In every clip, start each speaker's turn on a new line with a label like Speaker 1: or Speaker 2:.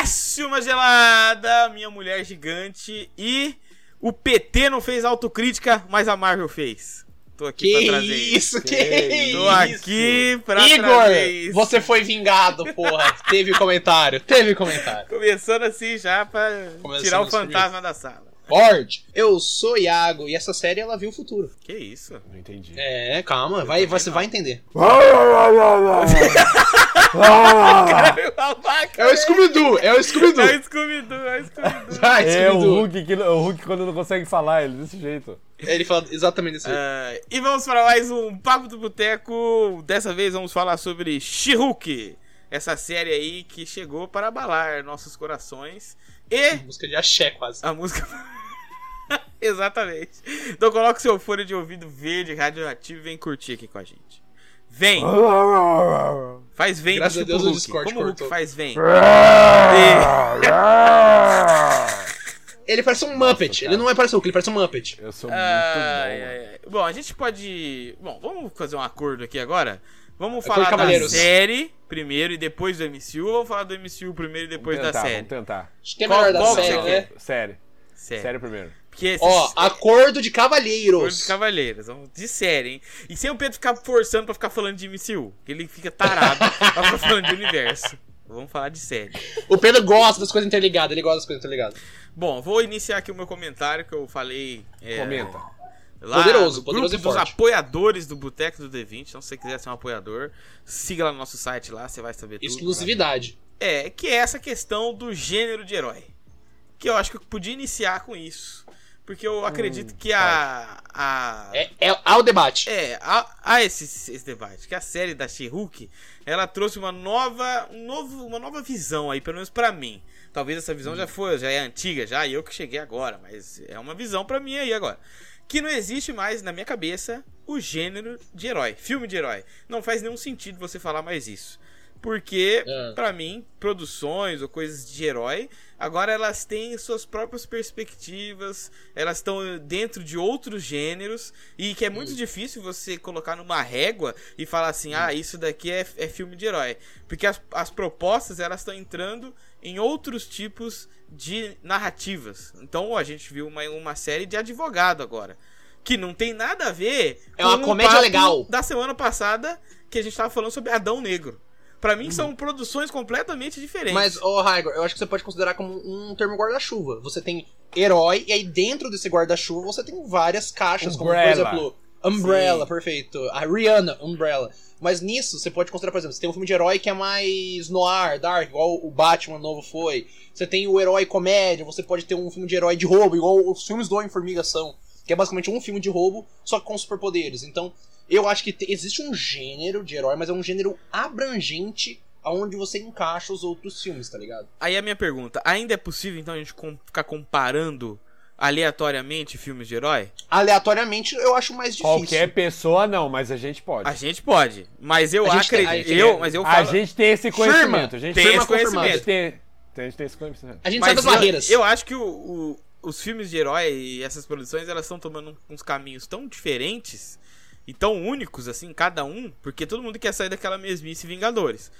Speaker 1: Décima gelada, minha mulher gigante e o PT não fez autocrítica, mas a Marvel fez. Tô aqui
Speaker 2: Que
Speaker 1: pra trazer isso.
Speaker 2: isso, que
Speaker 3: Que
Speaker 1: Tô
Speaker 2: isso.
Speaker 1: aqui pra
Speaker 2: Igor,
Speaker 1: trazer isso.
Speaker 2: você foi vingado, porra. teve comentário, teve comentário.
Speaker 1: Começando assim já pra
Speaker 2: Começando
Speaker 1: tirar o
Speaker 2: assim.
Speaker 1: fantasma da sala.
Speaker 2: Lorde, eu sou Iago e essa série ela viu o futuro.
Speaker 1: Que isso?
Speaker 3: Não entendi.
Speaker 2: É, calma, vai, você vai entender.
Speaker 1: Ah, A vaca,
Speaker 2: É o Scooby-Doo, é o Scooby-Doo.
Speaker 1: É o Scooby-Doo, é o Scooby-Doo.
Speaker 2: Vai,
Speaker 3: É o
Speaker 2: Scooby-Doo.
Speaker 3: Hulk, que, o Hulk quando não consegue falar, ele é desse jeito.
Speaker 2: Ele fala exatamente assim, desse jeito.
Speaker 1: Ah, e vamos para mais um Papo do Boteco. Dessa vez vamos falar sobre She-Hulk. Essa série aí que chegou para abalar nossos corações. E
Speaker 2: Música de axé, quase.
Speaker 1: A música. Exatamente. Então coloca o seu fone de ouvido verde, radioativo e vem curtir aqui com a gente. Vem! Faz vem
Speaker 2: Ah, Graças
Speaker 1: do
Speaker 2: a Deus
Speaker 1: tipo
Speaker 2: o
Speaker 1: Hulk.
Speaker 2: Discord
Speaker 1: Como o Hulk
Speaker 2: cortou.
Speaker 1: faz vem?
Speaker 2: Ele parece um Muppet, ele
Speaker 3: cara.
Speaker 2: não é parece o Hulk, ele parece um Muppet.
Speaker 3: Eu sou
Speaker 1: Ai,
Speaker 3: muito bom.
Speaker 1: ai, ai. Bom, a gente pode. Bom, vamos fazer um acordo aqui agora.
Speaker 3: É
Speaker 1: Vamos
Speaker 2: Acordo,
Speaker 1: falar da
Speaker 2: cavalheiros.
Speaker 1: série primeiro e depois do MCU ou vamos falar do MCU primeiro e depois
Speaker 3: Vamos tentar,
Speaker 1: da série?
Speaker 3: Vamos tentar.
Speaker 2: Acho que é
Speaker 1: Qual-
Speaker 2: melhor da
Speaker 1: qual que
Speaker 2: série,
Speaker 1: você
Speaker 2: né?
Speaker 1: quer?
Speaker 3: Série.
Speaker 1: Série.
Speaker 3: Série primeiro.
Speaker 1: Porque esses-
Speaker 2: Ó, acordo de
Speaker 1: Acordo de
Speaker 2: cavalheiros.
Speaker 1: Cavaleiros, vamos- de série, hein? E sem o Pedro ficar forçando pra ficar falando de MCU, que ele fica tarado pra ficar falando de universo. Vamos falar de série.
Speaker 2: O Pedro gosta das coisas interligadas, ele gosta das coisas interligadas.
Speaker 1: Bom, vou iniciar aqui o meu comentário que eu falei. é,
Speaker 3: Comenta.
Speaker 1: Lá
Speaker 2: Poderoso,
Speaker 1: no
Speaker 2: poderoso
Speaker 1: grupo dos
Speaker 2: e forte.
Speaker 1: apoiadores do Boteco do D20. Então, se você quiser ser um apoiador, siga lá no nosso site lá, você vai saber tudo.
Speaker 2: Exclusividade.
Speaker 1: É, que é essa questão do gênero de herói. Que eu acho que eu podia iniciar com isso. Porque
Speaker 2: Hum,
Speaker 1: eu acredito que a. a...
Speaker 2: É, é ao debate.
Speaker 1: É, há, há esse, esse debate, que a série da She-Hulk, ela trouxe uma nova, um novo, uma nova visão aí, pelo menos pra mim. Talvez essa
Speaker 2: Hum.
Speaker 1: visão já foi, já é antiga já, e eu que cheguei agora, mas é uma visão pra mim aí agora. Que não existe mais, na minha cabeça, o gênero de herói, filme de herói. Não faz nenhum sentido você falar mais isso. Porque,
Speaker 2: É.
Speaker 1: pra mim, produções ou coisas de herói, agora elas têm suas próprias perspectivas, elas estão dentro de outros gêneros, e que é muito difícil você colocar numa régua e falar assim, ah, isso daqui é, é filme de herói. Porque as, as propostas, elas estão entrando em outros tipos de narrativas. Então, a gente viu uma, uma série de advogado agora, que não tem nada a ver
Speaker 2: É uma
Speaker 1: com o
Speaker 2: comédia
Speaker 1: papo
Speaker 2: legal.
Speaker 1: da semana passada, que a gente tava falando sobre Adão Negro. Pra mim, são produções completamente diferentes.
Speaker 2: Uhum. Mas, ô, Raigor, eu acho que você pode considerar como um termo guarda-chuva. Você tem herói, e aí dentro desse guarda-chuva você tem várias caixas,
Speaker 3: Umbrella.
Speaker 2: como, por exemplo, Umbrella,
Speaker 1: Sim.
Speaker 2: perfeito. A Rihanna, Umbrella. Mas nisso, você pode considerar, por exemplo, você tem um filme de herói que é mais noir, dark, igual o Batman novo foi. Você tem o herói comédia, você pode ter um filme de herói de roubo, igual os filmes do Homem-Formiga são. Que é basicamente um filme de roubo, só que com superpoderes. Então, eu acho que te- existe um gênero de herói, mas é um gênero abrangente aonde você encaixa os outros filmes, tá ligado?
Speaker 1: Aí a minha pergunta, ainda é possível, então, a gente com- ficar comparando aleatoriamente filmes de herói?
Speaker 2: Aleatoriamente, eu acho mais difícil.
Speaker 3: Qualquer pessoa não, mas a gente pode.
Speaker 1: A gente pode, mas eu
Speaker 2: A gente tem-
Speaker 1: acredito...
Speaker 2: a gente-
Speaker 1: eu, mas eu
Speaker 3: A
Speaker 1: falo...
Speaker 3: gente tem esse conhecimento. A gente
Speaker 1: Tem
Speaker 3: firma
Speaker 1: esse
Speaker 3: confirmado.
Speaker 1: conhecimento.
Speaker 3: A gente tem, a gente tem esse conhecimento.
Speaker 2: A gente
Speaker 1: mas
Speaker 2: sabe as
Speaker 1: eu-
Speaker 2: barreiras.
Speaker 1: Eu, acho que o- o- os filmes de herói e essas produções, elas estão tomando um, uns caminhos tão diferentes e tão únicos, assim, cada um, porque todo mundo quer sair daquela mesmice Vingadores.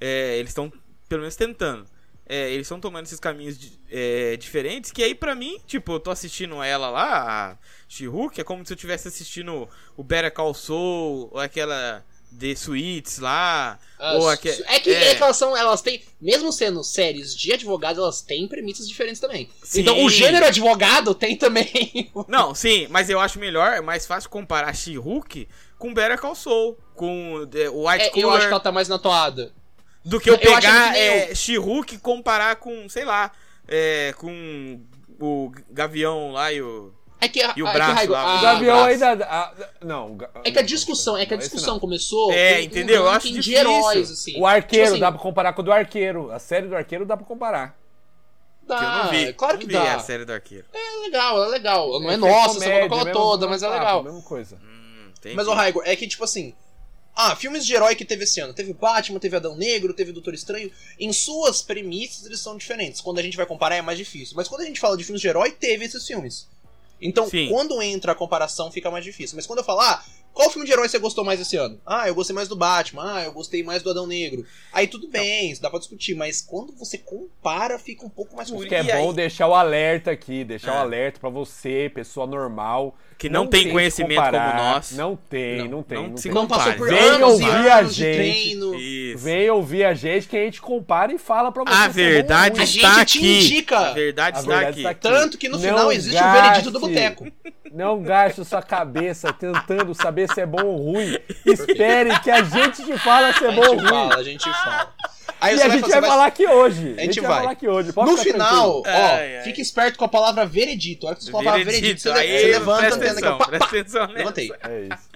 Speaker 1: É, eles estão, pelo menos, tentando. É, eles estão tomando esses caminhos di- é, diferentes, que aí pra mim, tipo, eu tô assistindo ela lá, a She-Hulk, é como se eu estivesse assistindo o Better Call Saul, ou aquela The Suites lá,
Speaker 2: Ah,
Speaker 1: ou
Speaker 2: su-
Speaker 1: aquela...
Speaker 2: su- É que, é que elas são, elas têm, mesmo sendo séries de advogado, elas têm premissas diferentes também.
Speaker 1: Sim.
Speaker 2: Então o gênero advogado tem também.
Speaker 1: Não, sim, mas eu acho melhor, é mais fácil comparar She-Hulk com Better Call Saul, com é, White
Speaker 2: É, eu
Speaker 1: Collar,
Speaker 2: acho que ela tá mais na toada.
Speaker 1: do que eu
Speaker 2: eu acho
Speaker 1: pegar
Speaker 2: que nem
Speaker 1: é, She-Hulk e comparar com, sei lá, é, com o Gavião lá e o...
Speaker 2: É que, a-
Speaker 1: E o
Speaker 2: é que,
Speaker 1: braço
Speaker 2: Raigo,
Speaker 1: lá, o
Speaker 3: O
Speaker 2: a-
Speaker 3: Gavião
Speaker 2: braço.
Speaker 3: ainda. a- não. o ga-
Speaker 2: É que a discussão, é que a
Speaker 3: não, esse não.
Speaker 2: discussão começou
Speaker 1: É,
Speaker 2: com um
Speaker 1: entendeu? Eu acho
Speaker 2: ranking de
Speaker 1: difícil.
Speaker 2: heróis, assim.
Speaker 3: O arqueiro,
Speaker 2: Tipo assim,
Speaker 3: dá pra comparar com o do arqueiro. A série do arqueiro dá pra comparar.
Speaker 2: dá,
Speaker 1: que eu não vi.
Speaker 2: tá, Ah, é Claro
Speaker 1: não
Speaker 2: que
Speaker 1: vi
Speaker 2: dá.
Speaker 1: a série do Arqueiro.
Speaker 2: É legal, é legal. Não é,
Speaker 3: Tem
Speaker 2: nossa,
Speaker 3: comédia,
Speaker 2: essa cola
Speaker 3: mesmo
Speaker 2: toda, mas
Speaker 1: Ah,
Speaker 2: é
Speaker 3: papo,
Speaker 2: legal.
Speaker 3: mesma coisa.
Speaker 1: Hum, entendi.
Speaker 2: Mas, o Raigor, é que, tipo assim. Ah, filmes de herói que teve esse ano. Teve Batman, teve Adão Negro, teve Doutor Estranho. Em suas premissas, eles são diferentes. Quando a gente vai comparar, é mais difícil. Mas quando a gente fala de filmes de herói, teve esses filmes. Então,
Speaker 1: Sim.
Speaker 2: quando entra a comparação, fica mais difícil. Mas quando eu falar, ah, Qual filme de herói você gostou mais esse ano? Ah, eu gostei mais do Batman. Ah, eu gostei mais do Adão Negro. Aí tudo
Speaker 1: Então.
Speaker 2: bem, isso dá pra discutir, mas quando você compara, fica um pouco mais
Speaker 1: Por
Speaker 3: Isso que é
Speaker 1: E aí?
Speaker 3: bom deixar o alerta aqui, deixar
Speaker 1: É.
Speaker 3: o alerta pra você, pessoa normal.
Speaker 1: Que não tem
Speaker 3: tente
Speaker 1: conhecimento
Speaker 3: comparar,
Speaker 1: como nós.
Speaker 3: Não tem, não,
Speaker 1: Não,
Speaker 3: tem.
Speaker 1: não
Speaker 3: Não
Speaker 1: se
Speaker 3: tem.
Speaker 2: Não passou por
Speaker 1: Venham
Speaker 2: anos e
Speaker 3: ouvir
Speaker 2: anos
Speaker 3: a
Speaker 2: de
Speaker 3: gente.
Speaker 2: treino.
Speaker 1: Isso.
Speaker 3: Vem ouvir a gente que a gente compara e fala pra você.
Speaker 1: A
Speaker 3: se é bom ou
Speaker 1: Ah, verdade
Speaker 2: A
Speaker 3: ruim.
Speaker 2: gente
Speaker 1: está
Speaker 2: te
Speaker 1: tá aqui.
Speaker 2: indica.
Speaker 1: A verdade
Speaker 3: A
Speaker 1: está
Speaker 3: verdade
Speaker 1: aqui.
Speaker 3: está aqui.
Speaker 2: Tanto que no
Speaker 3: Não
Speaker 2: final existe o
Speaker 3: gaste.
Speaker 2: veredito do boteco.
Speaker 3: Não gaste sua cabeça tentando saber se é bom ou ruim. Espere que a gente te fala se é
Speaker 2: A
Speaker 3: bom ou
Speaker 2: gente
Speaker 3: ruim.
Speaker 2: fala, a gente fala. Aí
Speaker 3: E
Speaker 2: você
Speaker 3: a gente
Speaker 2: você
Speaker 3: vai falar aqui hoje.
Speaker 2: A gente vai.
Speaker 3: falar aqui hoje. Pode
Speaker 2: No
Speaker 3: ficar
Speaker 2: final, ó,
Speaker 1: Ai, ai.
Speaker 2: fica esperto com a palavra veredito. A hora que você falar a palavra veredito, você, le-
Speaker 1: Aí,
Speaker 2: você levanta a
Speaker 1: presta
Speaker 2: antena aqui, ó,
Speaker 1: atenção,
Speaker 2: pá,
Speaker 1: presta
Speaker 2: pá.
Speaker 1: atenção nessa.
Speaker 2: Levantei.
Speaker 3: tranquilo. É isso.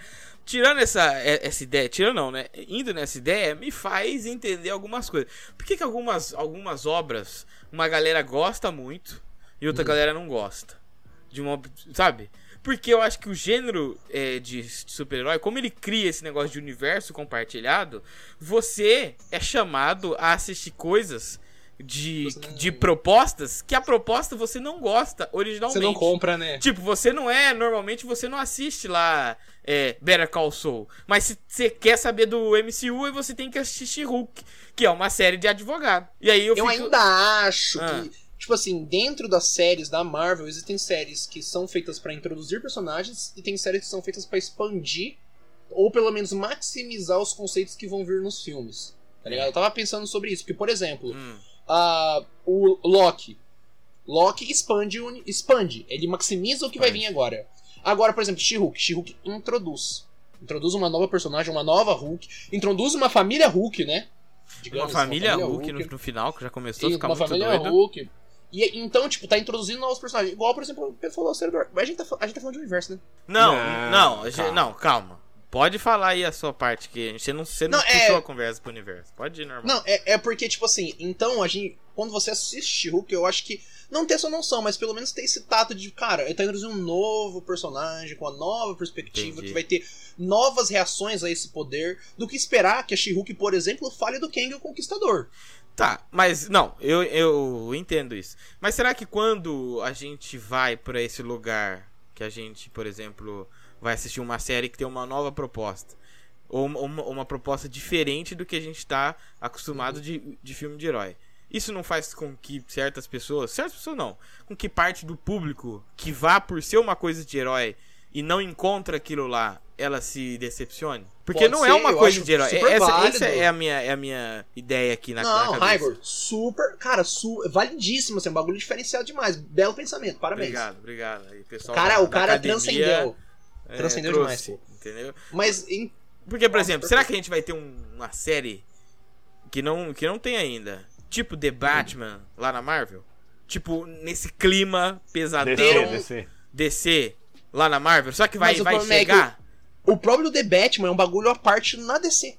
Speaker 1: Tirando essa, é- essa ideia, tirando não, né? Indo nessa ideia, me faz entender algumas coisas. Por que, que algumas, algumas obras uma galera gosta muito e
Speaker 2: Uhum.
Speaker 1: outra galera não gosta? De uma, ob- sabe? Porque eu acho que o gênero é, de super-herói, como ele cria esse negócio de universo compartilhado, você é chamado a assistir coisas de,
Speaker 2: Você não-
Speaker 1: de propostas que a proposta você não gosta originalmente.
Speaker 2: Você não compra, né?
Speaker 1: Tipo, você não é, normalmente você não assiste lá é, Better Call Saul. Mas se você quer saber do MCU, aí você tem que assistir Hulk, que é uma série de advogado. E aí eu, fico-
Speaker 2: Eu ainda acho
Speaker 1: Ah.
Speaker 2: que, tipo assim, dentro das séries da Marvel, existem séries que são feitas pra introduzir personagens e tem séries que são feitas pra expandir ou pelo menos maximizar os conceitos que vão vir nos filmes. Tá ligado? Eu tava pensando sobre isso, porque, por exemplo,
Speaker 1: Hum,
Speaker 2: a- o Loki. Loki expande, o uni- expande. Ele maximiza o que vai
Speaker 1: Expande.
Speaker 2: vir agora. Agora, por exemplo, She-Hulk. She-Hulk introduz. Introduz uma nova personagem, uma nova Hulk. Introduz uma família Hulk, né? Digamos,
Speaker 1: uma família Hulk no, no final, que já começou a
Speaker 2: Sim,
Speaker 1: ficar
Speaker 2: uma
Speaker 1: muito
Speaker 2: família
Speaker 1: doido.
Speaker 2: Hulk. E, então, tipo, tá introduzindo novos personagens. Igual, por exemplo, o Pedro falou, o Servidor. Mas a gente, tá, fal- a gente tá falando de universo, né?
Speaker 1: Não,
Speaker 3: Não,
Speaker 1: não, a gente-
Speaker 3: calma.
Speaker 1: não, calma. Pode falar aí a sua parte, que você não, você não,
Speaker 2: Não, é-
Speaker 1: puxou a conversa pro universo. Pode ir, normal.
Speaker 2: Não, é, é porque, tipo assim, então a gente. Quando você assiste Hulk, eu acho que. Não ter essa noção, mas pelo menos ter esse tato de, cara, ele tá introduzindo um novo personagem, com uma nova perspectiva,
Speaker 1: Entendi.
Speaker 2: que vai ter novas reações a esse poder, do que esperar que a She-Hulk, por exemplo, fale do Kang o Conquistador.
Speaker 1: Tá, mas não, eu, eu entendo isso. Mas será que quando a gente vai pra esse lugar, que a gente, por exemplo, vai assistir uma série que tem uma nova proposta, ou uma, uma- uma proposta diferente do que a gente tá acostumado
Speaker 2: Uhum.
Speaker 1: de, de filme de herói, isso não faz com que certas pessoas, certas pessoas não, com que parte do público que vá por ser uma coisa de herói e não encontra aquilo lá, ela se decepcione? Porque
Speaker 2: Pode
Speaker 1: não é
Speaker 2: ser,
Speaker 1: uma
Speaker 2: eu
Speaker 1: coisa
Speaker 2: acho
Speaker 1: de herói. É-
Speaker 2: super
Speaker 1: Essa,
Speaker 2: válido.
Speaker 1: essa é a minha, é a minha ideia aqui na, na
Speaker 2: não,
Speaker 1: cabeça.
Speaker 2: Raigor, super. Cara, su, validíssimo, assim, um bagulho diferenciado demais. Belo pensamento, parabéns.
Speaker 1: Obrigado, obrigado. Aí, pessoal
Speaker 2: Cara,
Speaker 1: da-
Speaker 2: o
Speaker 1: da
Speaker 2: cara
Speaker 1: academia,
Speaker 2: transcendeu.
Speaker 1: é,
Speaker 2: transcendeu
Speaker 1: trouxe,
Speaker 2: demais,
Speaker 1: Entendeu?
Speaker 2: Mas em-
Speaker 1: Porque, por
Speaker 2: Nossa,
Speaker 1: exemplo,
Speaker 2: perfeito.
Speaker 1: será que a gente vai ter um- uma série que não, que não tem ainda? Tipo The Batman lá na Marvel? Tipo, nesse clima pesadão
Speaker 3: Descer,
Speaker 2: Bateram-
Speaker 3: descer.
Speaker 1: DC lá na Marvel? Só que vai,
Speaker 2: Mas o
Speaker 1: vai
Speaker 2: problema é que-
Speaker 1: chegar.
Speaker 2: o próprio The Batman é um bagulho à parte na DC.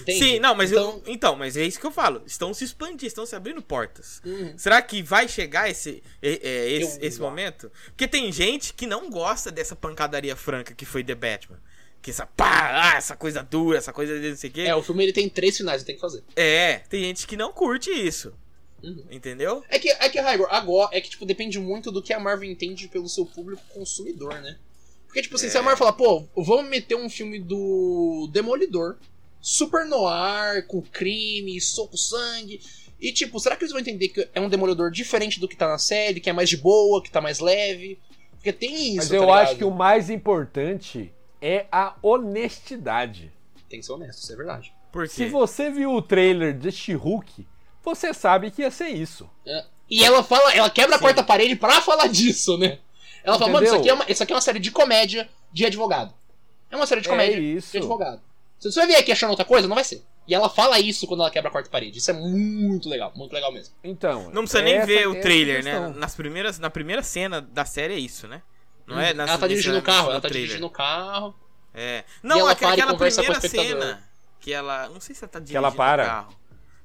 Speaker 2: Entende?
Speaker 1: Sim, não, mas
Speaker 2: então,
Speaker 1: eu, então, mas é isso que eu falo. Estão se expandindo, estão se abrindo portas.
Speaker 2: Uhum.
Speaker 1: Será que vai chegar esse, é, é, esse,
Speaker 2: Eu-
Speaker 1: esse momento? Porque tem gente que não gosta dessa pancadaria franca que foi The Batman. Que essa pá, ah, essa coisa dura, essa coisa de não sei o quê.
Speaker 2: É, o filme ele tem três finais, ele tem que fazer.
Speaker 1: É, tem gente que não curte isso.
Speaker 2: Uhum.
Speaker 1: Entendeu?
Speaker 2: É que, é que Raigor, agora, é que, tipo, depende muito do que a Marvel entende pelo seu público consumidor, né? Porque,
Speaker 3: É.
Speaker 2: tipo assim, se a Marvel falar, pô, vamos meter um filme do Demolidor, super noir, com crime, soco sangue, e, tipo, será que eles vão entender que é um Demolidor diferente do que tá na série, que é mais de boa, que tá mais leve? Porque tem isso,
Speaker 3: Mas
Speaker 2: tá
Speaker 3: eu
Speaker 2: ligado?
Speaker 3: acho que o mais importante é a honestidade.
Speaker 2: Tem que ser honesto, isso é verdade.
Speaker 3: Se
Speaker 1: Porque
Speaker 3: você viu o trailer de She-Hulk, você sabe que ia ser isso.
Speaker 2: E ela fala, ela quebra a
Speaker 1: Sim.
Speaker 2: quarta parede pra falar disso, né? Ela fala, mano, isso
Speaker 3: Entendeu?
Speaker 2: aqui, é uma, isso aqui é uma série de comédia de advogado. É uma série de comédia
Speaker 3: é
Speaker 2: de
Speaker 3: isso.
Speaker 2: advogado. Se você vai vir aqui achando outra coisa, não vai ser. E ela fala isso quando ela quebra a quarta parede. Isso é muito legal, muito legal mesmo.
Speaker 3: Então.
Speaker 1: não precisa nem
Speaker 3: essa-
Speaker 1: ver
Speaker 3: essa é
Speaker 1: o
Speaker 3: a
Speaker 1: trailer, né?
Speaker 3: questão.
Speaker 1: Nas primeiras, na primeira cena da série é isso, né? Não é? nas-
Speaker 2: ela tá dirigindo o
Speaker 1: nesse-
Speaker 2: carro,
Speaker 1: no
Speaker 2: ela tá
Speaker 1: trailer.
Speaker 2: dirigindo o carro.
Speaker 1: É. Não,
Speaker 2: ela
Speaker 1: aquela,
Speaker 2: para e
Speaker 1: aquela
Speaker 2: conversa com o
Speaker 1: primeira
Speaker 2: espectador.
Speaker 1: cena que ela. Não sei se ela tá dirigindo
Speaker 3: ela para?
Speaker 1: o carro.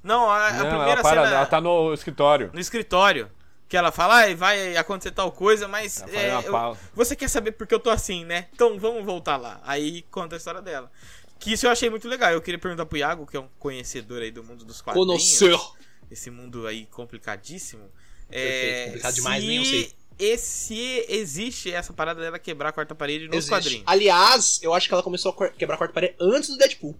Speaker 1: Não, a, a
Speaker 3: Não,
Speaker 1: primeira
Speaker 3: ela para,
Speaker 1: cena
Speaker 3: ela tá no escritório.
Speaker 1: no escritório. Que ela fala, "Ai, vai acontecer tal coisa, mas.
Speaker 3: Tá
Speaker 1: é,
Speaker 3: fazendo uma
Speaker 1: eu-
Speaker 3: pausa.
Speaker 1: você quer saber porque eu tô assim, né? Então vamos voltar lá. Aí conta a história dela. Que isso eu achei muito legal. Eu queria perguntar pro Iago, que é um conhecedor aí do mundo dos quadrinhos.
Speaker 2: Conhecer.
Speaker 1: Esse mundo aí complicadíssimo. É,
Speaker 2: Perfeito, complicado demais,
Speaker 1: se
Speaker 2: nem eu sei.
Speaker 1: esse existe essa parada dela quebrar a quarta parede nos
Speaker 2: Existe. Ah,
Speaker 1: quadrinhos.
Speaker 2: Aliás, eu acho que ela começou a cor- quebrar a quarta parede antes do Deadpool.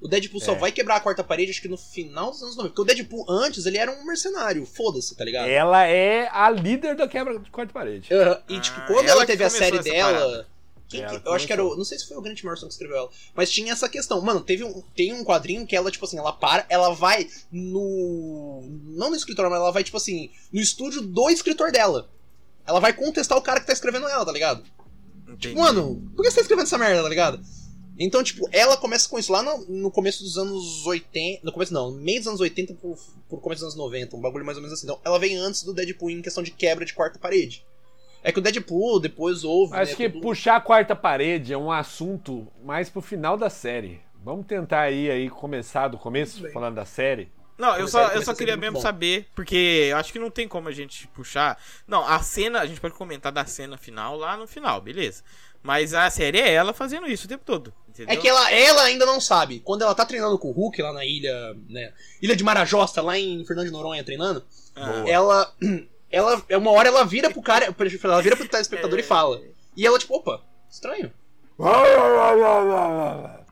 Speaker 2: O Deadpool só
Speaker 3: É.
Speaker 2: vai quebrar a quarta parede, acho que no final dos anos 90. Porque o Deadpool antes, ele era um mercenário, foda-se, tá ligado?
Speaker 3: Ela é a líder da quebra de quarta parede.
Speaker 2: Aham, E, tipo,
Speaker 1: Ah,
Speaker 2: quando
Speaker 1: ela
Speaker 2: ela
Speaker 1: que
Speaker 2: teve a
Speaker 1: começou
Speaker 2: série
Speaker 1: essa
Speaker 2: dela.
Speaker 1: parada.
Speaker 2: quem
Speaker 3: Ela
Speaker 2: que-
Speaker 3: que
Speaker 2: eu acho que era
Speaker 3: começou.
Speaker 2: o. Não sei se foi o Grant Morrison que escreveu ela. Mas tinha essa questão. Mano, teve um, tem um quadrinho que ela, tipo assim, ela para, ela vai no. Não no escritório, mas ela vai, tipo assim, no estúdio do escritor dela. Ela vai contestar o cara que tá escrevendo ela, tá ligado?
Speaker 1: Entendi.
Speaker 2: Mano, por que você tá escrevendo essa merda, tá ligado? Então, tipo, ela começa com isso lá no, no começo dos anos 80. No começo não, no meio dos anos 80 pro, pro começo dos anos 90, um bagulho mais ou menos assim. Então, ela vem antes do Deadpool em questão de quebra de quarta parede. É que o Deadpool depois houve.
Speaker 3: Acho
Speaker 2: né,
Speaker 3: que
Speaker 2: tudo-
Speaker 3: puxar a quarta parede é um assunto mais pro final da série. Vamos tentar aí, aí começar do começo,
Speaker 2: Bem.
Speaker 3: falando da série.
Speaker 1: Não, eu
Speaker 2: Começar-
Speaker 1: só, eu
Speaker 2: começar
Speaker 1: só
Speaker 2: a ser
Speaker 1: queria
Speaker 2: muito
Speaker 1: mesmo
Speaker 2: bom.
Speaker 1: saber, porque eu acho que não tem como a gente puxar. Não, a cena, a gente pode comentar da cena final lá no final, beleza. Mas a série é ela fazendo isso o tempo todo. Entendeu?
Speaker 2: É que ela, ela ainda não sabe. Quando ela tá treinando com o Hulk lá na ilha. Né, ilha de Marajosta, lá em Fernando de Noronha treinando,
Speaker 1: Ah.
Speaker 3: Boa.
Speaker 2: ela. Ela. é Uma hora ela vira pro cara. Ela vira pro
Speaker 3: É.
Speaker 2: telespectador e fala. E ela, tipo, opa, estranho.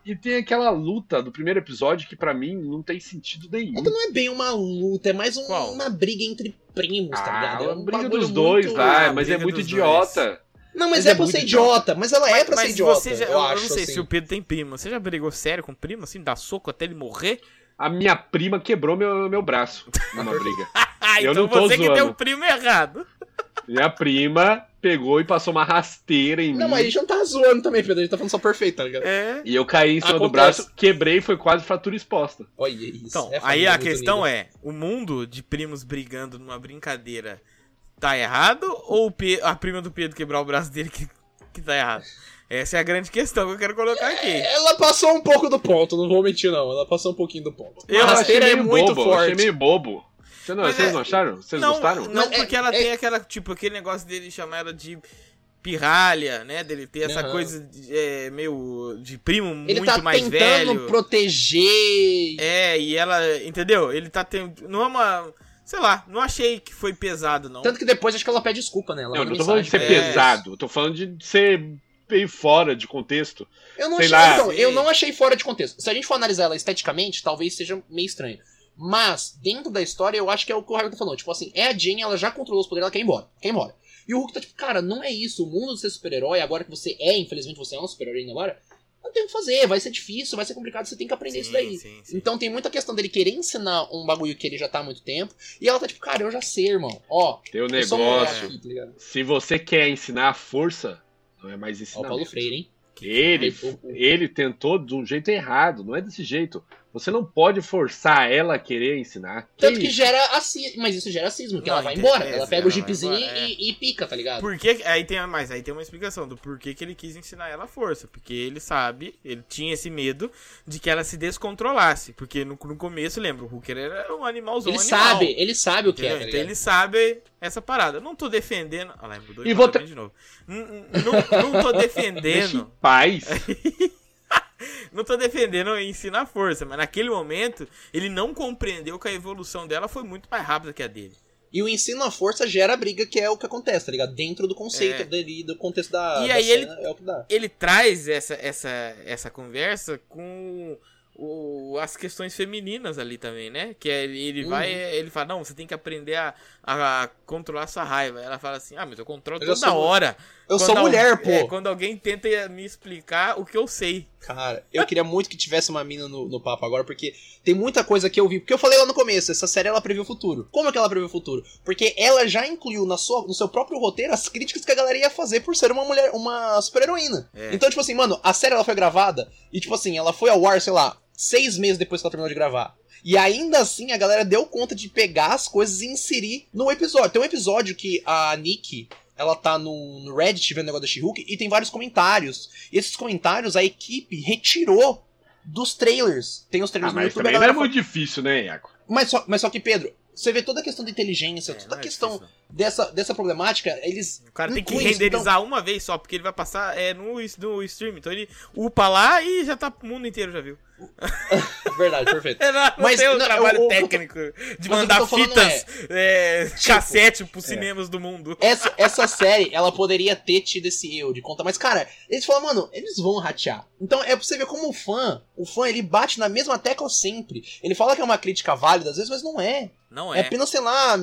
Speaker 4: E tem aquela luta do primeiro episódio que pra mim não tem sentido nenhum.
Speaker 2: Ainda não é bem uma luta, é mais um-
Speaker 1: Qual?
Speaker 2: uma briga entre primos, tá
Speaker 4: Ah,
Speaker 2: ligado? É um
Speaker 4: briga
Speaker 2: bagulho
Speaker 4: dos dois
Speaker 2: muito-
Speaker 4: lá,
Speaker 1: Ah,
Speaker 4: mas é
Speaker 1: briga
Speaker 4: muito
Speaker 1: dos
Speaker 4: idiota.
Speaker 2: Não, mas,
Speaker 4: Mas
Speaker 2: é,
Speaker 4: é
Speaker 2: pra
Speaker 4: muito
Speaker 2: ser idiota, mas ela é pra ser idiota.
Speaker 1: você já,
Speaker 2: eu,
Speaker 1: eu,
Speaker 2: acho,
Speaker 1: não sei
Speaker 2: assim.
Speaker 1: se o Pedro tem primo. Você já brigou sério com primo, assim, dar soco até ele morrer?
Speaker 4: A minha prima quebrou meu, meu braço numa briga.
Speaker 1: Ah,
Speaker 4: Eu
Speaker 1: então
Speaker 4: não tô
Speaker 1: você que
Speaker 4: zoando.
Speaker 1: deu o primo errado.
Speaker 4: Minha prima pegou e passou uma rasteira em
Speaker 2: Não,
Speaker 4: mim.
Speaker 2: mas a gente não tá zoando também, Pedro. A gente tá falando só perfeito, tá ligado?
Speaker 1: É.
Speaker 4: E eu caí em cima do
Speaker 2: Acontece.
Speaker 4: braço, quebrei e foi quase fratura exposta.
Speaker 2: Olha isso.
Speaker 1: Então,
Speaker 2: é
Speaker 1: aí a
Speaker 2: família
Speaker 1: questão
Speaker 2: muito
Speaker 1: é: o mundo de primos brigando numa brincadeira tá errado ou o Pe- a prima do Pedro quebrar o braço dele que, que tá errado? Essa é a grande questão é que eu quero colocar aqui.
Speaker 2: unida. Ela passou um pouco do ponto, não vou mentir, não. Ela passou um pouquinho do ponto.
Speaker 1: Eu
Speaker 2: a rasteira é
Speaker 4: Ah, meio
Speaker 2: muito
Speaker 4: bobo,
Speaker 2: forte.
Speaker 4: achei meio bobo. Você não-
Speaker 1: Mas
Speaker 4: vocês
Speaker 1: é-
Speaker 4: não acharam? Vocês
Speaker 1: não,
Speaker 4: gostaram?
Speaker 1: Não,
Speaker 2: Não, é-
Speaker 1: porque ela
Speaker 2: é-
Speaker 1: tem aquela, tipo, aquele negócio dele chamar ela de pirralha, né? Dele ter essa
Speaker 2: Aham.
Speaker 1: coisa de, é, meio de primo
Speaker 2: Ele
Speaker 1: muito
Speaker 2: tá
Speaker 1: mais
Speaker 2: tentando
Speaker 1: velho.
Speaker 2: proteger.
Speaker 1: É, e ela, entendeu? Ele tá tendo. Não é uma. Sei lá, não achei que foi pesado, não.
Speaker 2: Tanto que depois acho que ela pede desculpa, né? Ela
Speaker 4: Não, eu
Speaker 2: manda
Speaker 4: não tô falando de ser
Speaker 2: mensagem.
Speaker 1: é.
Speaker 4: pesado, eu tô falando de ser meio fora de contexto.
Speaker 2: Eu não,
Speaker 4: Sei
Speaker 2: achei,
Speaker 4: lá.
Speaker 2: então,
Speaker 1: Sim.
Speaker 2: eu não achei fora de contexto. Se a gente for analisar ela esteticamente, talvez seja meio estranho. Mas, dentro da história, eu acho que é o que o Harry falou. Tipo assim, é a Jane, ela já controlou os poderes, ela quer ir embora. Quer ir embora. E o Hulk tá tipo, cara, não é isso. O mundo de ser super-herói, agora que você é, infelizmente você é um super-herói ainda agora, não tem o que fazer, vai ser difícil, vai ser complicado, você tem que aprender isso daí.
Speaker 1: Sim, sim.
Speaker 2: Então tem muita questão dele querer ensinar um bagulho que ele já tá há muito tempo. E ela tá tipo, cara, eu já sei, irmão. Ó,
Speaker 4: Teu
Speaker 2: eu sou um moleque
Speaker 4: negócio.
Speaker 2: aqui, tá ligado?
Speaker 4: Se você quer ensinar a força, não é mais
Speaker 2: Ó, o
Speaker 4: ensinar.
Speaker 2: Paulo Freire, hein?
Speaker 4: Ele, ele tentou de um jeito errado, não é desse jeito. Você não pode forçar ela a querer ensinar.
Speaker 2: Tanto que
Speaker 4: isso?
Speaker 2: gera assi... Mas isso gera cisma, que
Speaker 1: Não,
Speaker 2: ela vai
Speaker 1: interessa,
Speaker 2: embora. Ela pega
Speaker 1: ela vai
Speaker 2: o jeepzinho
Speaker 1: embora, é.
Speaker 2: e, e pica, tá ligado?
Speaker 1: Por que, aí tem mais, aí tem uma explicação do porquê que ele quis ensinar ela a força, porque ele sabe, ele tinha esse medo de que ela se descontrolasse, porque no, no começo, lembra, o Hooker era um animalzão,
Speaker 2: Ele
Speaker 1: animal,
Speaker 2: sabe, ele sabe o que é,
Speaker 1: entendeu?
Speaker 2: tá
Speaker 1: então
Speaker 2: ligado?
Speaker 1: ele sabe essa parada. Não tô defendendo, ah lá, mudou de,
Speaker 4: E vou
Speaker 1: patamar de novo. N- n- Não, não tô
Speaker 4: Deixa em
Speaker 1: defendendo,
Speaker 4: paz.
Speaker 1: não tô defendendo ensinar a força, mas naquele momento ele não compreendeu que a evolução dela foi muito mais rápida que a dele.
Speaker 2: E o ensino à força gera briga, que é o que acontece, tá ligado? Dentro do conceito
Speaker 1: É.
Speaker 2: dele, do contexto da,
Speaker 1: E
Speaker 2: da
Speaker 1: aí
Speaker 2: cena, é o que dá.
Speaker 1: ele traz essa, essa, essa conversa com o- as questões femininas ali também, né? Que ele, ele
Speaker 2: Uhum.
Speaker 1: vai, ele fala, não, você tem que aprender a, a controlar sua raiva. Ela fala assim, ah, mas eu controlo
Speaker 2: Eu já
Speaker 1: toda
Speaker 2: sou- um,
Speaker 1: hora.
Speaker 2: Eu
Speaker 1: Quando
Speaker 2: sou
Speaker 1: al-
Speaker 2: mulher, pô.
Speaker 1: é, quando alguém tenta me explicar o que eu sei.
Speaker 2: Cara, eu queria muito que tivesse uma mina no, no papo agora, porque tem muita coisa que eu vi. Porque eu falei lá no começo, essa série ela previu o futuro. Como é que ela previu o futuro? Porque ela já incluiu na sua, no seu próprio roteiro as críticas que a galera ia fazer por ser uma mulher, uma super-heroína.
Speaker 1: É.
Speaker 2: Então, tipo assim, mano, a série ela foi gravada e, tipo assim, ela foi ao ar, sei lá, seis meses depois que ela terminou de gravar. E ainda assim a galera deu conta de pegar as coisas e inserir no episódio. Tem um episódio que a Nick. Ela tá no no Reddit vendo o negócio da She-Hulk e tem vários comentários e esses comentários a equipe retirou dos trailers. Tem os
Speaker 4: Ah,
Speaker 2: trailers no
Speaker 4: mas
Speaker 2: YouTube. a
Speaker 4: também não é
Speaker 2: galera
Speaker 4: muito difícil, né, Iaco?
Speaker 2: fala- mas, só, mas só que, Pedro, você vê toda a questão da inteligência,
Speaker 1: É,
Speaker 2: toda
Speaker 1: não
Speaker 2: a
Speaker 1: é
Speaker 2: questão
Speaker 1: difícil,
Speaker 2: dessa, dessa problemática, eles.
Speaker 1: não. O cara tem que
Speaker 2: incluem isso,
Speaker 1: renderizar uma vez só, porque ele vai passar é, no, is- no stream. Então ele upa lá e já tá o mundo inteiro já viu.
Speaker 2: Então, verdade, perfeito.
Speaker 1: É, não, não
Speaker 2: Mas,
Speaker 1: tem o
Speaker 2: não,
Speaker 1: trabalho
Speaker 2: eu- é, eu-
Speaker 1: técnico de
Speaker 2: mas o que eu
Speaker 1: mandar
Speaker 2: tô falando
Speaker 1: fitas é, cassete pros cinemas do mundo.
Speaker 2: Essa, essa série, ela poderia ter tido esse eu de conta, mas, cara, eles falam, mano, eles vão ratear. Então é pra você ver como o fã, o fã, ele bate na mesma tecla sempre. Ele fala que é uma crítica válida, às vezes, mas não é.
Speaker 1: Não
Speaker 2: É,
Speaker 1: é.
Speaker 2: apenas, sei lá,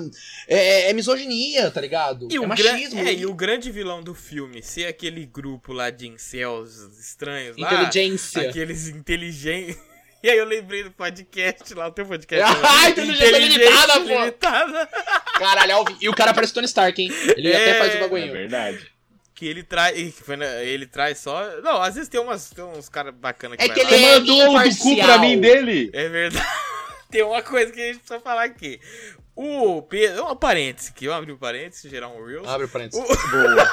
Speaker 2: é, é misoginia, tá ligado?
Speaker 1: E
Speaker 2: é
Speaker 1: o,
Speaker 2: machismo.
Speaker 1: gran- é, e o grande vilão do filme ser aquele grupo lá de incels estranhos lá.
Speaker 2: Inteligência.
Speaker 1: Aqueles inteligentes. E aí eu lembrei do podcast lá, o teu podcast.
Speaker 2: Ah,
Speaker 1: lá.
Speaker 2: inteligência limitada, pô!
Speaker 1: limitada.
Speaker 2: Caralho, Alvin. E o cara parece Tony Stark, hein? Ele
Speaker 1: É.
Speaker 2: até faz o
Speaker 4: É
Speaker 2: bagulho.
Speaker 4: verdade.
Speaker 1: Que ele traz. Ih, que foi na- Ele traz só. Não, às vezes tem, umas, tem uns caras bacanas que
Speaker 2: É
Speaker 1: vai
Speaker 2: que
Speaker 1: lá.
Speaker 2: ele
Speaker 4: Você
Speaker 2: é
Speaker 4: mandou um do cu pra
Speaker 2: imparcial.
Speaker 4: mim dele.
Speaker 1: É verdade. Tem uma coisa que a gente precisa falar aqui. O Pedro. Um parênteses aqui, eu abri um parênteses, gerar um Reels.
Speaker 2: Abre o parênteses.
Speaker 4: Boa.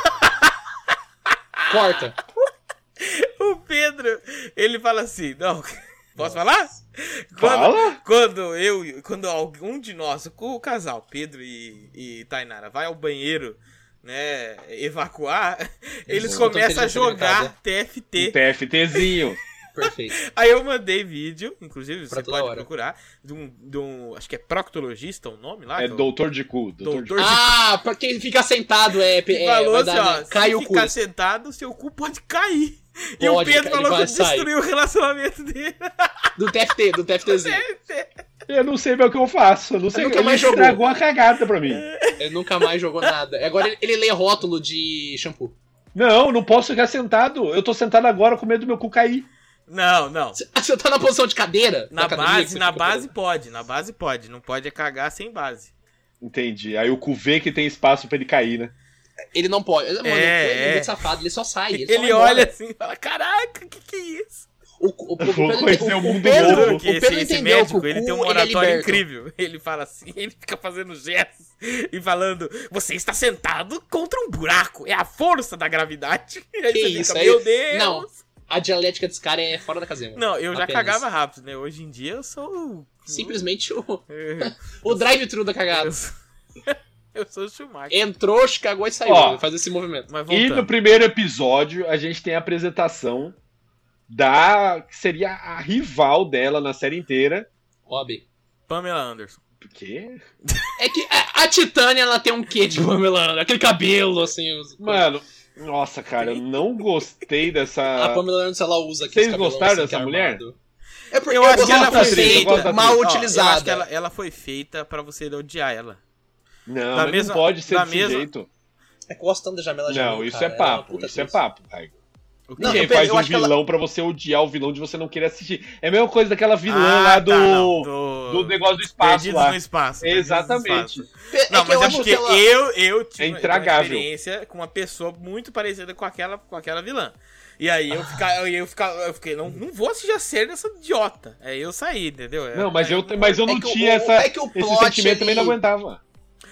Speaker 2: Corta.
Speaker 1: Ah. O Pedro, ele fala assim: não. Posso falar? Quando,
Speaker 4: Fala?
Speaker 1: quando eu. Quando algum de nós, o casal, Pedro e, e Tainara, vai ao banheiro, né? Evacuar, eles
Speaker 2: escutam
Speaker 1: começam a
Speaker 2: inteligência limitada.
Speaker 1: jogar TFT.
Speaker 4: Um TFTzinho.
Speaker 2: Perfeito.
Speaker 1: Aí eu mandei vídeo, inclusive
Speaker 2: Pra
Speaker 1: você
Speaker 2: toda
Speaker 1: pode
Speaker 2: hora.
Speaker 1: procurar, de um, de um- Acho que é proctologista o nome lá?
Speaker 4: É
Speaker 1: que eu-
Speaker 4: doutor de cu. Doutor de cu.
Speaker 1: Doutor de
Speaker 2: Ah, pra quem fica sentado é.
Speaker 1: que
Speaker 2: é
Speaker 1: falou
Speaker 2: vai
Speaker 1: assim,
Speaker 2: dar-
Speaker 1: ó,
Speaker 2: né? Cai
Speaker 1: se
Speaker 2: o cu.
Speaker 1: ficar sentado, seu cu pode cair. e o
Speaker 2: Pode,
Speaker 1: Pedro
Speaker 2: cara,
Speaker 1: falou
Speaker 2: ele
Speaker 1: que
Speaker 2: vai sair.
Speaker 1: destruiu o relacionamento dele.
Speaker 2: Do TFT, do TFTzinho.
Speaker 4: Eu não sei mais o que eu faço. Eu não sei
Speaker 2: Eu
Speaker 4: o
Speaker 2: nunca
Speaker 4: que ele
Speaker 2: mais jogou. É.
Speaker 4: estragou a cagada pra mim.
Speaker 2: Ele nunca mais jogou nada. Agora ele, ele lê rótulo de shampoo.
Speaker 4: Não, não posso ficar sentado. Eu tô sentado agora com medo do meu cu cair.
Speaker 1: Não, não.
Speaker 2: Você- Você tá na posição de cadeira?
Speaker 1: Na
Speaker 2: da academia, que
Speaker 1: base,
Speaker 2: você
Speaker 1: na
Speaker 2: fica
Speaker 1: base pode, na base pode. Não pode é cagar sem base.
Speaker 4: Entendi. Aí o cu vê que tem espaço pra ele cair, né?
Speaker 2: parado. Ele não pode. Mano,
Speaker 1: É,
Speaker 2: ele é
Speaker 1: é.
Speaker 2: safado, ele só sai. Ele,
Speaker 1: Ele,
Speaker 2: só vai embora.
Speaker 1: olha assim e fala: Caraca, o que, que é isso?
Speaker 2: O, o, o, o,
Speaker 4: Vou
Speaker 2: Pedro-
Speaker 4: conhecer
Speaker 2: o-
Speaker 4: o mundo
Speaker 2: o Pedro-
Speaker 4: novo.
Speaker 2: o
Speaker 1: que esse,
Speaker 2: Pedro
Speaker 1: esse
Speaker 2: entendeu
Speaker 1: médico
Speaker 2: que o
Speaker 1: ele
Speaker 2: cu,
Speaker 1: tem um
Speaker 2: ele é
Speaker 1: oratório
Speaker 2: liberto.
Speaker 1: incrível. Ele fala assim, ele fica fazendo gestos e falando: Você está sentado contra um buraco. É a força da gravidade. E aí
Speaker 2: Que
Speaker 1: você
Speaker 2: isso,
Speaker 1: fica,
Speaker 2: aí-
Speaker 1: meu Deus!
Speaker 2: não. A dialética desse cara é fora da casinha. mano.
Speaker 1: Não, eu já
Speaker 2: Apenas.
Speaker 1: cagava rápido, né? Hoje em dia eu sou.
Speaker 2: Simplesmente o,
Speaker 1: Eu,
Speaker 2: o drive-thru da cagada.
Speaker 1: É, eu sou... eu sou o Schumacher.
Speaker 2: Entrou, cagou e saiu.
Speaker 4: Ó.
Speaker 2: Ele Faz esse movimento.
Speaker 1: Mas
Speaker 4: E no
Speaker 1: voltando.
Speaker 4: primeiro episódio, a gente tem a apresentação da. que seria a rival dela na série inteira.
Speaker 2: Hobby.
Speaker 1: Pamela Anderson.
Speaker 4: Porque.
Speaker 2: É que a, a Titânia, ela tem um quê de Pamela? Anderson? Aquele cabelo, assim. os-
Speaker 4: Mano, nossa, cara, eu não gostei
Speaker 2: A
Speaker 4: dessa.
Speaker 2: Pamela Anderson, ela usa aqueles
Speaker 4: Ah. Vocês
Speaker 2: cabelão,
Speaker 4: gostaram
Speaker 2: assim,
Speaker 4: dessa
Speaker 2: que é
Speaker 4: mulher?
Speaker 2: armado. É porque
Speaker 1: Eu acho que ela
Speaker 2: ela foi
Speaker 1: foi feita, eu gosto
Speaker 2: feita,
Speaker 4: da
Speaker 2: mal
Speaker 1: Ó, Eu acho
Speaker 2: utilizada.
Speaker 1: que ela, ela foi feita pra você odiar ela.
Speaker 4: Não,
Speaker 1: Da
Speaker 4: mas
Speaker 1: mesma-
Speaker 4: não pode ser
Speaker 1: da
Speaker 4: desse
Speaker 1: mesma-
Speaker 4: jeito.
Speaker 2: É que eu gosto tanto da Jamela
Speaker 4: Não,
Speaker 2: Jamil,
Speaker 4: isso
Speaker 2: cara,
Speaker 4: é
Speaker 2: ela uma
Speaker 4: papo.
Speaker 2: puta
Speaker 4: Isso é
Speaker 2: atriz.
Speaker 4: papo, Raigo.
Speaker 1: O que
Speaker 2: Não,
Speaker 1: é?
Speaker 4: Quem
Speaker 2: eu penso-
Speaker 4: faz
Speaker 2: eu
Speaker 4: um
Speaker 2: acho que ela-
Speaker 4: vilão pra você odiar o vilão de você não querer assistir. É a mesma coisa daquela vilã
Speaker 1: Ah,
Speaker 4: lá
Speaker 1: tá,
Speaker 4: do,
Speaker 1: não,
Speaker 4: do negócio do espaço
Speaker 1: Perdidos
Speaker 4: lá.
Speaker 1: no espaço. Perdidos no
Speaker 4: Exatamente.
Speaker 1: Espaço.
Speaker 2: Pe- é
Speaker 1: Não,
Speaker 2: que
Speaker 1: mas
Speaker 2: eu
Speaker 1: é
Speaker 2: acho
Speaker 1: porque
Speaker 2: que ela...
Speaker 1: eu, eu tive uma- uma
Speaker 4: intragável.
Speaker 1: experiência com uma pessoa muito parecida com aquela, com aquela vilã. E aí eu ficar, eu ficar, eu fiquei, não, não vou assistir a série dessa idiota. Aí eu saí, entendeu? É
Speaker 4: Não, mas eu, mas eu não
Speaker 2: é que o-
Speaker 4: tinha
Speaker 2: o-
Speaker 4: essa,
Speaker 2: é que o
Speaker 4: esse
Speaker 2: plot,
Speaker 4: sentimento também não
Speaker 2: ele-
Speaker 4: aguentava.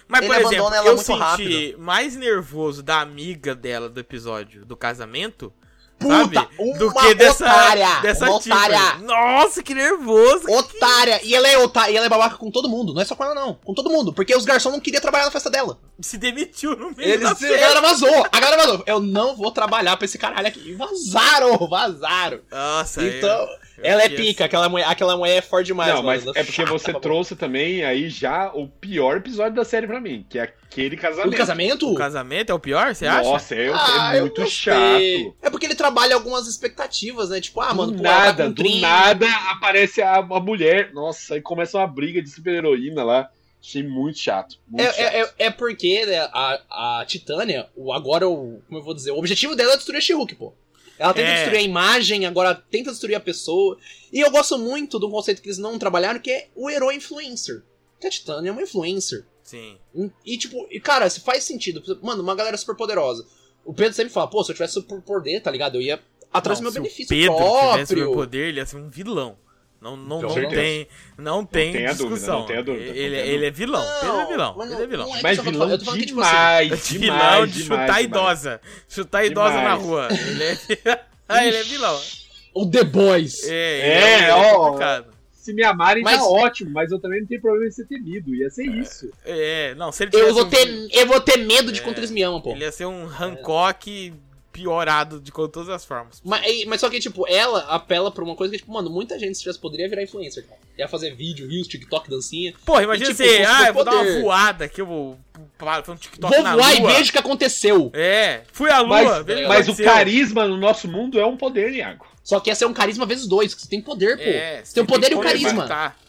Speaker 1: Mas,
Speaker 2: Ele
Speaker 1: por exemplo,
Speaker 2: abandona ela
Speaker 1: eu
Speaker 2: muito
Speaker 1: senti
Speaker 2: rápido.
Speaker 1: mais nervoso da amiga dela do episódio do casamento.
Speaker 2: Puta,
Speaker 1: sabe?
Speaker 2: uma
Speaker 1: do que dessa,
Speaker 2: otária,
Speaker 1: dessa
Speaker 2: uma
Speaker 1: tia.
Speaker 2: otária.
Speaker 1: Nossa, que nervoso!
Speaker 2: Otária! E ela é otária, e ela é babaca com todo mundo, não é só com ela não, com todo mundo, porque os garçons não queriam trabalhar na festa dela.
Speaker 1: Se demitiu no meio
Speaker 2: Eles,
Speaker 1: da
Speaker 2: a
Speaker 1: festa.
Speaker 2: galera vazou, a galera vazou. Eu não vou trabalhar pra esse caralho aqui. E vazaram, vazaram.
Speaker 1: Nossa, eu-
Speaker 2: Então,
Speaker 1: eu
Speaker 2: ela é
Speaker 1: fiquei assim.
Speaker 2: pica, aquela mulher, aquela mulher é forte demais.
Speaker 4: não,
Speaker 2: mano.
Speaker 4: mas
Speaker 2: Ela
Speaker 4: é porque
Speaker 2: chata
Speaker 4: você
Speaker 2: pra
Speaker 4: trouxe também aí já o pior episódio da série pra mim, que é aquele
Speaker 2: O
Speaker 4: casamento.
Speaker 2: casamento?
Speaker 1: O casamento é o pior, você acha?
Speaker 4: Nossa, é, é
Speaker 2: Ah, eu
Speaker 4: muito
Speaker 2: gostei.
Speaker 4: chato.
Speaker 2: É porque ele trabalha algumas expectativas, né? Tipo, ah, mano,
Speaker 4: do
Speaker 2: pô, ela tá
Speaker 4: nada,
Speaker 2: com
Speaker 4: do
Speaker 2: 30.
Speaker 4: nada aparece a, a mulher. Nossa, aí começa uma briga de super-heroína lá. Achei muito chato. Muito
Speaker 2: É,
Speaker 4: chato.
Speaker 2: é, é, é porque né, a, a Titânia, o, agora o. Como eu vou dizer? O objetivo dela é destruir a She-Hulk, pô. Ela tenta
Speaker 1: É.
Speaker 2: destruir a imagem, agora tenta destruir a pessoa. E eu gosto muito de um conceito que eles não trabalharam, que é o herói influencer. Que a Titânia é uma influencer.
Speaker 1: Sim.
Speaker 2: E, tipo, e, cara, se faz sentido. Mano, uma galera super poderosa. O Pedro sempre fala, pô, se eu tivesse super poder, tá ligado? Eu ia atrás
Speaker 1: Não,
Speaker 2: do meu
Speaker 1: se
Speaker 2: benefício
Speaker 1: o Pedro tivesse
Speaker 2: próprio.
Speaker 1: o poder, ele ia ser um vilão. Não, não,
Speaker 2: Com
Speaker 1: não
Speaker 4: certeza.
Speaker 1: tem, não tem
Speaker 4: tem a dúvida,
Speaker 1: discussão.
Speaker 4: não tem a dúvida, não
Speaker 1: Ele,
Speaker 4: tem a
Speaker 1: ele é vilão,
Speaker 2: Não,
Speaker 1: Pedro é vilão,
Speaker 2: mas
Speaker 1: Pedro é
Speaker 2: não-
Speaker 1: vilão.
Speaker 2: não é
Speaker 4: Mas
Speaker 2: eu tô
Speaker 4: vilão
Speaker 2: falando- eu tô falando que, tipo assim,
Speaker 4: demais,
Speaker 1: É de vilão
Speaker 4: demais,
Speaker 1: de
Speaker 4: demais,
Speaker 1: chutar
Speaker 4: demais.
Speaker 1: idosa. Chutar idosa na
Speaker 4: Demais.
Speaker 1: rua. Ele é, ah, ele é vilão.
Speaker 2: assim, O The Boys.
Speaker 1: É,
Speaker 4: É,
Speaker 1: ele
Speaker 4: ó.
Speaker 1: complicado.
Speaker 4: Se me amarem,
Speaker 2: Mas-
Speaker 4: tá ótimo, mas eu também não tenho problema em ser temido. Ia ser isso.
Speaker 1: É, não, se ele
Speaker 2: Eu
Speaker 1: tivesse
Speaker 2: vou,
Speaker 1: um-
Speaker 2: ter, É. eu vou ter medo de quanto eles me amam, pô.
Speaker 1: Ele ia ser um Hancock piorado de co- todas as formas.
Speaker 2: Mas, e- mas só que, tipo, ela apela pra uma coisa que, tipo, mano, muita gente se tivesse poderia virar influencer, cara. Ia fazer vídeo, reels, TikTok, dancinha.
Speaker 1: Porra, imagina
Speaker 2: E, tipo,
Speaker 1: você,
Speaker 2: com
Speaker 1: ah, eu vou dar uma
Speaker 2: superpoder.
Speaker 1: voada que eu vou pá, foi um TikTok
Speaker 2: Vou
Speaker 1: na
Speaker 2: lá e
Speaker 1: lua.
Speaker 2: vejo o que aconteceu.
Speaker 1: É, fui à lua,
Speaker 4: Mas,
Speaker 1: veja que
Speaker 4: mas o
Speaker 1: aconteceu.
Speaker 4: carisma no nosso mundo é um poder, Iago.
Speaker 2: Só que esse é um carisma vezes dois, que você tem poder, pô.
Speaker 1: É,
Speaker 2: você tem o poder e o
Speaker 1: que
Speaker 2: carisma.
Speaker 1: levantar.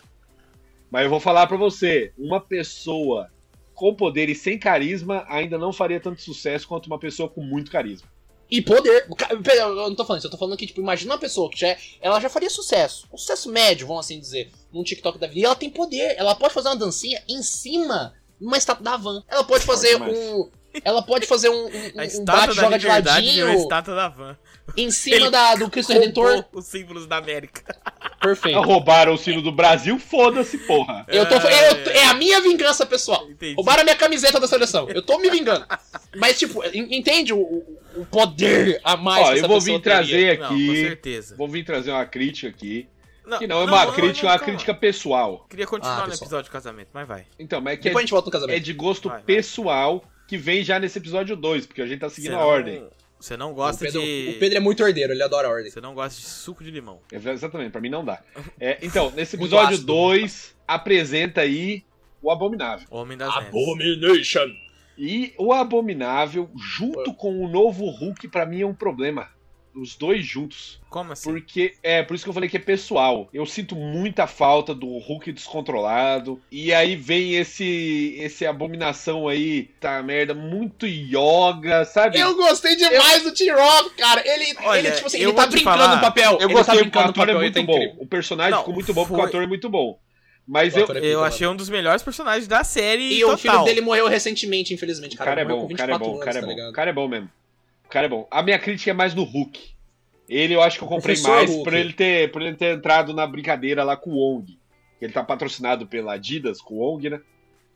Speaker 4: Mas eu vou falar pra você, uma pessoa com poder e sem carisma ainda não faria tanto sucesso quanto uma pessoa com muito carisma.
Speaker 2: E poder. Ca- Pera, Eu não tô falando isso, eu tô falando que, tipo, imagina uma pessoa que já é. Ela já faria sucesso. Um sucesso médio, vamos assim dizer. Num TikTok da vida. E ela tem poder. Ela pode fazer uma dancinha em cima de uma estátua da van. Ela pode fazer
Speaker 4: demais.
Speaker 2: um. Ela pode fazer um, um,
Speaker 1: A
Speaker 2: um
Speaker 1: estátua
Speaker 2: bate
Speaker 1: da
Speaker 2: joga de
Speaker 1: liberdade virou a
Speaker 2: ladinho
Speaker 1: estátua da van.
Speaker 2: em cima
Speaker 1: Ele
Speaker 2: da, do Cristo Redentor.
Speaker 1: Roubou os símbolos da América.
Speaker 2: Perfeito.
Speaker 4: Roubaram o sino do Brasil, foda-se, porra.
Speaker 2: Eu tô,
Speaker 1: É,
Speaker 2: eu tô- é a minha vingança, pessoal.
Speaker 1: Entendi.
Speaker 2: Roubaram a minha camiseta da seleção. Eu tô me vingando. Mas, tipo, en- entende o, o- o poder a mais
Speaker 4: Ó,
Speaker 2: que essa
Speaker 4: eu vou
Speaker 2: pessoa
Speaker 4: vir trazer
Speaker 1: Não, com
Speaker 4: aqui,
Speaker 1: certeza.
Speaker 4: vou vir trazer uma crítica aqui,
Speaker 1: Não,
Speaker 4: que não é uma
Speaker 1: não, então-
Speaker 4: crítica, é
Speaker 1: não,
Speaker 4: uma
Speaker 1: calma.
Speaker 4: crítica pessoal.
Speaker 1: Queria continuar
Speaker 2: Ah,
Speaker 1: no
Speaker 2: pessoal.
Speaker 1: episódio de casamento, mas vai.
Speaker 4: Então, mas é que é,
Speaker 2: Depois a gente volta no
Speaker 4: é
Speaker 2: casamento.
Speaker 4: de gosto
Speaker 1: Vai, vai.
Speaker 4: pessoal que vem já nesse episódio 2, porque a gente tá seguindo a ordem.
Speaker 1: Você não
Speaker 2: O
Speaker 1: gosta
Speaker 2: Pedro,
Speaker 1: de.
Speaker 2: o Pedro é muito herdeiro, ele adora a ordem.
Speaker 1: Você não gosta de suco de limão.
Speaker 4: É, Exatamente, pra mim não dá. É, então, nesse
Speaker 2: Muito
Speaker 4: episódio
Speaker 2: ácido.
Speaker 4: 2, apresenta aí o Abominável.
Speaker 1: Homem das Neves.
Speaker 2: Abomination!
Speaker 4: E o Abominável, junto com o novo Hulk, pra mim é um problema. Os dois juntos.
Speaker 1: Como assim?
Speaker 4: Porque é por isso que eu falei que é pessoal. Eu sinto muita falta do Hulk descontrolado. E aí vem esse esse abominação aí, tá merda, muito yoga, sabe?
Speaker 2: Eu gostei demais do T-Rock, cara. Ele,
Speaker 1: Olha,
Speaker 2: ele, tipo assim,
Speaker 1: eu
Speaker 2: ele tá
Speaker 1: vou te
Speaker 2: brincando
Speaker 1: falar,
Speaker 2: no papel.
Speaker 4: Eu
Speaker 2: ele
Speaker 4: gostei
Speaker 2: tá
Speaker 4: porque o
Speaker 2: brincando no
Speaker 4: ator é
Speaker 2: papel, ele
Speaker 4: muito
Speaker 2: tá
Speaker 4: bom.
Speaker 2: incrível.
Speaker 4: O personagem
Speaker 1: Não,
Speaker 4: ficou muito bom porque o
Speaker 1: foi-
Speaker 4: ator é muito bom. Mas
Speaker 2: O
Speaker 4: eu,
Speaker 2: ator é
Speaker 1: Eu
Speaker 2: mano.
Speaker 1: achei um dos melhores personagens da série
Speaker 2: E
Speaker 1: total.
Speaker 2: o filho dele morreu recentemente, infelizmente.
Speaker 4: O cara é
Speaker 2: morreu
Speaker 4: bom,
Speaker 2: com
Speaker 4: o cara é
Speaker 2: 24
Speaker 4: bom, o cara é
Speaker 2: anos,
Speaker 4: bom.
Speaker 2: tá
Speaker 4: O cara é bom mesmo. O cara é bom. A minha crítica é mais do Hulk. Ele eu acho que eu comprei
Speaker 2: Professor
Speaker 4: mais
Speaker 2: Hulk.
Speaker 4: por ele, ter, por ele ter entrado na brincadeira lá com o Wong. Ele tá patrocinado pela Adidas, com o Wong, né?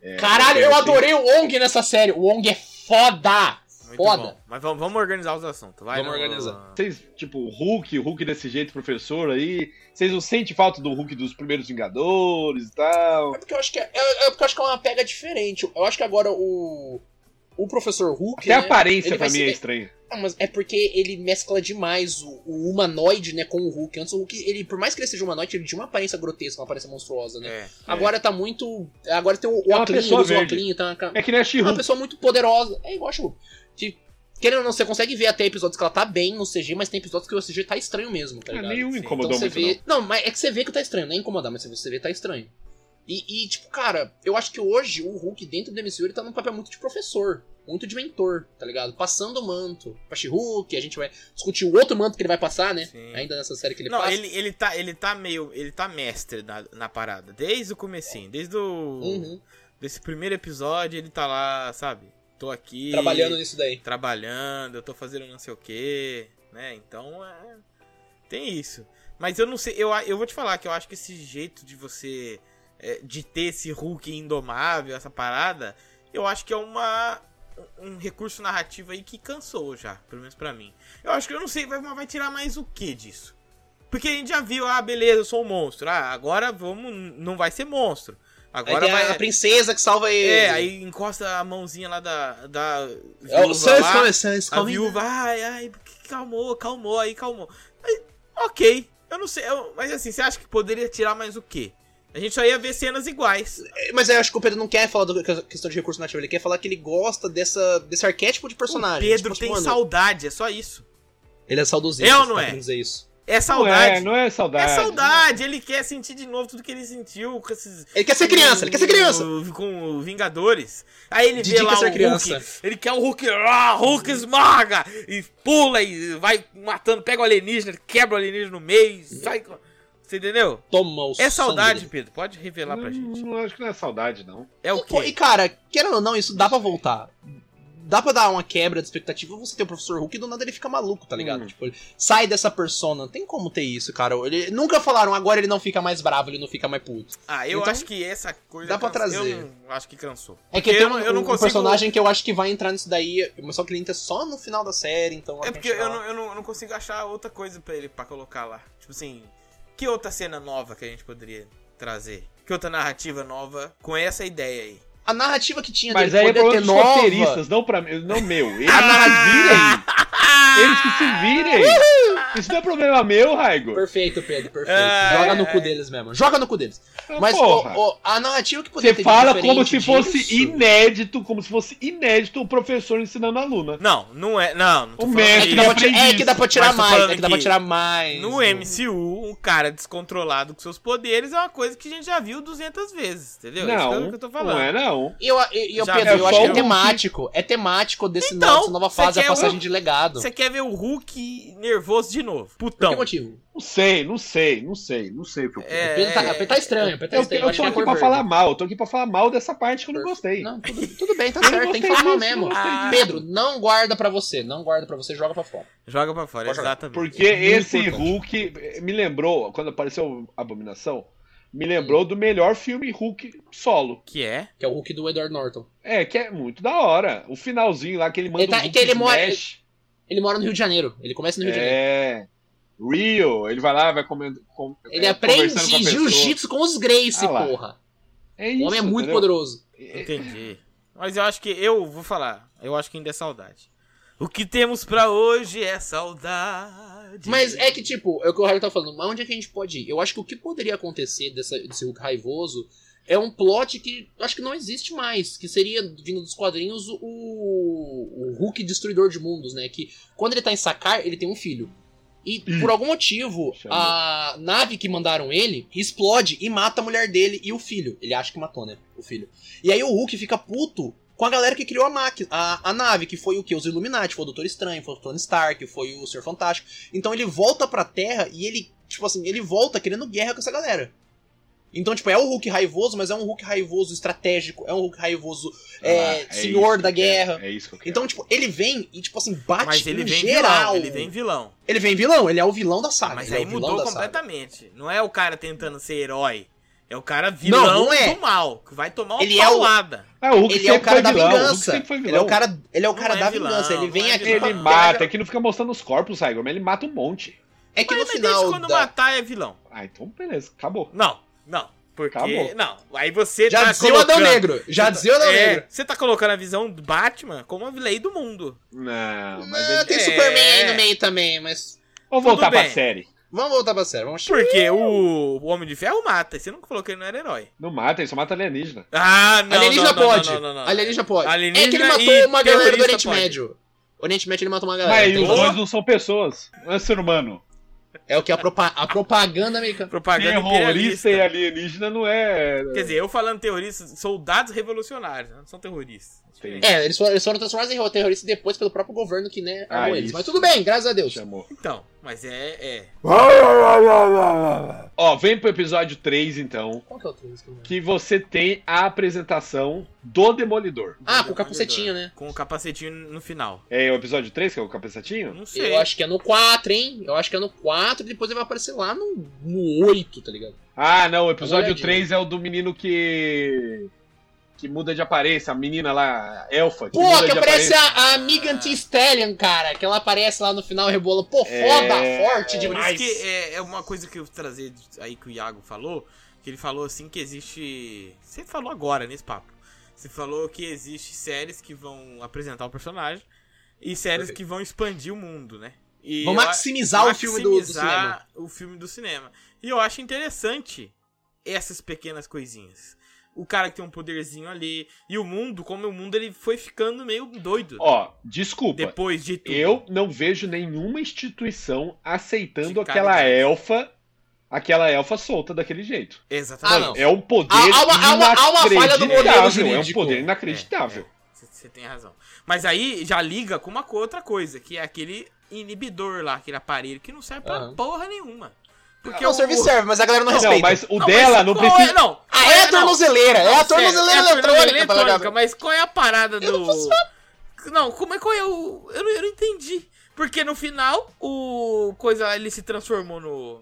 Speaker 4: É,
Speaker 2: Caralho, eu
Speaker 4: assim.
Speaker 2: adorei o Ong nessa série. O Ong é foda.
Speaker 1: Muito
Speaker 2: é Foda.
Speaker 1: bom. Mas vamos, vamos organizar os assuntos. Vai,
Speaker 2: Vamos
Speaker 1: não-
Speaker 2: organizar.
Speaker 4: Vocês, tipo, o Hulk, o Hulk desse jeito, professor aí. Vocês não sentem falta do Hulk dos primeiros Vingadores e tal?
Speaker 2: É porque eu acho que é, é- é porque eu acho que é uma pega diferente. Eu acho que agora o. O professor Hulk.
Speaker 4: Até a
Speaker 2: né,
Speaker 4: aparência
Speaker 2: ele
Speaker 4: pra
Speaker 2: vai
Speaker 4: mim
Speaker 2: ser-
Speaker 4: é estranha.
Speaker 2: Ah, mas é porque ele mescla demais o, o humanoide, né, com o Hulk. Antes o Hulk, ele, por mais que ele seja humanoide, ele tinha uma aparência grotesca, uma aparência monstruosa, né?
Speaker 1: É.
Speaker 2: Agora tá muito. Agora tem o, o
Speaker 4: É uma
Speaker 2: óculinho,
Speaker 4: pessoa
Speaker 2: ele usa o
Speaker 4: verde.
Speaker 2: óculinho, tá. tá-
Speaker 4: É que nem
Speaker 2: É
Speaker 4: a
Speaker 2: uma
Speaker 4: She-Hulk.
Speaker 2: pessoa muito poderosa. É igual a She-Hulk. Que, Querendo ou não, você consegue ver até episódios que ela tá bem no CG, mas tem episódios que o CG tá estranho mesmo, tá
Speaker 4: Ah,
Speaker 2: ligado?
Speaker 4: Nenhum
Speaker 1: Sim.
Speaker 4: incomodou
Speaker 2: você
Speaker 4: muito,
Speaker 2: vê. Não. mas é que você vê que tá estranho, não é incomodar, mas você vê que tá estranho. E, e, tipo, cara, eu acho que hoje o Hulk dentro do MCU ele tá num papel muito de professor, muito de mentor, tá ligado? Passando o manto pra She-Hulk, a gente vai discutir o outro manto que ele vai passar, né?
Speaker 1: Sim.
Speaker 2: Ainda nessa série que ele
Speaker 1: Não,
Speaker 2: passa.
Speaker 1: ele, ele, tá, ele tá meio. Ele tá mestre na, na parada. Desde o comecinho. Desde o.
Speaker 2: Uhum,
Speaker 1: Desse primeiro episódio, ele tá lá, sabe? Tô aqui.
Speaker 2: Trabalhando nisso daí.
Speaker 1: trabalhando, eu tô fazendo não sei o que, né? Então é. Tem isso. Mas eu não sei, eu, a- eu vou te falar que eu acho que esse jeito de você. é, de ter esse Hulk indomável, essa parada, eu acho que é uma. Um recurso narrativo aí que cansou já, pelo menos pra mim. Eu acho que eu não sei, vai, mas vai tirar mais o que disso? Porque a gente já viu, ah, beleza, eu sou um monstro. Ah, agora vamos. Não vai ser monstro.
Speaker 2: Aí
Speaker 1: Agora
Speaker 2: tem
Speaker 1: vai.
Speaker 2: a princesa que salva ele.
Speaker 1: É, aí encosta a mãozinha lá da. da
Speaker 2: É, o
Speaker 1: viúva
Speaker 2: Sans
Speaker 1: lá.
Speaker 2: come, Sans
Speaker 1: A
Speaker 2: come.
Speaker 1: viúva, ai, ai, calmou, calmou, aí calmou. Mas, ok, eu não sei, eu- mas assim, você acha que poderia tirar mais o quê? A gente só ia ver cenas iguais.
Speaker 2: É, Mas eu acho que o Pedro não quer falar da questão de recurso nativo, ele quer falar que ele gosta dessa, desse arquétipo de
Speaker 1: O
Speaker 2: personagem.
Speaker 1: Pedro
Speaker 2: Tipo,
Speaker 1: tem
Speaker 2: mano,
Speaker 1: saudade, é só isso.
Speaker 2: Ele é saudosista,
Speaker 1: É ou
Speaker 2: você
Speaker 1: não
Speaker 2: tá
Speaker 1: é?
Speaker 2: querendo dizer isso.
Speaker 1: É
Speaker 4: não. Não
Speaker 1: saudade.
Speaker 4: é, não é
Speaker 1: é
Speaker 4: saudade.
Speaker 1: saudade, ele quer sentir de novo tudo que ele sentiu com esses.
Speaker 2: Ele quer ser criança, ele quer ser criança!
Speaker 1: Com, com o Vingadores. Aí ele
Speaker 2: Didi
Speaker 1: vê lá
Speaker 2: quer
Speaker 1: o
Speaker 2: ser
Speaker 1: Hulk,
Speaker 2: criança.
Speaker 1: ele quer o Hulk, ah, Hulk esmaga, e pula, e vai matando, pega o alienígena, quebra o alienígena no meio, e
Speaker 2: Uhum.
Speaker 1: sai... com- Você entendeu?
Speaker 2: Toma o
Speaker 1: É saudade,
Speaker 2: sangue.
Speaker 1: Pedro, pode revelar pra gente.
Speaker 4: Não, acho que não é saudade, não.
Speaker 1: É o
Speaker 2: Hum. E,
Speaker 1: quê?
Speaker 2: cara, querendo ou não, isso dá pra voltar. Dá pra dar uma quebra de expectativa você ter o professor Hulk e do nada ele fica maluco, tá ligado?
Speaker 4: Hum.
Speaker 2: Tipo, ele sai dessa persona. Não tem como ter isso, cara. Ele, nunca falaram, agora ele não fica mais bravo, ele não fica mais puto.
Speaker 1: Ah, eu
Speaker 2: Então,
Speaker 1: acho que essa coisa.
Speaker 2: dá pra
Speaker 1: cansa-
Speaker 2: trazer.
Speaker 1: Eu não- acho que cansou.
Speaker 2: É
Speaker 1: Porque
Speaker 2: que tem um, um
Speaker 1: consigo-
Speaker 2: personagem que eu acho que vai entrar nisso daí, mas só que ele entra só no final da série, então...
Speaker 1: É porque eu não, eu, não, eu não consigo achar outra coisa pra ele pra colocar lá. Tipo assim, que outra cena nova que a gente poderia trazer? Que outra narrativa nova com essa ideia aí?
Speaker 2: A narrativa que tinha
Speaker 4: Mas
Speaker 2: dele
Speaker 4: aí é
Speaker 2: poder
Speaker 4: problema
Speaker 2: ter
Speaker 4: dos
Speaker 2: nova... Ah!
Speaker 1: Ah!
Speaker 4: roteiristas, não, pra, mim- não meu. Eles que se virem. Eles que se virem. Isso não é problema meu, Raigo.
Speaker 2: Perfeito, Pedro, perfeito.
Speaker 1: É,
Speaker 2: Joga no
Speaker 1: é,
Speaker 2: cu deles mesmo. Joga no cu deles. Mas
Speaker 4: Então, Porra.
Speaker 2: ô, ô, a narrativa que poderia
Speaker 4: Você
Speaker 2: ter de
Speaker 4: fala
Speaker 2: diferente
Speaker 4: como se fosse
Speaker 2: disso-
Speaker 4: inédito, como se fosse inédito o professor ensinando a aluna.
Speaker 1: Não, não é. Não, não tô
Speaker 4: O
Speaker 1: falando
Speaker 4: mestre
Speaker 2: É que,
Speaker 1: isso.
Speaker 2: dá pra
Speaker 4: Ele
Speaker 2: tirar, é que dá pra tirar
Speaker 1: Mas tô
Speaker 2: mais,
Speaker 1: falando
Speaker 2: é que dá pra
Speaker 1: que
Speaker 2: tirar mais.
Speaker 1: No MCU, um cara descontrolado com seus poderes é uma coisa que a gente já viu 200 vezes, entendeu? Isso que é o
Speaker 4: Não,
Speaker 1: que eu tô falando.
Speaker 4: não é não.
Speaker 2: E eu, e- e eu,
Speaker 1: Já
Speaker 2: Pedro,
Speaker 1: é
Speaker 2: eu acho
Speaker 4: só
Speaker 2: que é
Speaker 4: um-
Speaker 2: temático. É temático desse
Speaker 1: Então,
Speaker 2: novo- dessa nova
Speaker 1: você
Speaker 2: fase, a
Speaker 1: quer
Speaker 2: passagem
Speaker 1: um-
Speaker 2: de legado.
Speaker 1: Você um? quer ver o Hulk nervoso de novo?
Speaker 2: Por
Speaker 1: Putão.
Speaker 2: que motivo?
Speaker 4: Não sei, não sei, não sei, não sei. o que eu-
Speaker 1: É,
Speaker 2: Pedro tá,
Speaker 1: é,
Speaker 2: Pedro tá estranho, Pedro tá
Speaker 4: Eu,
Speaker 2: estranho.
Speaker 4: eu
Speaker 2: acho
Speaker 4: tô
Speaker 2: que é
Speaker 4: aqui
Speaker 2: cor
Speaker 4: pra
Speaker 2: verde.
Speaker 4: falar mal, eu tô aqui pra falar mal dessa parte que eu não gostei.
Speaker 2: Não, tudo, tudo bem, tá
Speaker 4: Eu não
Speaker 2: certo, tem que
Speaker 4: gostei
Speaker 2: falar mal
Speaker 4: disso,
Speaker 2: mesmo.
Speaker 4: eu não
Speaker 1: Ah.
Speaker 4: gostei disso.
Speaker 2: Pedro, não guarda pra você, não guarda pra você, joga pra fora.
Speaker 1: Joga pra fora,
Speaker 2: Pode jogar.
Speaker 1: exatamente.
Speaker 4: Porque
Speaker 2: É Muito
Speaker 4: esse
Speaker 2: importante.
Speaker 4: Hulk eh, me lembrou, quando apareceu Abominação, me lembrou do melhor filme Hulk solo.
Speaker 1: Que é?
Speaker 2: Que é o Hulk do Edward Norton.
Speaker 4: É, que é muito da hora. O finalzinho lá que ele manda
Speaker 2: Ele tá-
Speaker 4: o Hulk
Speaker 2: que ele mora-
Speaker 4: Smash.
Speaker 2: Ele mora no Rio de Janeiro, ele começa no Rio de Janeiro.
Speaker 4: É. Rio, ele vai lá, vai comendo. com-
Speaker 2: Ele
Speaker 4: é,
Speaker 2: aprende
Speaker 4: conversando com a pessoa.
Speaker 2: jiu-jitsu com os Gracie,
Speaker 4: Ah lá.
Speaker 2: porra.
Speaker 4: É
Speaker 2: O
Speaker 4: isso,
Speaker 2: homem é muito
Speaker 4: entendeu?
Speaker 2: poderoso.
Speaker 4: É,
Speaker 1: Entendi. Mas eu acho que eu vou falar. Eu acho que ainda é saudade. O que temos pra hoje é saudade.
Speaker 2: Mas é que, tipo, é o que o Harry tá falando, mas onde é que a gente pode ir? Eu acho que o que poderia acontecer dessa- desse Hulk raivoso é um plot que eu acho que não existe mais, que seria, vindo dos quadrinhos, o, o Hulk Destruidor de Mundos, né? Que quando ele tá em Sakar, ele tem um filho. E por algum motivo,
Speaker 4: Chamou.
Speaker 2: a nave que mandaram ele explode e mata a mulher dele e o filho. Ele acha que matou, né? O filho. E aí o Hulk fica puto com a galera que criou a máquina, a, a nave, que foi o que? Os Illuminati, foi o Doutor Estranho, foi o Tony Stark, foi o Senhor Fantástico. Então ele volta pra Terra e ele, tipo assim, ele volta querendo guerra com essa galera. Então, tipo, é um Hulk raivoso, mas é um Hulk raivoso estratégico, é um Hulk raivoso
Speaker 4: ah,
Speaker 2: é,
Speaker 4: é isso
Speaker 2: senhor
Speaker 4: que
Speaker 2: da
Speaker 4: eu quero,
Speaker 2: guerra.
Speaker 4: É isso que eu quero.
Speaker 2: Então, tipo, ele vem e, tipo assim, bate
Speaker 1: Mas ele
Speaker 2: em
Speaker 1: vem
Speaker 2: geral.
Speaker 1: vilão. Ele vem vilão.
Speaker 2: Ele vem vilão, ele é o vilão da saga.
Speaker 1: Mas
Speaker 2: ele
Speaker 1: aí
Speaker 2: é o vilão
Speaker 1: mudou
Speaker 2: da saga.
Speaker 1: completamente. Não é o cara tentando ser herói. É o cara vilão
Speaker 2: Não, não é.
Speaker 1: do mal. Que vai tomar uma
Speaker 2: Ele é o-
Speaker 1: paulada.
Speaker 4: Ah, o Hulk
Speaker 2: Ele é
Speaker 4: sempre
Speaker 2: o cara
Speaker 4: foi
Speaker 2: da
Speaker 4: vilão, o Hulk
Speaker 2: vingança.
Speaker 4: sempre foi
Speaker 2: Ele é
Speaker 4: vilão.
Speaker 2: o cara, ele é o
Speaker 1: Não
Speaker 2: cara
Speaker 1: é
Speaker 2: da
Speaker 1: vilão,
Speaker 2: vingança. Ele
Speaker 1: não
Speaker 2: vem
Speaker 1: é
Speaker 2: aqui.
Speaker 1: vilão.
Speaker 4: Ele
Speaker 2: pra-
Speaker 4: mata, é que não fica mostrando os corpos, Raigo, mas ele mata um monte.
Speaker 2: É que no
Speaker 1: mas mas
Speaker 2: final.
Speaker 1: desde quando
Speaker 2: da-
Speaker 1: matar é vilão.
Speaker 4: Ah, então beleza, acabou.
Speaker 1: Não, não. Porque.
Speaker 4: Acabou.
Speaker 1: Não. Aí você
Speaker 2: Já
Speaker 1: tá
Speaker 2: dizia o Adão
Speaker 1: colocando-
Speaker 2: Negro. Já dizia o Adão
Speaker 1: É,
Speaker 2: Negro.
Speaker 1: Você tá colocando a visão do Batman como a lei do mundo.
Speaker 4: Não, mas
Speaker 2: Ah,
Speaker 4: ele...
Speaker 2: tem
Speaker 1: é-
Speaker 2: Superman aí no meio também, mas.
Speaker 4: Vamos voltar
Speaker 1: tudo
Speaker 4: pra
Speaker 1: bem.
Speaker 4: série.
Speaker 2: Vamos voltar pra série. Vamos
Speaker 1: Porque o o Homem de Ferro mata. e Você nunca falou que ele não era herói.
Speaker 4: Não mata, ele só mata alienígena.
Speaker 1: Ah, não.
Speaker 2: alienígena
Speaker 1: não, não,
Speaker 2: pode.
Speaker 1: Não, não, não, não.
Speaker 2: Alienígena pode.
Speaker 1: Alienígena
Speaker 2: é que ele
Speaker 1: e
Speaker 2: matou uma galera do
Speaker 1: terrorista
Speaker 2: Oriente
Speaker 1: pode.
Speaker 2: Médio. O Oriente Médio ele matou uma galera.
Speaker 4: Mas
Speaker 2: tem
Speaker 4: os
Speaker 1: Porra.
Speaker 2: razão.
Speaker 4: dois não são pessoas, não é ser humano.
Speaker 2: É o que a, propa- a propaganda americana.
Speaker 1: É Propaganda imperialista.
Speaker 4: Terrorista e alienígena não é.
Speaker 1: Quer dizer, eu falando terrorista, soldados revolucionários, né? não são terroristas.
Speaker 4: Sim.
Speaker 2: É, eles foram, eles foram transformados em terroristas depois pelo próprio governo que, né,
Speaker 4: Ah,
Speaker 2: armou eles.
Speaker 4: isso.
Speaker 2: Mas tudo bem, graças a Deus.
Speaker 4: Chamou.
Speaker 1: Então, mas é, é.
Speaker 4: Ó, vem pro episódio 3 então.
Speaker 2: Qual que é o outro risco, né?
Speaker 4: que você tem a apresentação do Demolidor.
Speaker 2: Ah, com o capacetinho, né?
Speaker 1: Com o capacetinho no final.
Speaker 4: É o episódio 3, que é o capacetinho?
Speaker 1: Não sei.
Speaker 2: Eu acho que é no 4, hein? Eu acho que é no 4 e depois ele vai aparecer lá no, no 8, tá ligado?
Speaker 4: Ah, não, o episódio
Speaker 2: Olhadinha.
Speaker 4: 3 é o do menino que. que muda de aparência, a menina lá, a elfa. Que
Speaker 2: Pô,
Speaker 4: muda
Speaker 2: que
Speaker 4: de
Speaker 2: aparece
Speaker 4: aparência.
Speaker 2: a, a Megan Thee Stallion, cara. Que ela aparece lá no final e rebola. Pô,
Speaker 4: É.
Speaker 2: foda, forte
Speaker 1: Por
Speaker 2: demais.
Speaker 1: isso que é, é uma coisa que eu trazer aí que o Iago falou, que ele falou assim que existe. Você falou agora nesse papo. Você falou que existe séries que vão apresentar o personagem e séries
Speaker 2: Perfeito.
Speaker 1: que vão expandir o mundo, né? E
Speaker 2: Vamos
Speaker 1: eu a-
Speaker 2: maximizar, o filme do, do cinema.
Speaker 1: maximizar o filme do cinema. E eu acho interessante essas pequenas coisinhas. O cara que tem um poderzinho ali. E o mundo, como o mundo ele foi ficando meio doido.
Speaker 4: Ó, desculpa.
Speaker 1: depois de tudo.
Speaker 4: Eu não vejo nenhuma instituição aceitando
Speaker 1: De
Speaker 4: aquela
Speaker 1: caridade.
Speaker 4: elfa. Aquela elfa solta daquele jeito.
Speaker 1: Exatamente.
Speaker 2: Ah, não.
Speaker 4: É um poder
Speaker 2: Há- há uma- há uma- há uma falha do modelo
Speaker 4: inacreditável, É um
Speaker 2: jurídico.
Speaker 4: poder inacreditável.
Speaker 1: É, Você tem razão. Mas aí já liga com uma co- outra coisa, que é aquele inibidor lá, aquele aparelho que não serve pra
Speaker 2: Aham.
Speaker 1: porra nenhuma. Porque
Speaker 2: Não, o é um serviço serve, mas a galera não,
Speaker 4: Não,
Speaker 2: É. respeita.
Speaker 4: mas o dela
Speaker 1: mas
Speaker 4: não
Speaker 1: qual
Speaker 4: precisa.
Speaker 1: É, não.
Speaker 2: Ah, é a
Speaker 1: Não,
Speaker 2: tornozeleira, é a
Speaker 1: não, sério,
Speaker 2: tornozeleira
Speaker 1: é a
Speaker 2: eletrônica, tá
Speaker 1: mas qual é a parada
Speaker 2: Eu não
Speaker 1: do.
Speaker 2: posso
Speaker 1: Não, como é qual é o. Eu não, eu não entendi. Porque no final, o. Coisa lá, ele se transformou no.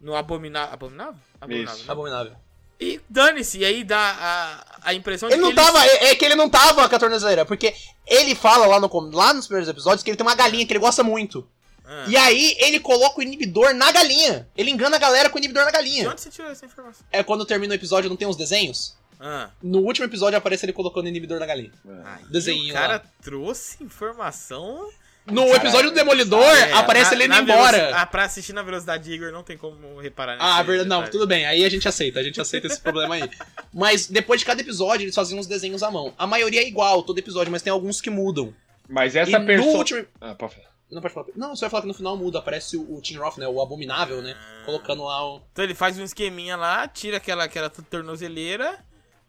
Speaker 1: No abominável. Abominável? Abominável.
Speaker 4: Isso.
Speaker 1: né?
Speaker 2: Abominável.
Speaker 1: E dane-se, e aí dá a, a impressão
Speaker 2: Ele
Speaker 1: de
Speaker 2: não
Speaker 1: que
Speaker 2: tava, é, é que ele não tava com a tornozeleira, porque ele fala lá, no, com- lá nos primeiros episódios que ele tem uma galinha que ele gosta muito.
Speaker 1: Ah.
Speaker 2: E aí ele coloca o inibidor na galinha. Ele engana a galera com o inibidor na
Speaker 1: De
Speaker 2: galinha.
Speaker 1: onde você tirou essa informação?
Speaker 2: É quando termina o episódio, não tem uns desenhos?
Speaker 1: Ah.
Speaker 2: No último episódio aparece ele colocando o inibidor na galinha.
Speaker 1: Aí
Speaker 2: Desenhinho
Speaker 1: o cara
Speaker 2: lá.
Speaker 1: trouxe informação
Speaker 2: No episódio do Demolidor,
Speaker 1: É,
Speaker 2: aparece
Speaker 1: na-
Speaker 2: ele indo
Speaker 1: na
Speaker 2: embora.
Speaker 1: veloci- Ah, pra assistir na velocidade de Igor não tem como reparar nesse
Speaker 2: Ah, verdade. Não,
Speaker 1: detalhe.
Speaker 2: tudo bem. Aí a gente aceita, a gente aceita esse problema aí. Mas depois de cada episódio, eles faziam uns desenhos à mão. A maioria é igual, todo episódio, mas tem alguns que mudam.
Speaker 4: Mas essa
Speaker 2: e
Speaker 4: pessoa.
Speaker 2: no último...
Speaker 4: Ah, pode falar.
Speaker 2: Não, pode falar. Não, você vai falar que no final muda. Aparece o, o Tim Roth, né? O Abominável, né? Colocando lá o...
Speaker 1: Então ele faz um esqueminha lá, tira aquela, aquela tornozeleira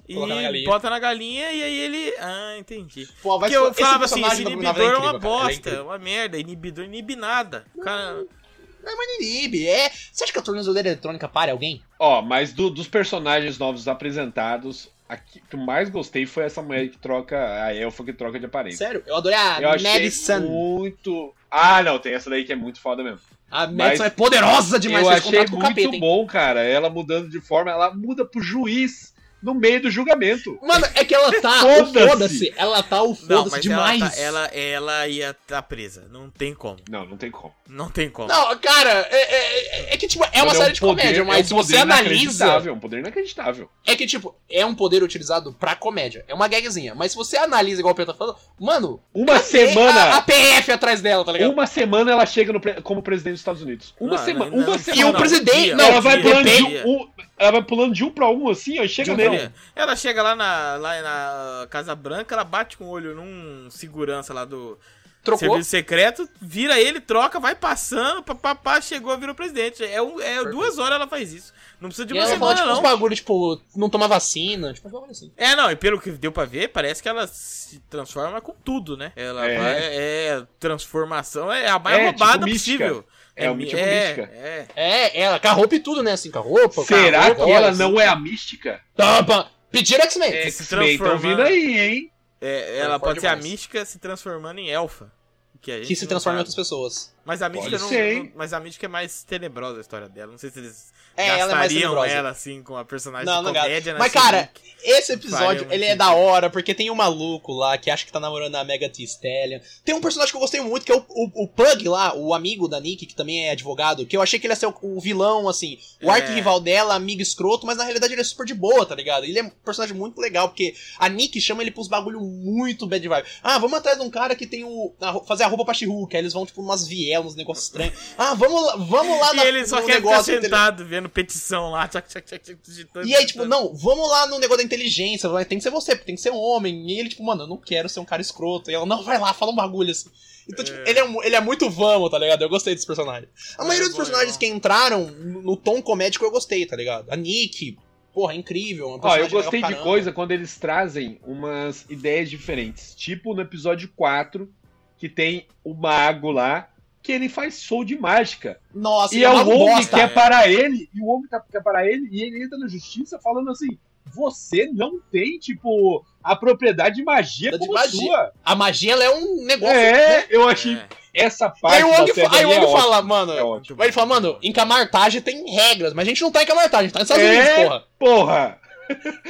Speaker 1: e
Speaker 2: Coloca na galinha.
Speaker 1: bota na galinha e aí ele. Ah, entendi.
Speaker 2: Pô,
Speaker 1: Porque eu
Speaker 2: esse
Speaker 1: falava assim, esse
Speaker 2: personagem do
Speaker 1: inibidor
Speaker 2: Abominável
Speaker 1: é,
Speaker 2: é
Speaker 1: uma
Speaker 2: incrível, cara, ele é
Speaker 1: bosta, é uma merda, inibidor inibe nada. O Cara,
Speaker 2: Não, mas não inibe, é. Você acha que a tornozeleira eletrônica para alguém?
Speaker 4: Ó, mas do- dos personagens novos apresentados, a que que eu mais gostei foi essa mulher que troca. A elfa que troca de aparência.
Speaker 2: Sério? Eu adorei a
Speaker 4: Eu achei
Speaker 2: Madison.
Speaker 4: muito. Ah, não, tem essa daí que é muito foda mesmo.
Speaker 2: A Madison
Speaker 4: Mas-
Speaker 2: é poderosa demais.
Speaker 4: eu
Speaker 2: fez
Speaker 4: achei
Speaker 2: contrato com
Speaker 4: muito
Speaker 2: o capeta, hein?
Speaker 4: bom, cara. Ela mudando de forma, ela muda pro juiz no meio do julgamento.
Speaker 2: Mano, é que ela tá. o
Speaker 4: Foda-se.
Speaker 2: Foda-se. ela tá o
Speaker 1: não,
Speaker 2: foda-se
Speaker 1: mas
Speaker 2: demais.
Speaker 1: ela, tá- ela, ela ia tá presa. Não tem como.
Speaker 4: Não, não tem como.
Speaker 1: Não tem como.
Speaker 2: Não, cara, é, é- é- é que, tipo, é uma
Speaker 4: Mano, um
Speaker 2: série de
Speaker 4: poder-
Speaker 2: comédia,
Speaker 4: é um
Speaker 2: mas se você
Speaker 4: poder
Speaker 2: analisa.
Speaker 4: inacreditável, É um poder inacreditável.
Speaker 2: É que, tipo, é um poder utilizado pra comédia. É uma gagzinha. Mas se você analisa, igual o Pedro tá falando, mano,
Speaker 4: Uma
Speaker 2: cadê
Speaker 4: semana.
Speaker 2: A, a PF atrás dela, tá ligado?
Speaker 4: Uma semana ela chega no pre- como presidente dos Estados Unidos. Uma
Speaker 1: Não,
Speaker 4: semana.
Speaker 1: não,
Speaker 4: uma
Speaker 1: não,
Speaker 4: semana.
Speaker 2: E o presidente-
Speaker 1: dia,
Speaker 2: não,
Speaker 4: ela, vai
Speaker 1: dia,
Speaker 4: pulando de
Speaker 1: dia.
Speaker 4: um, um- ela vai pulando de um pra um assim, ó, e
Speaker 1: Deixa
Speaker 4: chega
Speaker 1: eu
Speaker 4: nele.
Speaker 1: ver. Ela chega lá na, lá na Casa Branca, ela bate com o olho num segurança lá do
Speaker 4: Um
Speaker 2: Trocou.
Speaker 1: serviço secreto, vira ele, troca, vai passando, papapá, chegou, virou presidente. É, um, é duas horas ela faz isso. Não precisa de
Speaker 2: E
Speaker 1: uma
Speaker 2: ela
Speaker 1: semana,
Speaker 2: fala, tipo, uns
Speaker 1: não.
Speaker 2: bagulho, tipo, não tomar vacina. Tipo, uns bagulho assim.
Speaker 1: É, não, e pelo que deu pra ver, parece que ela se transforma com tudo, né? Ela
Speaker 4: É.
Speaker 1: vai. É, transformação é a mais
Speaker 4: É,
Speaker 1: roubada
Speaker 4: tipo mística.
Speaker 1: possível.
Speaker 4: É, o tipo mística.
Speaker 1: É,
Speaker 2: É, ela, com a roupa e tudo, né? Assim, com a
Speaker 1: um.
Speaker 2: roupa.
Speaker 4: Será
Speaker 2: com a roupa,
Speaker 4: que ela
Speaker 2: assim.
Speaker 4: não é a mística?
Speaker 2: Tampa! Pediram X-Men.
Speaker 4: É,
Speaker 1: se
Speaker 4: X-Men, tão
Speaker 1: transformando.
Speaker 4: vindo aí, hein?
Speaker 1: é, ela
Speaker 2: Concordo
Speaker 1: pode ser a
Speaker 2: demais.
Speaker 1: mística se transformando em elfa. Que, é um a gente
Speaker 2: que se
Speaker 1: não
Speaker 2: transforma em
Speaker 1: sabe.
Speaker 2: outras pessoas.
Speaker 1: Mas a mística
Speaker 4: Pode
Speaker 1: não,
Speaker 4: ser,
Speaker 1: não-
Speaker 4: hein?
Speaker 1: Mas a mística é mais tenebrosa a história dela. Não sei se eles
Speaker 2: É, ela é mais
Speaker 1: gastariam ela,
Speaker 2: tenebrosa.
Speaker 1: assim com a personagem
Speaker 2: Não,
Speaker 1: de
Speaker 2: não
Speaker 1: comédia. né? Assim,
Speaker 2: gasta.
Speaker 1: na
Speaker 2: Mas, cara,
Speaker 1: Shrek.
Speaker 2: Esse
Speaker 1: Faria
Speaker 2: episódio,
Speaker 1: muito
Speaker 2: ele é
Speaker 1: sentido.
Speaker 2: da hora, porque tem um maluco lá que acha que tá namorando a Mega Thee Stallion. Tem um personagem que eu gostei muito, que é o, o, o Pug lá, o amigo da Nick, que também é advogado, que eu achei que ele ia ser o, o vilão, assim, o
Speaker 1: É.
Speaker 2: arqui-rival dela, amigo escroto, mas na realidade ele é super de boa, tá ligado? Ele é um personagem muito legal, porque a Nick chama ele pros bagulho muito bad vibe. Ah, vamos atrás de um cara que tem o... a ro- fazer a roupa pra She-Hulk, aí eles vão, tipo, umas vielas, uns negócios estranhos. Ah, vamos lá, vamos lá
Speaker 1: E
Speaker 2: na-
Speaker 1: ele só
Speaker 2: no
Speaker 1: quer ficar
Speaker 2: um negócio, entendeu?
Speaker 1: sentado vendo petição lá. Tchac, tchac, tchac, tchac, digitando,
Speaker 2: E aí, tipo,
Speaker 1: digitando.
Speaker 2: não, vamos lá no negócio da inteligência, vai, tem que ser você, porque tem que ser um homem. E ele, tipo, mano, eu não quero ser um cara escroto. E ela, não, vai lá, fala um bagulho assim. Então, tipo, ele é, mu- ele é muito vamos, tá ligado? Eu gostei desse personagem. A
Speaker 1: É,
Speaker 2: maioria dos
Speaker 1: bom,
Speaker 2: personagens
Speaker 1: é bom.
Speaker 2: que entraram no no tom comédico eu gostei, tá ligado? A Nick, porra, é incrível. é uma
Speaker 4: Ó, eu
Speaker 2: personagem
Speaker 4: gostei
Speaker 2: legal
Speaker 4: de
Speaker 2: pra
Speaker 4: coisa quando eles trazem umas ideias diferentes. Tipo no episódio 4, que tem o mago lá, que ele faz show de mágica.
Speaker 2: caramba. Nossa,
Speaker 4: e é o homem
Speaker 2: Assim, bosta. né?
Speaker 4: que é
Speaker 1: É.
Speaker 4: para ele, e o homem tá- quer parar ele, e ele entra na justiça falando assim: você não tem, tipo, a propriedade de magia
Speaker 2: Da de
Speaker 4: como
Speaker 2: magia.
Speaker 4: sua.
Speaker 2: A magia, ela é um negócio. né?
Speaker 4: É, eu achei
Speaker 1: É,
Speaker 4: essa
Speaker 2: Aí
Speaker 4: parte.
Speaker 2: o
Speaker 4: da
Speaker 2: Wong,
Speaker 4: série
Speaker 2: fa aí o
Speaker 4: aí é
Speaker 2: Wong fala,
Speaker 4: ótima, é
Speaker 2: mano.
Speaker 4: ótima.
Speaker 2: Aí ele fala, mano, em camartagem tem regras, mas a gente não tá em camartagem, a gente tá nos Estados
Speaker 4: É.
Speaker 2: Unidos, porra.
Speaker 4: Porra,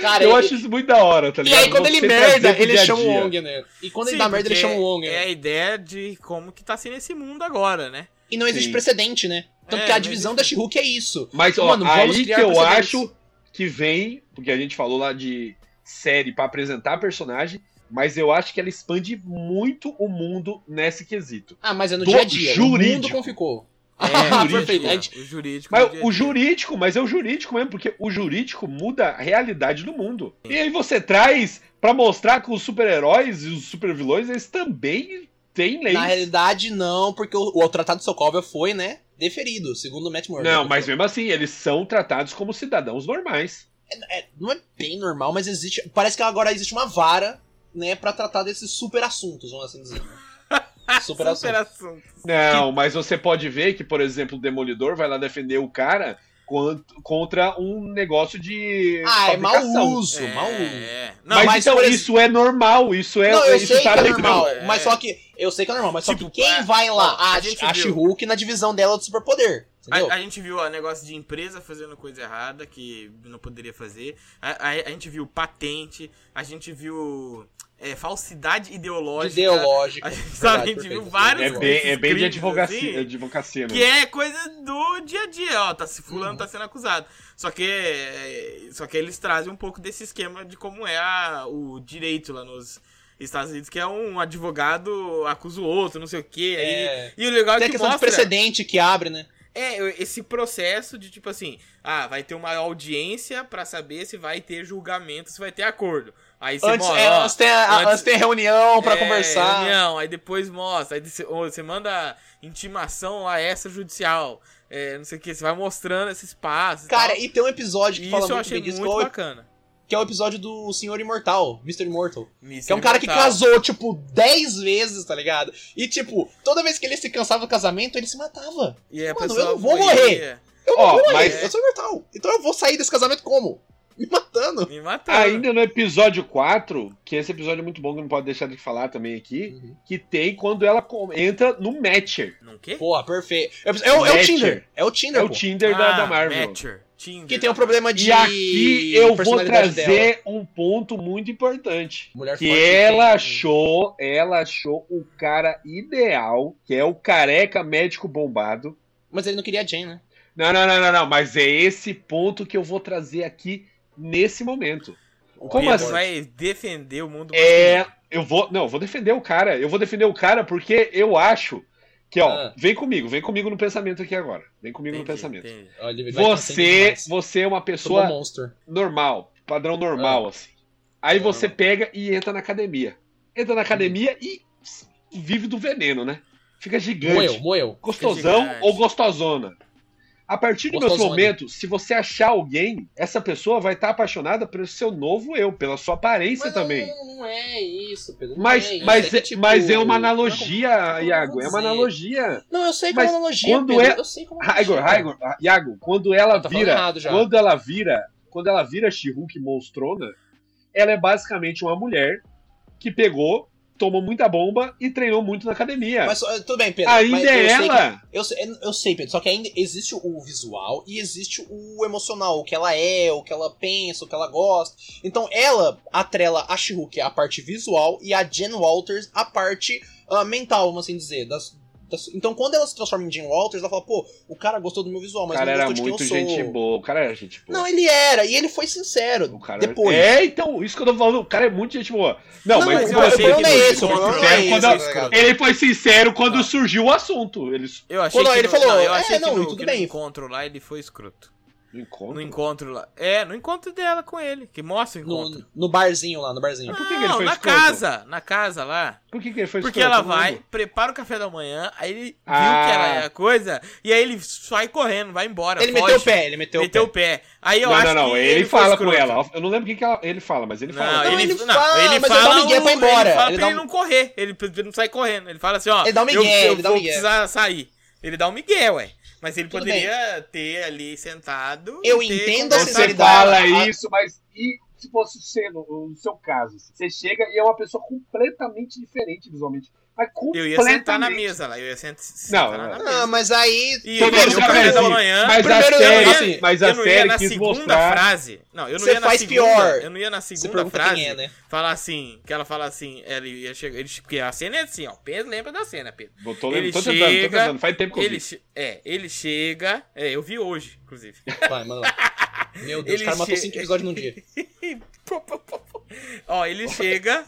Speaker 2: Cara,
Speaker 4: eu
Speaker 2: ele-
Speaker 4: acho isso muito da hora, tá
Speaker 2: E
Speaker 4: ligado?
Speaker 2: aí, quando ele
Speaker 4: Você
Speaker 2: merda,
Speaker 4: trazer pro
Speaker 2: ele
Speaker 4: dia a
Speaker 2: chama o
Speaker 4: dia.
Speaker 2: Wong, né? E quando
Speaker 1: Sim,
Speaker 2: ele dá merda, ele
Speaker 1: porque
Speaker 2: chama o Wong.
Speaker 1: É
Speaker 2: né?
Speaker 1: a ideia de como que tá sendo esse mundo agora, né?
Speaker 2: E não existe
Speaker 4: Sim.
Speaker 2: precedente, né? Tanto
Speaker 1: É,
Speaker 2: que a
Speaker 1: não
Speaker 2: divisão da
Speaker 1: existe.
Speaker 2: She-Hulk é isso.
Speaker 4: Mas, ó,
Speaker 2: Mano, vamos
Speaker 4: aí que
Speaker 2: criar
Speaker 4: eu
Speaker 2: precedentes.
Speaker 4: acho que vem, porque a gente falou lá de série pra apresentar personagem, mas eu acho que ela expande muito o mundo nesse quesito.
Speaker 2: Ah, mas é no
Speaker 4: Do
Speaker 2: dia a dia. O mundo
Speaker 4: jurídico.
Speaker 2: como ficou.
Speaker 1: É,
Speaker 2: perfeito. A gente-
Speaker 1: O jurídico.
Speaker 4: Mas
Speaker 1: do dia a
Speaker 4: o
Speaker 1: dia.
Speaker 4: jurídico, mas é o jurídico mesmo, porque o jurídico muda a realidade do mundo. E aí você traz pra mostrar que os super-heróis e os super-vilões, eles também têm leis.
Speaker 2: Na realidade, não, porque o, o Tratado de Sokovia foi, né? Deferido, segundo o Matt Murdock.
Speaker 4: Não, mas mesmo assim, eles são tratados como cidadãos normais.
Speaker 2: É, não é bem normal, mas existe. Parece que agora existe uma vara, né, pra tratar desses super assuntos, vamos assim dizer. Super assunto.
Speaker 1: Super assunto.
Speaker 4: Não, mas você pode ver que, por exemplo, o Demolidor vai lá defender o cara quant- contra um negócio de
Speaker 2: Ah, é mau
Speaker 4: fabricação.
Speaker 2: uso, mau uso.
Speaker 1: É. Não,
Speaker 4: Não, mas,
Speaker 2: mas,
Speaker 4: então
Speaker 2: por ex-
Speaker 4: isso é normal, isso é
Speaker 2: não, eu
Speaker 4: isso
Speaker 2: sei que
Speaker 4: tá
Speaker 2: é
Speaker 4: legal.
Speaker 2: normal,
Speaker 1: É.
Speaker 2: mas só que. Eu sei que é normal, mas só
Speaker 1: Tipo,
Speaker 2: que quem
Speaker 1: é,
Speaker 2: vai lá?
Speaker 1: ó, é a
Speaker 2: A,
Speaker 1: gente
Speaker 2: a
Speaker 1: viu.
Speaker 2: She-Hulk na divisão dela é do superpoder. Entendeu?
Speaker 1: A, a gente viu o negócio de empresa fazendo coisa errada que não poderia fazer. A, a, a gente viu patente, a gente viu é, falsidade ideológica.
Speaker 2: Ideológico.
Speaker 1: A gente, sabe, a gente
Speaker 2: Verdade,
Speaker 1: viu
Speaker 2: perfeito.
Speaker 1: vários
Speaker 4: É bem, é bem de
Speaker 1: crimes,
Speaker 4: advocacia,
Speaker 1: assim,
Speaker 4: advocacia mesmo.
Speaker 1: Que é coisa do dia a dia, ó, tá se fulano tá sendo acusado. Só que é, só que eles trazem um pouco desse esquema de como é a- o direito lá nos Estados Unidos, que é um advogado acusa o outro, não sei o quê. aí-
Speaker 2: É.
Speaker 1: E o legal
Speaker 2: Tem
Speaker 1: é
Speaker 2: a
Speaker 1: que
Speaker 2: questão de
Speaker 1: mostra...
Speaker 2: precedente que abre, né?
Speaker 1: É, eu- esse processo de tipo assim, ah, vai ter uma audiência pra saber se vai ter julgamento, se vai ter acordo. Aí você
Speaker 2: Antes,
Speaker 1: mostra,
Speaker 2: é,
Speaker 1: ó,
Speaker 2: antes tem a,
Speaker 1: antes-
Speaker 2: antes tem a reunião pra
Speaker 1: é,
Speaker 2: conversar.
Speaker 1: reunião, aí depois mostra, aí você, ou você manda intimação a essa judicial, é, não sei o que, você vai mostrando esses passos. e
Speaker 2: Cara,
Speaker 1: tal.
Speaker 2: e tem um episódio que
Speaker 1: isso
Speaker 2: fala
Speaker 1: eu
Speaker 2: muito
Speaker 1: achei
Speaker 2: bem disso,
Speaker 1: muito
Speaker 2: que é o-
Speaker 1: bacana.
Speaker 2: que é o episódio do Senhor Imortal, Mr. Immortal.
Speaker 1: Mr.
Speaker 2: Que é um cara que
Speaker 1: Imortal.
Speaker 2: casou, tipo, 10 vezes, tá ligado? E, tipo, toda vez que ele se cansava do casamento, ele se matava.
Speaker 1: E é a
Speaker 2: Mano,
Speaker 1: pessoa
Speaker 2: eu não vou
Speaker 1: morria
Speaker 2: morrer. Eu não
Speaker 4: Ó,
Speaker 2: vou,
Speaker 4: mas-
Speaker 2: mas... eu sou imortal. Então eu vou sair desse casamento como? Me matando.
Speaker 1: Me matando.
Speaker 4: Ainda no episódio 4, que esse episódio é muito bom, que não pode deixar de falar também aqui,
Speaker 2: Uhum.
Speaker 4: que tem quando ela com- entra no Matcher.
Speaker 1: Não quê?
Speaker 2: Porra, perfeito. É, é o, é o
Speaker 4: Matcher.
Speaker 2: Tinder. É o Tinder,
Speaker 4: É o
Speaker 2: pô.
Speaker 4: Tinder da, da Marvel.
Speaker 1: Ah, Matcher, Tinder.
Speaker 2: Que tem um problema de
Speaker 4: E aqui eu vou
Speaker 2: personalidade dela.
Speaker 4: trazer um ponto muito importante.
Speaker 2: Mulher
Speaker 4: Que
Speaker 2: forte,
Speaker 4: ela
Speaker 2: tem-
Speaker 4: achou, ela achou o cara ideal, que é o careca médico bombado.
Speaker 2: Mas ele não queria a Jane, né?
Speaker 4: Não, não, não, não, não, mas é esse ponto que eu vou trazer aqui nesse momento. Como
Speaker 1: Pedro
Speaker 4: assim?
Speaker 1: vai defender o mundo
Speaker 4: É, eu vou, não, eu vou defender o cara. Eu vou defender o cara porque eu acho que, ó,
Speaker 2: Ah.
Speaker 4: vem comigo, vem comigo no pensamento aqui agora. Vem
Speaker 2: um
Speaker 4: comigo
Speaker 1: masculino.
Speaker 4: no pensamento.
Speaker 1: Entendi, entendi.
Speaker 2: Olha, ele vai
Speaker 4: Você,
Speaker 2: crescendo demais.
Speaker 4: você é uma
Speaker 2: Sou um
Speaker 4: pessoa
Speaker 2: monstro.
Speaker 4: normal, padrão normal, assim. Aí
Speaker 2: Ah.
Speaker 4: você pega e entra na academia. Entra na academia e pss, vive do veneno, né? Fica gigante.
Speaker 2: Moeu, moeu.
Speaker 4: Gostosão
Speaker 1: Gigante.
Speaker 4: ou gostosona. A partir do meu
Speaker 2: Gostosona.
Speaker 4: momento, se você achar alguém, essa pessoa vai estar apaixonada pelo seu novo eu, pela sua aparência também.
Speaker 2: Não, não é isso, Pedro. não
Speaker 4: Mas,
Speaker 2: é isso.
Speaker 4: mas,
Speaker 2: que,
Speaker 4: é-
Speaker 2: tipo,
Speaker 4: mas é uma
Speaker 2: não vou
Speaker 4: analogia, Iago. É
Speaker 2: dizer.
Speaker 4: uma analogia.
Speaker 2: Não, eu sei que é
Speaker 4: Mas
Speaker 2: uma analogia,
Speaker 4: quando
Speaker 2: Pedro,
Speaker 4: é-
Speaker 2: Eu sei como
Speaker 4: Igor, Igor, Iago, quando ela
Speaker 2: Eu tô falando
Speaker 4: vira.
Speaker 2: errado já.
Speaker 4: Quando ela vira. Quando ela vira She-Hulk monstrona, ela é basicamente uma mulher que pegou, tomou muita bomba e treinou muito na academia.
Speaker 2: Mas só- tudo bem, Pedro. mas
Speaker 4: Ainda é
Speaker 2: eu sei que-
Speaker 4: ela.
Speaker 2: eu, sei- eu sei, Pedro, só que ainda existe o visual e existe o emocional, o que ela é, o que ela pensa, o que ela gosta. Então ela atrela a She-Hulk a parte visual e a Jen Walters a parte ah, mental, vamos assim dizer. das- das- Então quando ela se transforma em Jen Walters, ela fala, pô, o cara gostou do meu visual,
Speaker 4: O
Speaker 2: mas
Speaker 4: cara
Speaker 2: não
Speaker 4: era
Speaker 2: gostou de
Speaker 4: muito
Speaker 2: quem eu sou.
Speaker 4: gente boa. O cara era gente boa.
Speaker 2: Não, ele era, e ele foi sincero.
Speaker 4: O cara-
Speaker 2: Depois.
Speaker 4: É, então, isso que eu tô falando, o cara é muito gente boa. Não,
Speaker 2: Não,
Speaker 4: mas,
Speaker 2: mas
Speaker 1: eu
Speaker 4: mas
Speaker 1: achei
Speaker 4: ele
Speaker 1: que
Speaker 4: foi
Speaker 1: não é
Speaker 4: muito
Speaker 1: isso, o problema
Speaker 4: assim? sincero
Speaker 1: é
Speaker 4: quando-
Speaker 1: esse, cara.
Speaker 4: Ele foi sincero quando surgiu o assunto. Ele
Speaker 1: Eu achei
Speaker 2: Quando
Speaker 1: que
Speaker 2: ele
Speaker 1: no,
Speaker 2: falou,
Speaker 1: não, eu
Speaker 2: é,
Speaker 1: achei
Speaker 2: não,
Speaker 1: que, no,
Speaker 2: tudo
Speaker 1: que no
Speaker 2: bem.
Speaker 1: encontro lá ele foi escroto.
Speaker 4: não
Speaker 1: No
Speaker 4: encontra.
Speaker 1: encontro lá. É, no encontro dela com ele, que mostra o encontro.
Speaker 2: No, no barzinho lá, no barzinho.
Speaker 1: Não,
Speaker 4: por que que ele foi
Speaker 1: na
Speaker 4: escroto?
Speaker 1: casa, na casa lá.
Speaker 4: Por que, que ele foi
Speaker 1: Porque
Speaker 4: escroto?
Speaker 1: ela
Speaker 4: Eu não
Speaker 1: vai,
Speaker 4: lembro.
Speaker 1: prepara o café da manhã, aí ele viu
Speaker 4: Ah.
Speaker 1: que ela era a coisa, e aí ele sai correndo, vai embora.
Speaker 2: Ele
Speaker 1: foge,
Speaker 2: meteu o pé, ele meteu,
Speaker 1: meteu
Speaker 2: o
Speaker 1: o pé. Aí eu
Speaker 4: Não,
Speaker 1: acho
Speaker 4: não, não.
Speaker 1: que
Speaker 4: Ele,
Speaker 1: foi
Speaker 4: fala com
Speaker 1: escroto.
Speaker 4: ela. Ó, Eu não lembro o que, que ela- ele fala, mas ele
Speaker 1: Não,
Speaker 4: fala.
Speaker 1: ele,
Speaker 2: Não, ele
Speaker 1: não,
Speaker 2: fala,
Speaker 1: ele
Speaker 2: mas ele
Speaker 1: fala
Speaker 2: dá um migué
Speaker 1: o-
Speaker 2: pra ir embora.
Speaker 1: Ele fala
Speaker 2: Ele
Speaker 1: pra
Speaker 2: dá
Speaker 1: ele
Speaker 2: um-
Speaker 1: não correr, ele, pra ele não sai correndo. Ele fala assim, ó.
Speaker 2: Ele dá um
Speaker 1: eu-
Speaker 2: migué,
Speaker 1: eu,
Speaker 2: ele dá um
Speaker 1: vou
Speaker 2: migué.
Speaker 1: precisar sair. Ele dá um migué, ué. Mas ele
Speaker 2: Tudo
Speaker 1: poderia ter ali sentado.
Speaker 2: Eu
Speaker 1: e ter
Speaker 2: entendo a
Speaker 1: conversado.
Speaker 4: Você
Speaker 2: sinceridade.
Speaker 4: fala
Speaker 2: a-
Speaker 4: isso, mas e se fosse ser no, no seu caso? assim? Você chega e é uma pessoa completamente diferente visualmente. Mas
Speaker 1: Eu
Speaker 4: completamente.
Speaker 1: ia sentar na mesa lá. Eu ia sent- sentar
Speaker 4: Não,
Speaker 1: lá na
Speaker 4: não.
Speaker 2: pé.
Speaker 1: mesa.
Speaker 2: Ah, mas aí.
Speaker 1: E
Speaker 4: Todo
Speaker 1: velho,
Speaker 4: mundo
Speaker 1: o café
Speaker 4: sabe
Speaker 1: da
Speaker 4: disso.
Speaker 1: manhã.
Speaker 4: Mas
Speaker 2: Primeiro
Speaker 4: a
Speaker 2: eu
Speaker 4: série, assim,
Speaker 2: não ia-
Speaker 4: mas
Speaker 1: eu
Speaker 4: a
Speaker 1: não ia na
Speaker 4: série quis
Speaker 1: segunda
Speaker 4: mostrar.
Speaker 1: frase. Não, eu não
Speaker 2: Você
Speaker 1: ia na
Speaker 2: faz
Speaker 1: segunda.
Speaker 2: pior.
Speaker 1: Eu não ia na
Speaker 2: Se
Speaker 1: segunda
Speaker 2: pergunta
Speaker 1: frase.
Speaker 2: quem é, né?
Speaker 1: Falar assim, que ela fala assim, ela ia chegar. Ele, porque a cena é assim, ó. Pedro lembra da cena, Pedro.
Speaker 4: Eu tô,
Speaker 1: Ele
Speaker 4: lembrando, tô tentando,
Speaker 1: chega,
Speaker 4: tô tentando. Faz tempo que eu
Speaker 1: Ele,
Speaker 4: vi.
Speaker 1: che- é, ele chega. É, eu vi hoje, inclusive.
Speaker 2: Vai, manda lá. Meu Deus,
Speaker 1: Ele
Speaker 2: o cara matou
Speaker 1: che-
Speaker 2: 5 episódios num dia.
Speaker 1: Pô, pô, pô, pô. Ó, ele chega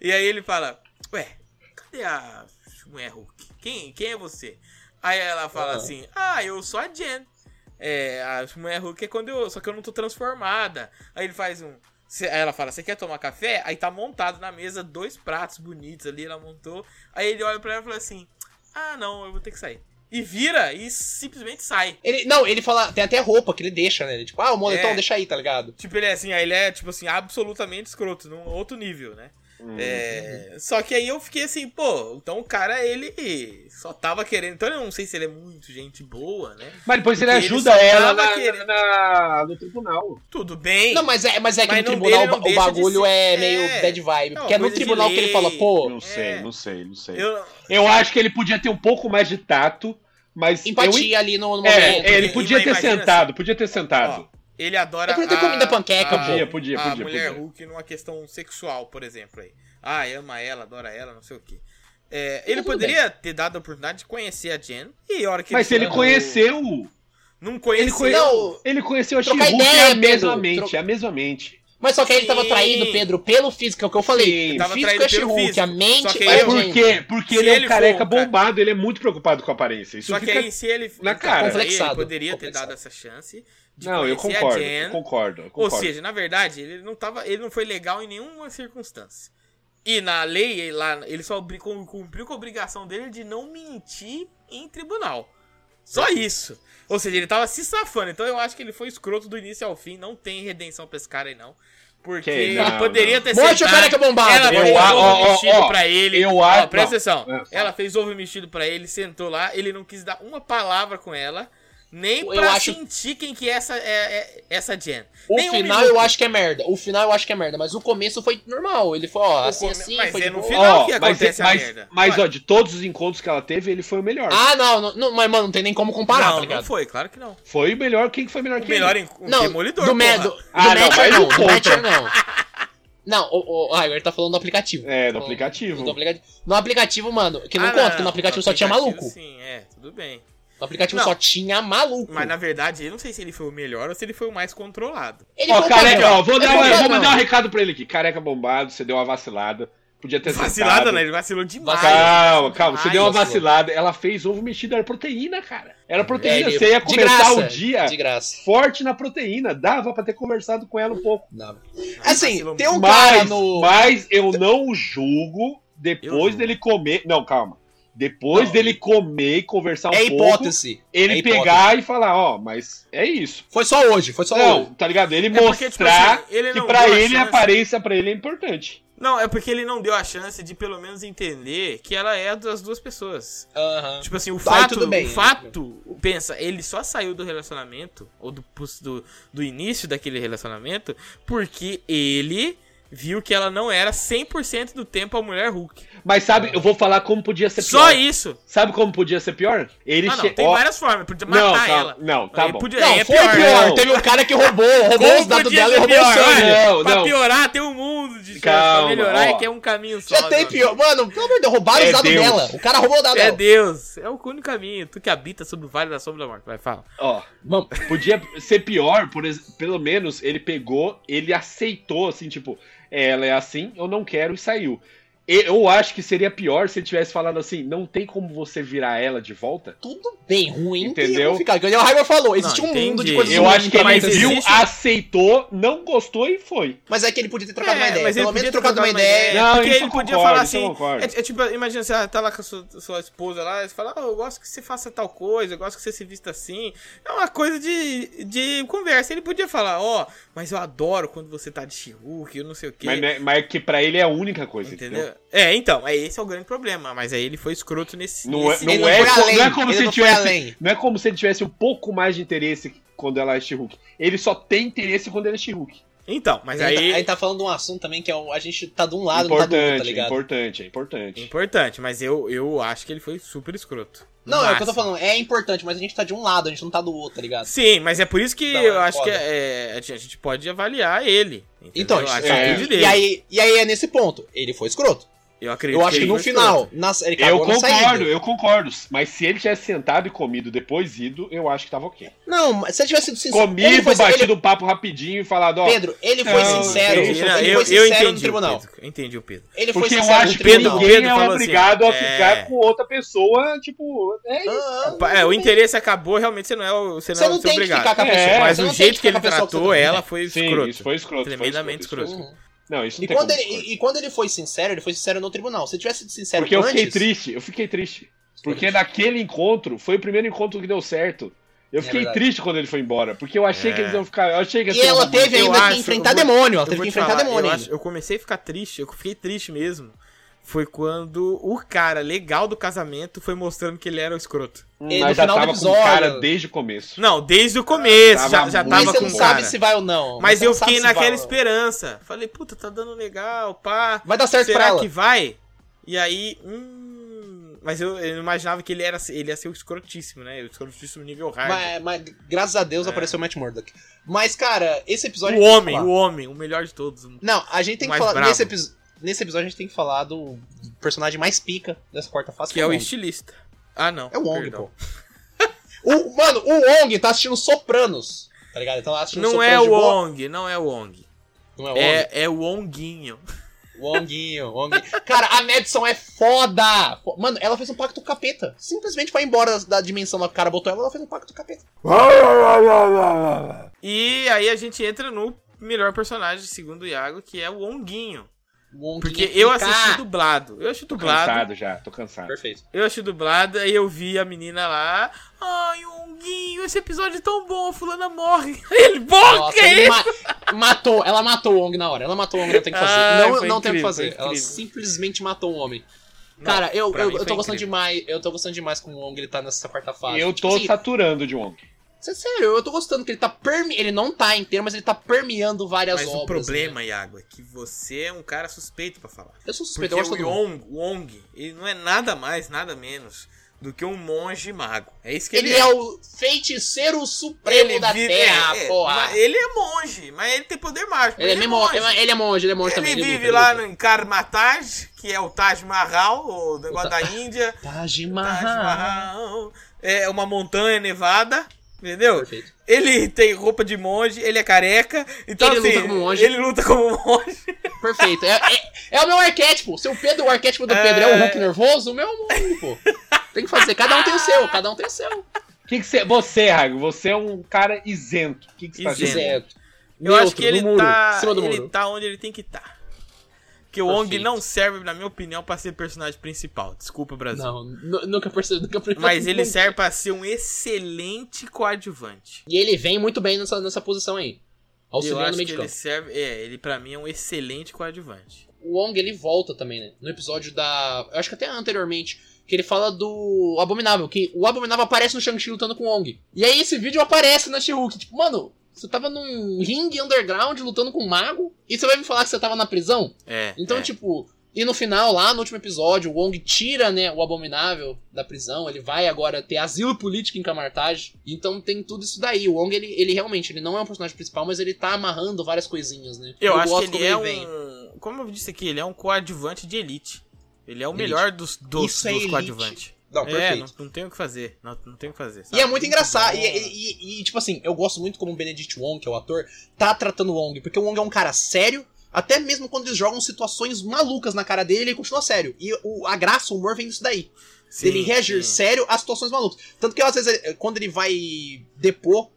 Speaker 1: e aí ele fala: Ué, cadê a mulher Hulk? Quem, quem é você? Aí ela fala
Speaker 2: Ah.
Speaker 1: assim: Ah, eu sou a Jen. É, a mulher Hulk é quando eu. Só que eu não tô transformada. Aí ele faz um. "Cê-" Aí ela fala, você quer tomar café? Aí tá montado na mesa dois pratos bonitos ali, ela montou. Aí ele olha pra ela e fala assim: Ah, não, eu vou ter que sair. E vira e simplesmente sai.
Speaker 2: Ele, não, ele fala. Tem até roupa que ele deixa, né? Ele, tipo, ah, o moletom
Speaker 1: É.
Speaker 2: deixa aí, tá ligado?
Speaker 1: Tipo, ele é assim, aí ele é, tipo assim, absolutamente escroto, num outro nível, né?
Speaker 4: Hum.
Speaker 1: É,
Speaker 2: Uhum.
Speaker 1: só que aí eu fiquei assim, pô, então o cara, ele só tava querendo. Então eu não sei se ele é muito gente boa, né?
Speaker 4: Mas depois ele
Speaker 1: Porque ele
Speaker 4: ajuda
Speaker 1: só
Speaker 4: ela
Speaker 1: tava
Speaker 4: na-
Speaker 1: querendo.
Speaker 4: na- no tribunal.
Speaker 1: Tudo bem.
Speaker 2: Não, mas é, mas é que
Speaker 1: Mas não
Speaker 2: no tribunal
Speaker 1: dele, não
Speaker 2: o ba- o
Speaker 1: deixa de
Speaker 2: bagulho
Speaker 1: ser-
Speaker 2: é
Speaker 1: é.
Speaker 2: meio bad vibe.
Speaker 1: Não,
Speaker 2: Porque é no
Speaker 1: coisa de
Speaker 2: tribunal que ele fala,
Speaker 1: lei.
Speaker 2: pô.
Speaker 4: Não sei,
Speaker 1: É.
Speaker 4: não sei, não sei. Eu...
Speaker 1: eu,
Speaker 4: acho que ele podia ter um pouco mais de tato, mas.
Speaker 2: Empatia ali no, no
Speaker 4: Eu... É,
Speaker 2: momento.
Speaker 4: é, ele
Speaker 1: porque-
Speaker 4: podia ter
Speaker 1: ima- imagina assim,
Speaker 4: sentado, podia ter sentado.
Speaker 1: ó, ele adora.
Speaker 2: Eu podia ter comido a panqueca, pô.
Speaker 4: Podia, podia,
Speaker 1: a
Speaker 4: podia,
Speaker 1: mulher
Speaker 4: podia.
Speaker 1: Hulk numa questão sexual, por exemplo. Aí. Ah, ama ela, adora ela, não sei o quê. É, ele
Speaker 2: Mas tudo
Speaker 1: poderia ter dado a oportunidade de conhecer a Jen. E a hora que
Speaker 4: Mas se ele
Speaker 1: não-
Speaker 4: conheceu.
Speaker 1: Não conheceu.
Speaker 2: Não,
Speaker 4: Ele conheceu a
Speaker 2: Trocar
Speaker 4: She-Hulk
Speaker 2: ideia,
Speaker 4: é a mesma
Speaker 2: Pedro,
Speaker 4: mente,
Speaker 2: tro-
Speaker 4: é a mesma mente.
Speaker 2: Mas só que aí ele tava
Speaker 1: Sim.
Speaker 2: traído, Pedro, pelo físico, é o que eu falei.
Speaker 4: Sim.
Speaker 2: O
Speaker 1: Tava
Speaker 2: físico
Speaker 1: traído
Speaker 2: é
Speaker 1: pelo
Speaker 2: She-Hulk,
Speaker 1: físico.
Speaker 2: a mente
Speaker 1: Só que aí-
Speaker 4: É
Speaker 2: é o
Speaker 1: por
Speaker 2: Jane.
Speaker 4: porque, porque
Speaker 1: Se
Speaker 4: ele é
Speaker 1: ele
Speaker 4: um careca
Speaker 1: for, cara.
Speaker 4: bombado, ele é muito preocupado com a aparência. Isso
Speaker 1: Só que
Speaker 4: fica...
Speaker 1: aí, se ele fica
Speaker 4: na cara.
Speaker 1: traído, ele
Speaker 2: Complexado,
Speaker 1: poderia ter
Speaker 2: complexado.
Speaker 1: dado essa chance de
Speaker 4: Não, eu
Speaker 1: conhecer a
Speaker 4: concordo,
Speaker 1: Jen.
Speaker 4: eu concordo, eu
Speaker 1: Ou
Speaker 4: concordo.
Speaker 1: seja, na verdade, ele não tava, ele não foi legal em nenhuma circunstância. E na lei, ele lá, ele só obri- cum- cumpriu com a obrigação dele de não mentir em tribunal. Só isso. Ou seja, ele tava se safando. Então eu acho que ele foi escroto do início ao fim. Não tem redenção pra esse cara aí, não. Porque
Speaker 4: Que
Speaker 1: ele
Speaker 4: não,
Speaker 1: poderia ter
Speaker 2: Morte o careca bombado.
Speaker 1: Ela
Speaker 4: Eu
Speaker 1: fez
Speaker 4: a-
Speaker 1: ovo
Speaker 4: ó, ó,
Speaker 1: mexido
Speaker 4: ó,
Speaker 1: pra ele.
Speaker 4: eu
Speaker 1: Ó,
Speaker 4: a-
Speaker 1: presta atenção.
Speaker 4: não. É, fala.
Speaker 1: Ela fez ovo mexido pra ele, sentou lá. Ele não quis dar uma palavra com ela. Nem
Speaker 2: Eu
Speaker 1: pra
Speaker 2: acho-
Speaker 1: sentir quem que é essa, é- é- essa Jen.
Speaker 2: O
Speaker 1: Nem um
Speaker 2: final
Speaker 1: minuto.
Speaker 2: eu acho que é merda. O final eu acho que é merda, mas o começo foi normal. Ele foi, ó,
Speaker 1: O
Speaker 2: assim,
Speaker 1: come-
Speaker 2: assim,
Speaker 1: mas
Speaker 2: foi
Speaker 1: é
Speaker 2: de
Speaker 1: no
Speaker 2: boa.
Speaker 1: final.
Speaker 4: Ó,
Speaker 1: que
Speaker 4: mas,
Speaker 1: acontece a
Speaker 4: mas,
Speaker 1: merda.
Speaker 4: mas
Speaker 1: Vai.
Speaker 4: ó, de todos os encontros que ela teve, ele foi o melhor.
Speaker 2: Ah, não, não, não, mas mano, não tem nem como comparar, tá
Speaker 1: Não, não
Speaker 2: ligado?
Speaker 1: foi, claro que não.
Speaker 4: Foi o melhor, quem que foi melhor
Speaker 1: O
Speaker 4: que
Speaker 1: melhor
Speaker 4: ele?
Speaker 1: em o
Speaker 2: Não,
Speaker 1: Um demolidor.
Speaker 2: do,
Speaker 1: porra.
Speaker 2: me, do, do
Speaker 4: Ah, não,
Speaker 2: Matcher
Speaker 4: mas
Speaker 2: não,
Speaker 4: não
Speaker 2: do
Speaker 4: conta.
Speaker 2: Matcher não. Não, o, o, ah, agora ele tá falando do aplicativo.
Speaker 4: É, do
Speaker 2: Falando-
Speaker 4: aplicativo.
Speaker 2: do aplicativo. No aplicativo, mano, que não
Speaker 1: Ah,
Speaker 2: conta, porque no aplicativo só tinha
Speaker 1: aplicativo,
Speaker 2: maluco.
Speaker 1: Sim, é, tudo bem.
Speaker 2: No aplicativo
Speaker 1: Não.
Speaker 2: só tinha maluco.
Speaker 1: Mas na verdade, eu não sei se ele foi o melhor ou se ele foi o mais controlado.
Speaker 2: Ele
Speaker 4: Ó,
Speaker 2: foi um
Speaker 4: careca,
Speaker 2: padrão.
Speaker 4: ó, vou,
Speaker 2: Ele
Speaker 4: dar,
Speaker 2: foi um
Speaker 4: uma- vou
Speaker 2: padrão.
Speaker 4: mandar um recado pra ele aqui. Careca bombado, você deu uma vacilada. Podia ter
Speaker 1: Vacilada,
Speaker 4: sentado.
Speaker 1: né? Ele vacilou demais.
Speaker 4: Calma, calma, você
Speaker 1: Ai,
Speaker 4: deu uma
Speaker 1: vacilou.
Speaker 4: vacilada. Ela fez ovo mexido, era proteína, cara. Era proteína,
Speaker 2: Ele-
Speaker 4: você ia
Speaker 2: é de
Speaker 4: começar
Speaker 2: graça,
Speaker 4: o dia
Speaker 2: De graça.
Speaker 4: forte na proteína. Dava pra ter conversado com ela um pouco.
Speaker 2: Não.
Speaker 1: Ai,
Speaker 2: Assim,
Speaker 1: vacilou
Speaker 2: tem um cara
Speaker 4: mas,
Speaker 2: no.
Speaker 4: mas eu não julgo
Speaker 1: Eu
Speaker 4: depois
Speaker 1: julgo.
Speaker 4: dele comer. Não, calma. Depois
Speaker 2: Não.
Speaker 4: dele comer e conversar um
Speaker 2: é
Speaker 4: pouco,
Speaker 2: hipótese.
Speaker 4: ele
Speaker 2: é hipótese.
Speaker 4: pegar e falar, ó, mas é isso.
Speaker 2: Foi só hoje, foi só hoje.
Speaker 4: Não, tá ligado? Ele
Speaker 1: É porque, tipo
Speaker 4: mostrar
Speaker 1: assim, ele
Speaker 4: que
Speaker 1: não
Speaker 4: pra
Speaker 1: deu a
Speaker 4: ele a
Speaker 1: chance-
Speaker 4: aparência pra ele é importante.
Speaker 1: Não, é porque ele não deu a chance de pelo menos entender que ela é das duas pessoas.
Speaker 2: Aham.
Speaker 1: Tipo assim, o
Speaker 2: Tá, e
Speaker 1: fato,
Speaker 2: tudo bem.
Speaker 1: o fato, pensa, ele só saiu do relacionamento, ou do, pus- do, do início daquele relacionamento, porque ele viu que ela não era 100% do tempo a mulher Hulk.
Speaker 4: Mas
Speaker 2: É.
Speaker 4: sabe, eu vou falar como podia ser
Speaker 1: Só
Speaker 4: pior.
Speaker 1: isso.
Speaker 4: Sabe como podia ser pior? Ele
Speaker 1: Ah, não,
Speaker 4: che-
Speaker 1: tem
Speaker 4: ó,
Speaker 1: várias formas, podia
Speaker 4: Não,
Speaker 1: matar
Speaker 4: calma,
Speaker 1: ela.
Speaker 4: não, tá
Speaker 1: Aí
Speaker 4: bom.
Speaker 1: Podia,
Speaker 2: Não,
Speaker 1: é
Speaker 2: foi
Speaker 1: pior.
Speaker 2: pior.
Speaker 4: não.
Speaker 2: Teve um cara que roubou, roubou os
Speaker 1: Como
Speaker 2: dados
Speaker 1: podia
Speaker 2: dela é e
Speaker 1: ser
Speaker 2: roubou o
Speaker 1: pior?
Speaker 2: sangue.
Speaker 1: Olha,
Speaker 4: Não,
Speaker 1: pra
Speaker 4: não.
Speaker 1: piorar, tem um mundo de chance pra
Speaker 4: Calma,
Speaker 1: melhorar,
Speaker 4: ó.
Speaker 1: é que é um caminho só.
Speaker 2: Já tem
Speaker 1: meu
Speaker 2: pior. Mano, pelo amor de Deus, roubaram
Speaker 4: É
Speaker 2: os dados
Speaker 4: Deus.
Speaker 2: dela. O cara roubou o dado
Speaker 1: amigo. É
Speaker 2: dela.
Speaker 1: Deus, é o único caminho. Tu que habita sobre o vale da sombra da morte. Vai, fala.
Speaker 4: ó,
Speaker 2: Vamos.
Speaker 4: podia ser pior, por ex- pelo menos ele pegou, ele aceitou, assim, tipo, ela é assim, eu não quero e saiu. E- Eu acho que seria pior se ele tivesse falado assim, não tem como você virar ela de volta.
Speaker 2: Tudo bem, ruim.
Speaker 4: Entendeu?
Speaker 2: Ficar. O Daniel Raiva falou: existe
Speaker 1: Não,
Speaker 2: um mundo
Speaker 1: entendi.
Speaker 2: de coisas
Speaker 4: Eu
Speaker 2: ruins
Speaker 4: acho que ele
Speaker 1: mas
Speaker 2: pra
Speaker 4: viu,
Speaker 2: acontecer.
Speaker 1: existe-
Speaker 4: aceitou, não gostou e foi.
Speaker 2: Mas é que ele podia ter trocado
Speaker 1: É,
Speaker 2: uma ideia.
Speaker 1: mas ele
Speaker 2: Pelo menos
Speaker 1: podia ter
Speaker 2: trocado uma
Speaker 1: trocado uma
Speaker 2: ideia.
Speaker 1: ideia.
Speaker 4: não,
Speaker 1: É, porque
Speaker 4: isso
Speaker 1: ele
Speaker 4: eu
Speaker 1: podia
Speaker 4: concordo,
Speaker 1: falar
Speaker 4: isso
Speaker 1: assim,
Speaker 4: eu concordo.
Speaker 1: É, é tipo, imagina, você tá lá com a sua, sua esposa lá, e você fala, "Ah, eu gosto que você faça tal coisa, eu gosto que você se vista assim. É uma coisa de, de conversa. Ele podia falar, ó, mas eu adoro quando você tá de She-Hulk, eu não sei o quê.
Speaker 4: Mas, né, mas que pra ele é a única coisa, entendeu?
Speaker 1: Entendeu? É, então, é esse é o grande problema. Mas aí ele foi escroto nesse.
Speaker 4: Não é,
Speaker 1: nesse-
Speaker 4: não,
Speaker 2: ele não
Speaker 4: é,
Speaker 2: foi
Speaker 4: co-
Speaker 2: além,
Speaker 4: não é como
Speaker 2: ele
Speaker 4: se
Speaker 2: não foi
Speaker 4: ele tivesse,
Speaker 2: além.
Speaker 4: não é como se ele tivesse um pouco mais de interesse quando ela é She-Hulk. Ele só tem interesse quando ele é She-Hulk.
Speaker 1: Então, mas
Speaker 2: A gente
Speaker 1: aí.
Speaker 2: tá- a gente tá falando de um assunto também que é o- a gente tá de um lado, não tá do outro, tá
Speaker 4: Importante,
Speaker 2: ligado?
Speaker 4: importante, é importante.
Speaker 1: Importante, mas eu, eu acho que ele foi super escroto. No
Speaker 2: Não, é o que eu tô
Speaker 1: máximo.
Speaker 2: falando, é importante, mas a gente tá de um lado, a gente não tá do outro, tá ligado?
Speaker 1: Sim, mas é por isso que
Speaker 2: Não,
Speaker 1: eu
Speaker 2: é
Speaker 1: acho
Speaker 2: foda.
Speaker 1: que é, a gente pode avaliar ele. entendeu?
Speaker 2: Então, a
Speaker 1: eu
Speaker 2: gente
Speaker 1: acho
Speaker 2: tá-
Speaker 4: é.
Speaker 1: que
Speaker 2: e, aí, e aí é nesse ponto, ele foi escroto.
Speaker 1: Eu acredito
Speaker 2: Eu acho que
Speaker 1: ele
Speaker 2: no
Speaker 1: foi
Speaker 2: final,
Speaker 1: escroto.
Speaker 2: na, ele
Speaker 4: Eu
Speaker 2: cagou na
Speaker 4: concordo,
Speaker 2: saída.
Speaker 4: eu concordo. Mas se ele tivesse sentado e comido depois ido, eu acho que tava ok.
Speaker 2: Não, mas se ele tivesse sido sincero. ele
Speaker 4: Comido,
Speaker 2: foi,
Speaker 4: batido
Speaker 2: ele-
Speaker 4: um papo rapidinho e falado, ó.
Speaker 2: Pedro, ele foi
Speaker 4: Não,
Speaker 2: sincero.
Speaker 4: entendi,
Speaker 1: Não,
Speaker 2: ele
Speaker 1: eu,
Speaker 2: foi
Speaker 1: eu
Speaker 2: sincero
Speaker 1: entendi
Speaker 2: no tribunal.
Speaker 1: O Pedro, entendi o Pedro.
Speaker 2: Ele foi
Speaker 4: porque eu
Speaker 2: sincero no
Speaker 4: acho que
Speaker 2: tribunal.
Speaker 1: Pedro-
Speaker 4: ninguém é
Speaker 1: Pedro falou
Speaker 4: obrigado
Speaker 1: assim,
Speaker 4: a
Speaker 1: é.
Speaker 4: ficar com outra pessoa, tipo, é isso.
Speaker 2: Ah, ah,
Speaker 1: É, o interesse acabou, realmente você não é o. Você não,
Speaker 2: Você
Speaker 1: é o
Speaker 2: não
Speaker 1: seu
Speaker 2: tem que
Speaker 1: obrigado.
Speaker 2: ficar com a
Speaker 4: É,
Speaker 2: pessoa.
Speaker 1: mas
Speaker 2: você não
Speaker 1: o
Speaker 2: tem
Speaker 1: jeito
Speaker 2: que
Speaker 1: que
Speaker 2: ficar
Speaker 1: ele
Speaker 2: com a pessoa que você
Speaker 1: tratou
Speaker 2: não tem.
Speaker 1: ela foi
Speaker 4: Sim,
Speaker 1: escroto.
Speaker 4: isso foi escroto. foi
Speaker 1: Tremendamente
Speaker 4: isso
Speaker 1: escroto.
Speaker 4: foi Não, isso não
Speaker 2: E
Speaker 4: tem
Speaker 2: quando,
Speaker 4: como.
Speaker 2: ele, e- e quando ele foi sincero, ele foi sincero no tribunal. Se ele tivesse sido sincero
Speaker 4: Porque eu
Speaker 2: antes...
Speaker 4: fiquei triste, eu fiquei triste. Porque é naquele encontro, foi o primeiro encontro que deu certo. Eu
Speaker 2: É
Speaker 4: fiquei
Speaker 2: verdade.
Speaker 4: triste quando ele foi embora, porque eu achei
Speaker 1: É.
Speaker 4: que eles iam ficar. Eu achei que
Speaker 2: E
Speaker 4: ia ter um
Speaker 2: ela
Speaker 4: romance.
Speaker 2: teve
Speaker 1: Eu
Speaker 2: ainda
Speaker 1: acho,
Speaker 2: que enfrentar
Speaker 1: eu vou-
Speaker 2: demônio, ela
Speaker 1: Eu
Speaker 2: teve
Speaker 1: vou
Speaker 2: que
Speaker 1: te
Speaker 2: enfrentar
Speaker 1: falar,
Speaker 2: demônio
Speaker 1: eu,
Speaker 2: ainda.
Speaker 1: acho- eu comecei a ficar triste, eu fiquei triste mesmo. Foi quando o cara legal do casamento foi mostrando que ele era o escroto.
Speaker 2: Ele, no
Speaker 4: Mas já
Speaker 2: final do
Speaker 4: tava com
Speaker 2: episódio-
Speaker 4: o cara desde o começo.
Speaker 1: Não, desde o começo, já,
Speaker 4: Tava
Speaker 1: já
Speaker 4: muito
Speaker 2: Mas
Speaker 1: tava
Speaker 2: você
Speaker 1: com
Speaker 2: não
Speaker 1: o
Speaker 2: sabe
Speaker 1: cara.
Speaker 2: se vai ou não.
Speaker 1: Mas
Speaker 2: Você não
Speaker 1: eu
Speaker 2: sabe
Speaker 1: fiquei
Speaker 2: se vai
Speaker 1: naquela
Speaker 2: ou não.
Speaker 1: esperança. Falei, puta, tá dando legal, pá.
Speaker 2: Vai dar certo
Speaker 1: Será
Speaker 2: pra ela.
Speaker 1: que vai? E aí, hum... Mas eu, eu imaginava que ele, era, ele ia ser o escrotíssimo, né? O escrotíssimo nível hard.
Speaker 2: Mas, mas graças a Deus
Speaker 1: É.
Speaker 2: apareceu o Matt Murdock. Mas, cara, esse episódio.
Speaker 1: O
Speaker 2: a gente tem
Speaker 1: homem,
Speaker 2: que falar.
Speaker 1: o homem, o melhor de todos.
Speaker 2: Não, a gente tem que
Speaker 1: mais
Speaker 2: falar.
Speaker 1: brabo.
Speaker 2: Nesse, epi- nesse episódio a gente tem que falar do personagem mais pica dessa quarta fase.
Speaker 1: Que é o
Speaker 2: Wong.
Speaker 1: estilista. Ah, não.
Speaker 2: É o Wong,
Speaker 1: perdão.
Speaker 2: pô. O, mano, o Wong tá assistindo Sopranos. Tá ligado? Então assistindo
Speaker 1: Não
Speaker 2: Sopranos
Speaker 1: é
Speaker 2: de
Speaker 1: o
Speaker 2: boa.
Speaker 1: Wong, não é o Wong.
Speaker 2: Não é Wong?
Speaker 1: É, é o Onguinho.
Speaker 2: Wonguinho, Wonguinho. Cara, a Madison é foda! Fo- Mano, ela fez um pacto com o capeta. Simplesmente foi embora da- da dimensão lá que o cara botou ela, ela fez um pacto com o capeta.
Speaker 1: E aí a gente entra no melhor personagem, segundo o Iago, que é o Onguinho.
Speaker 2: Wonguinho é
Speaker 1: Porque eu
Speaker 2: fica-
Speaker 1: assisti dublado. Eu assisti
Speaker 4: Tô
Speaker 1: dublado.
Speaker 4: cansado já, tô cansado.
Speaker 2: Perfeito.
Speaker 1: Eu assisti dublado, aí eu vi a menina lá. Ai, Onguinho, esse episódio é tão bom, a fulana morre. Ele morre!
Speaker 2: Nossa,
Speaker 1: que é
Speaker 2: ele
Speaker 1: isso?
Speaker 2: ma- matou, ela matou o Wong na hora. Ela matou o Wong, não tem o que fazer.
Speaker 1: Ah,
Speaker 2: não
Speaker 1: foi
Speaker 2: não tem o que
Speaker 1: incrível,
Speaker 2: fazer.
Speaker 1: foi
Speaker 2: Ela
Speaker 1: incrível.
Speaker 2: simplesmente matou o homem.
Speaker 1: Não,
Speaker 2: Cara, eu,
Speaker 1: pra
Speaker 2: eu,
Speaker 1: mim
Speaker 2: eu
Speaker 1: foi
Speaker 2: tô gostando
Speaker 1: incrível.
Speaker 2: demais. Eu tô gostando demais com o Wong, ele tá nessa quarta fase.
Speaker 4: Eu
Speaker 2: Tipo
Speaker 4: tô
Speaker 2: assim,
Speaker 4: saturando de Wong.
Speaker 2: sé- sério, eu tô gostando que ele tá perme... Ele não tá inteiro, mas ele tá permeando várias
Speaker 1: Mas
Speaker 2: obras.
Speaker 1: o problema,
Speaker 2: né?
Speaker 1: Iago, é que você é um cara suspeito pra falar.
Speaker 2: Eu sou suspeito,
Speaker 1: Porque
Speaker 2: eu gosto
Speaker 1: o
Speaker 2: de todo
Speaker 1: Yong,
Speaker 2: mundo.
Speaker 1: o Ong, ele não é nada mais, nada menos do que um monge mago. É isso que ele,
Speaker 2: Ele é o feiticeiro supremo da
Speaker 1: vive-
Speaker 2: Terra,
Speaker 1: é, é,
Speaker 2: porra.
Speaker 1: mas Ele é monge, mas ele tem poder mágico.
Speaker 2: Ele, é mesmo-
Speaker 1: monge.
Speaker 2: ele, ele é monge, ele é monge
Speaker 1: Ele
Speaker 2: também.
Speaker 1: vive
Speaker 2: luta,
Speaker 1: lá
Speaker 2: luta.
Speaker 1: em Karmataj, que é o Taj Mahal, o negócio
Speaker 2: O Ta-
Speaker 1: da Índia.
Speaker 2: Taj
Speaker 1: Taj
Speaker 2: Mahal.
Speaker 1: Mahal. Tá, É uma montanha nevada, entendeu?
Speaker 2: Perfeito.
Speaker 1: Ele tem roupa de monge, ele é careca. Então,
Speaker 2: Ele luta
Speaker 1: assim,
Speaker 2: como monge.
Speaker 1: Ele luta como monge.
Speaker 2: Perfeito. É, é- é o meu arquétipo. Se o Pedro, o arquétipo do Pedro é o Hulk nervoso, o meu é o Hulk, pô. Tem que fazer. Cada um tem o seu, cada um tem o seu.
Speaker 4: Que que cê- você, Rago, você é um cara isento. O que, que você tá
Speaker 1: Isento.
Speaker 4: fazendo?
Speaker 2: Certo.
Speaker 1: Eu acho que ele tá,
Speaker 2: em cima do
Speaker 1: ele
Speaker 2: é muro.
Speaker 1: tá onde ele tem que estar. Porque o
Speaker 2: Perfeito.
Speaker 1: Ong não serve, na minha opinião, pra ser personagem principal. Desculpa, Brasil.
Speaker 2: Não, nu- nunca percebi, nunca percebi.
Speaker 1: Mas ele serve pra ser um excelente coadjuvante.
Speaker 2: E ele vem muito bem nessa, nessa posição aí.
Speaker 1: Eu
Speaker 2: Auxiliando no
Speaker 1: acho
Speaker 2: meio
Speaker 1: que
Speaker 2: de
Speaker 1: ele
Speaker 2: campo.
Speaker 1: serve. É, ele pra mim é um excelente coadjuvante.
Speaker 2: O Wong, ele volta também, né? No episódio da... Eu acho que até anteriormente. Que ele fala do Abominável. Que o Abominável aparece no Shang-Chi lutando com o Wong. E aí esse vídeo aparece na She-Hulk. Tipo, mano... Você tava num ringue underground lutando com um mago? E você vai me falar que você tava na prisão?
Speaker 1: É.
Speaker 2: Então,
Speaker 1: é.
Speaker 2: tipo, e no final, lá no último episódio, o Wong tira, né, o abominável da prisão, ele vai agora ter asilo político em Camartage. Então tem tudo isso daí. O Wong, ele, ele realmente, ele não é um personagem principal, mas ele tá amarrando várias coisinhas, né?
Speaker 1: Eu, acho que
Speaker 2: como
Speaker 1: ele é um. Como eu disse aqui, ele é um coadjuvante de elite. Ele é o
Speaker 2: Elite.
Speaker 1: melhor dos, dos,
Speaker 2: Isso é
Speaker 1: dos
Speaker 2: elite.
Speaker 1: coadjuvantes.
Speaker 2: Não,
Speaker 1: é,
Speaker 2: perfeito.
Speaker 1: não, não tem o que fazer. Não, não tem o que fazer.
Speaker 2: E
Speaker 1: sabe?
Speaker 2: é muito engraçado. E,
Speaker 1: bom.
Speaker 2: e- e- e, tipo assim, eu gosto muito como o Benedict Wong, que é o ator, tá tratando o Wong, porque o Wong é um cara sério. Até mesmo quando eles jogam situações malucas na cara dele, ele continua sério. E o- a graça, o humor vem disso daí.
Speaker 1: Sim,
Speaker 2: dele reagir
Speaker 1: sim.
Speaker 2: sério às situações malucas. Tanto que às vezes, eh, quando ele vai depor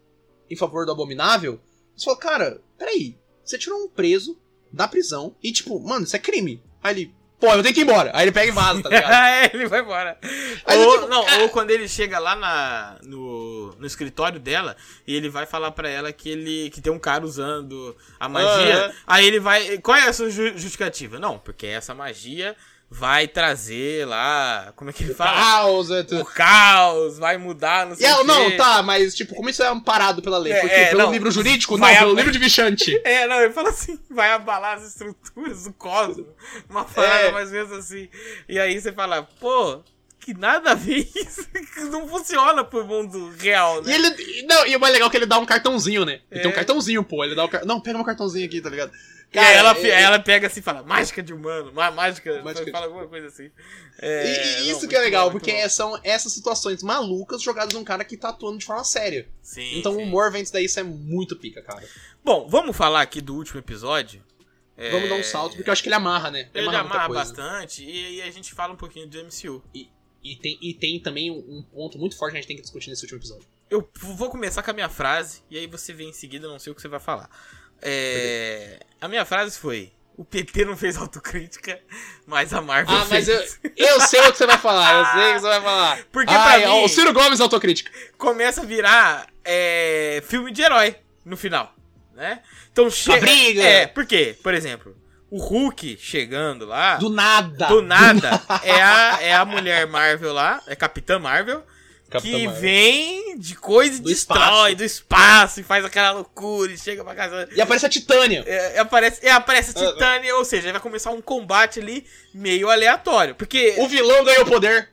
Speaker 2: em favor do Abominável, você fala, cara, peraí, você tirou um preso da prisão e tipo, mano, isso é crime. Aí ele, pô, eu tenho que ir embora. Aí ele pega e vaza, tá ligado?
Speaker 1: É, ele vai embora.
Speaker 2: Aí eu
Speaker 1: ou,
Speaker 2: digo,
Speaker 1: não,
Speaker 2: cara-
Speaker 1: ou quando ele chega lá na, no, no escritório dela e ele vai falar pra ela que ele que tem um cara usando a magia.
Speaker 2: Aham.
Speaker 1: Aí ele vai. Qual é a sua ju- justificativa? Não, porque essa magia vai trazer lá. Como é que ele fala?
Speaker 2: Caos, é
Speaker 1: O
Speaker 2: tudo.
Speaker 1: caos, vai mudar, não
Speaker 2: E
Speaker 1: sei o
Speaker 2: ela,
Speaker 1: quê.
Speaker 2: não, tá, mas tipo, como isso é amparado pela lei?
Speaker 1: É,
Speaker 2: Porque
Speaker 1: é,
Speaker 2: pelo
Speaker 1: não.
Speaker 2: livro jurídico, não,
Speaker 1: Vai
Speaker 2: pelo
Speaker 1: ab-
Speaker 2: livro de Vichante.
Speaker 1: É, não, ele fala assim, vai abalar as estruturas do cosmos. Uma parada
Speaker 2: É.
Speaker 1: mais ou menos assim. E aí você fala, pô, que nada a ver isso. que Não funciona pro mundo real,
Speaker 2: E
Speaker 1: né?
Speaker 2: ele. Não, e o mais legal é que ele dá um cartãozinho, né? Ele tem um
Speaker 1: É.
Speaker 2: cartãozinho, pô. Ele dá o car... Não, pega meu cartãozinho aqui, tá ligado?
Speaker 1: E aí ela,
Speaker 2: é-
Speaker 1: ela pega assim e fala, mágica de humano, má- mágica,
Speaker 2: Mágica de-
Speaker 1: fala alguma coisa assim.
Speaker 2: E-
Speaker 1: É,
Speaker 2: e,
Speaker 1: não,
Speaker 2: isso
Speaker 1: muito
Speaker 2: que é legal,
Speaker 1: bom, muito
Speaker 2: porque
Speaker 1: bom.
Speaker 2: são essas situações malucas jogadas num cara que tá atuando de forma séria.
Speaker 1: Sim,
Speaker 2: então o
Speaker 1: sim.
Speaker 2: humor vem disso daí, isso é muito pica, cara.
Speaker 1: Bom, vamos falar aqui do último episódio.
Speaker 2: Vamos dar um salto, porque eu acho que ele amarra, né?
Speaker 1: É. Ele
Speaker 2: muita
Speaker 1: amarra
Speaker 2: coisa.
Speaker 1: bastante e aí a gente fala um pouquinho do MCU.
Speaker 2: E tem, e tem também um um ponto muito forte que a gente tem que discutir nesse último episódio.
Speaker 1: Eu vou começar com a minha frase e aí você vem em seguida, eu não sei o que você vai falar. É, a minha frase foi: o PT não fez autocrítica, mas a Marvel
Speaker 2: Ah, mas
Speaker 1: fez.
Speaker 2: eu, eu sei o que você vai falar, eu sei o que você vai falar.
Speaker 1: Porque
Speaker 2: Ah,
Speaker 1: pra
Speaker 2: é,
Speaker 1: mim-
Speaker 2: O Ciro Gomes autocrítica.
Speaker 1: Começa a virar é, filme de herói no final, né? Então chega.
Speaker 2: briga!
Speaker 1: É, por quê? Por exemplo, o Hulk chegando lá.
Speaker 2: Do nada.
Speaker 1: do nada, é a, é a mulher Marvel lá, é Capitã Marvel,
Speaker 2: Capitão
Speaker 1: que
Speaker 2: Marvel.
Speaker 1: vem de coisa e
Speaker 2: Do
Speaker 1: destrói, do espaço, e faz aquela loucura, e chega pra casa.
Speaker 2: E aparece a Titânia.
Speaker 1: É, aparece, é, aparece a
Speaker 2: Ah, ah.
Speaker 1: Titânia, ou seja, vai começar um combate ali meio aleatório. Porque
Speaker 2: O vilão ganhou poder.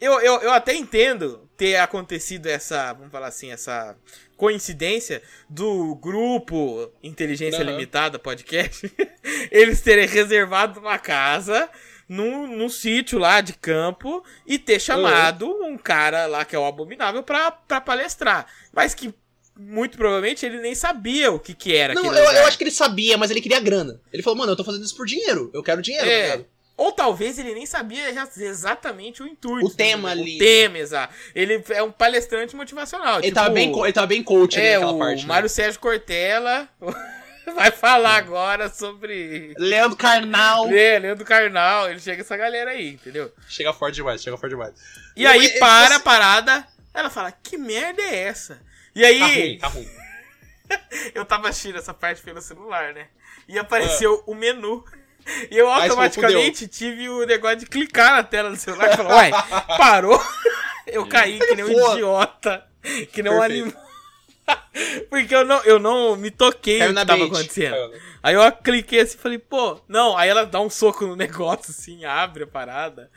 Speaker 1: eu, eu, eu até entendo ter acontecido essa, vamos falar assim, essa coincidência do grupo Inteligência
Speaker 2: Aham.
Speaker 1: Limitada podcast, eles terem reservado uma casa num, num sítio lá de campo e ter chamado um cara lá que é o Abominável pra, pra palestrar. Mas que muito provavelmente ele nem sabia o que, que era
Speaker 2: Não, eu,
Speaker 1: aquele
Speaker 2: eu
Speaker 1: lugar.
Speaker 2: acho que ele sabia, mas ele queria grana. Ele falou, mano, eu tô fazendo isso por dinheiro. Eu quero dinheiro,
Speaker 1: É.
Speaker 2: tá ligado?
Speaker 1: Ou talvez ele nem sabia já- exatamente o intuito.
Speaker 2: O tema
Speaker 1: né?
Speaker 2: ali.
Speaker 1: O tema, exato. Ele é um palestrante motivacional.
Speaker 2: Ele,
Speaker 1: tipo,
Speaker 2: tava bem, co- ele tava bem coach ali
Speaker 1: É,
Speaker 2: naquela
Speaker 1: o
Speaker 2: parte. né? É.
Speaker 1: Mário Sérgio Cortella vai falar agora sobre...
Speaker 2: Leandro Carnal.
Speaker 1: É, Leandro Carnal, ele chega essa galera aí, entendeu?
Speaker 2: Chega forte demais, chega forte demais.
Speaker 1: E
Speaker 2: Não,
Speaker 1: aí
Speaker 2: é- é-
Speaker 1: para a
Speaker 2: assim-
Speaker 1: parada, ela fala, que merda é essa? E aí,
Speaker 2: Tá ruim, tá ruim.
Speaker 1: eu tava assistindo essa parte pelo celular, né? E apareceu o menu. E eu
Speaker 2: Ah. Aí você falou,
Speaker 1: automaticamente tive o negócio de clicar na tela do celular e falar, uai, parou. Eu caí que nem um
Speaker 2: Boa.
Speaker 1: idiota, que nem um
Speaker 2: Perfeito.
Speaker 1: animal. Porque eu não, eu não me toquei o
Speaker 2: Caiu
Speaker 1: que
Speaker 2: na Ah.
Speaker 1: tava
Speaker 2: bait.
Speaker 1: acontecendo.
Speaker 2: Caiu na-
Speaker 1: Aí eu cliquei assim e falei, pô, não. Aí ela dá um soco no negócio, assim, abre a parada.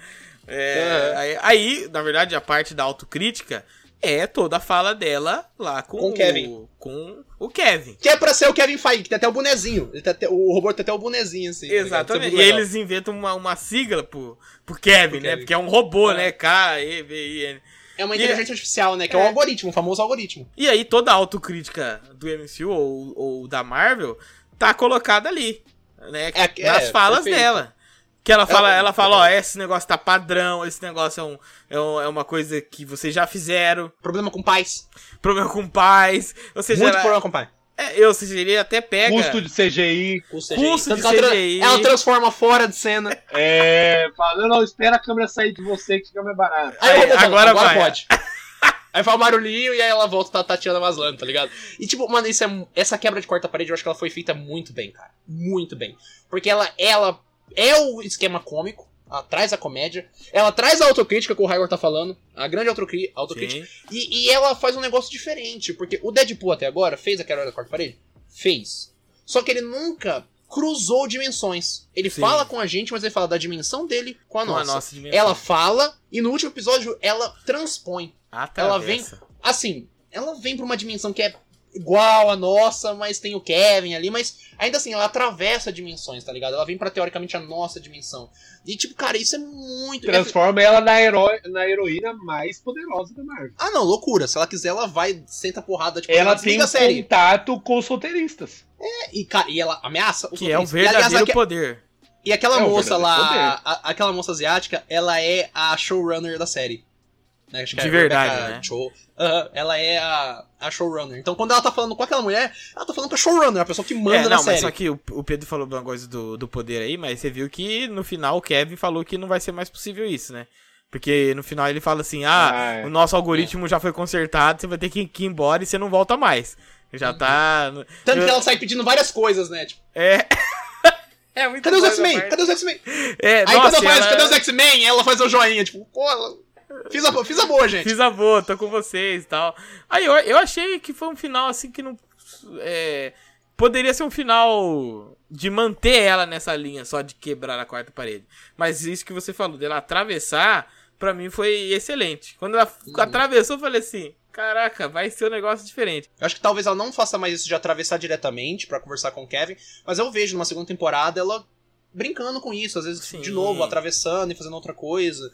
Speaker 1: É,
Speaker 2: É.
Speaker 1: aí, aí, na verdade, a parte da autocrítica é toda a fala dela lá com,
Speaker 2: Com o Kevin.
Speaker 1: Com o Kevin.
Speaker 2: Que é pra ser o Kevin Feige, que tem até o bonezinho. Ele tem até- o robô tem até o bonezinho, assim. tá ligado?
Speaker 1: Exatamente.
Speaker 2: Isso
Speaker 1: E
Speaker 2: é muito legal.
Speaker 1: eles inventam uma, uma sigla pro, pro Kevin,
Speaker 2: Pro
Speaker 1: né?
Speaker 2: Kevin.
Speaker 1: Porque é um robô,
Speaker 2: É.
Speaker 1: né? K, E, V, I, N.
Speaker 2: É uma
Speaker 1: e-
Speaker 2: inteligência artificial, né? Que é, um
Speaker 1: É.
Speaker 2: algoritmo, um famoso algoritmo.
Speaker 1: E aí toda a autocrítica do MCU ou, ou da Marvel tá colocada ali, né?
Speaker 2: É, é,
Speaker 1: nas falas
Speaker 2: perfeito.
Speaker 1: dela. Que ela fala,
Speaker 2: É,
Speaker 1: ela fala, ó,
Speaker 2: é.
Speaker 1: esse negócio tá padrão, esse negócio é, um, é, um- é uma coisa que vocês já fizeram,
Speaker 2: Problema com pais.
Speaker 1: problema com pais, ou seja,
Speaker 2: Muito
Speaker 1: ela-
Speaker 2: problema com pai.
Speaker 1: é, eu, ou seja, ele até pega...
Speaker 4: Custo de CGI.
Speaker 2: Com
Speaker 1: Custo de
Speaker 2: que ela, tra-
Speaker 1: CGI.
Speaker 2: ela transforma fora de cena.
Speaker 4: É. Falando, não, espera a câmera sair de você que fica mais barato.
Speaker 2: Aí,
Speaker 1: Aí,
Speaker 2: eu vou-
Speaker 1: agora
Speaker 2: agora,
Speaker 1: vai.
Speaker 2: pode. Aí faz um barulhinho e aí ela volta tá Tatiana Maslany, tá ligado? E tipo, mano, isso é, mu- essa quebra de quarta parede eu acho que ela foi feita muito bem, cara. Muito bem. Porque ela, ela é o esquema cômico, ela traz a comédia, ela traz a autocrítica que o Raigor tá falando, a grande autocri- autocrítica.
Speaker 1: Sim.
Speaker 2: E, e ela faz um negócio diferente, porque o Deadpool até agora fez a quebra da quarta parede? Fez. Só que ele nunca cruzou dimensões. Ele
Speaker 1: Sim.
Speaker 2: fala com a gente, mas ele fala da dimensão dele com a
Speaker 1: Com
Speaker 2: nossa.
Speaker 1: a nossa dimensão.
Speaker 2: Ela fala e no último episódio ela transpõe.
Speaker 1: Atravessa.
Speaker 2: ela vem- Assim, ela vem pra uma dimensão que é igual à nossa, mas tem o Kevin ali, mas ainda assim ela atravessa dimensões, tá ligado? Ela vem pra teoricamente a nossa dimensão. E tipo, cara, isso é muito
Speaker 4: Transforma ela na, heroi- na heroína mais poderosa da Marvel.
Speaker 2: Ah, não, loucura. Se ela quiser, ela vai, senta porrada, tipo,
Speaker 4: Ela tem
Speaker 2: desliga
Speaker 4: um
Speaker 2: a série.
Speaker 4: contato com os roteiristas.
Speaker 2: E, cara, e ela ameaça os
Speaker 1: Que é o
Speaker 2: outros. E, aliás,
Speaker 1: verdadeiro
Speaker 2: aque-
Speaker 1: poder.
Speaker 2: E aquela
Speaker 4: É o
Speaker 2: moça lá,
Speaker 4: verdadeiro
Speaker 2: a- aquela moça asiática, ela é a showrunner da série. Né, acho que
Speaker 1: De
Speaker 2: é a
Speaker 1: verdade,
Speaker 2: Rebecca
Speaker 1: né?
Speaker 2: Cho. Aham, ela é a, a showrunner. Então quando ela tá falando com aquela mulher, ela tá falando com a showrunner, a pessoa que manda
Speaker 1: é,
Speaker 2: na
Speaker 1: não, mas
Speaker 2: série.
Speaker 1: só que o, o Pedro falou uma coisa do, do poder aí, mas você viu que no final o Kevin falou que não vai ser mais possível isso, né? Porque no final ele fala assim, ah,
Speaker 4: Ah, é.
Speaker 1: o nosso algoritmo já foi consertado, você vai ter que, que ir embora e você não volta mais. Já tá...
Speaker 2: Tanto que ela sai pedindo várias coisas, né? Tipo,
Speaker 1: É... é muito
Speaker 2: cadê os
Speaker 1: coisa,
Speaker 2: X-Men?
Speaker 1: mas-
Speaker 2: Cadê os X-Men?
Speaker 1: É,
Speaker 2: Aí
Speaker 1: nossa,
Speaker 2: quando ela faz,
Speaker 1: ela-
Speaker 2: cadê os X-Men? Ela faz o joinha, tipo, pô, ela- fiz a, fiz a boa, gente.
Speaker 1: Fiz a boa, tô com vocês e tal. Aí eu, eu achei que foi um final assim que não. é, poderia ser um final de manter ela nessa linha só de quebrar a quarta parede. Mas isso que você falou, dela atravessar, pra mim foi excelente. Quando ela f- atravessou, eu falei assim: caraca, vai ser um negócio diferente.
Speaker 2: Eu acho que talvez ela não faça mais isso de atravessar diretamente pra conversar com o Kevin, mas eu vejo numa segunda temporada ela brincando com isso, às vezes
Speaker 1: Sim.
Speaker 2: de novo atravessando e fazendo outra coisa,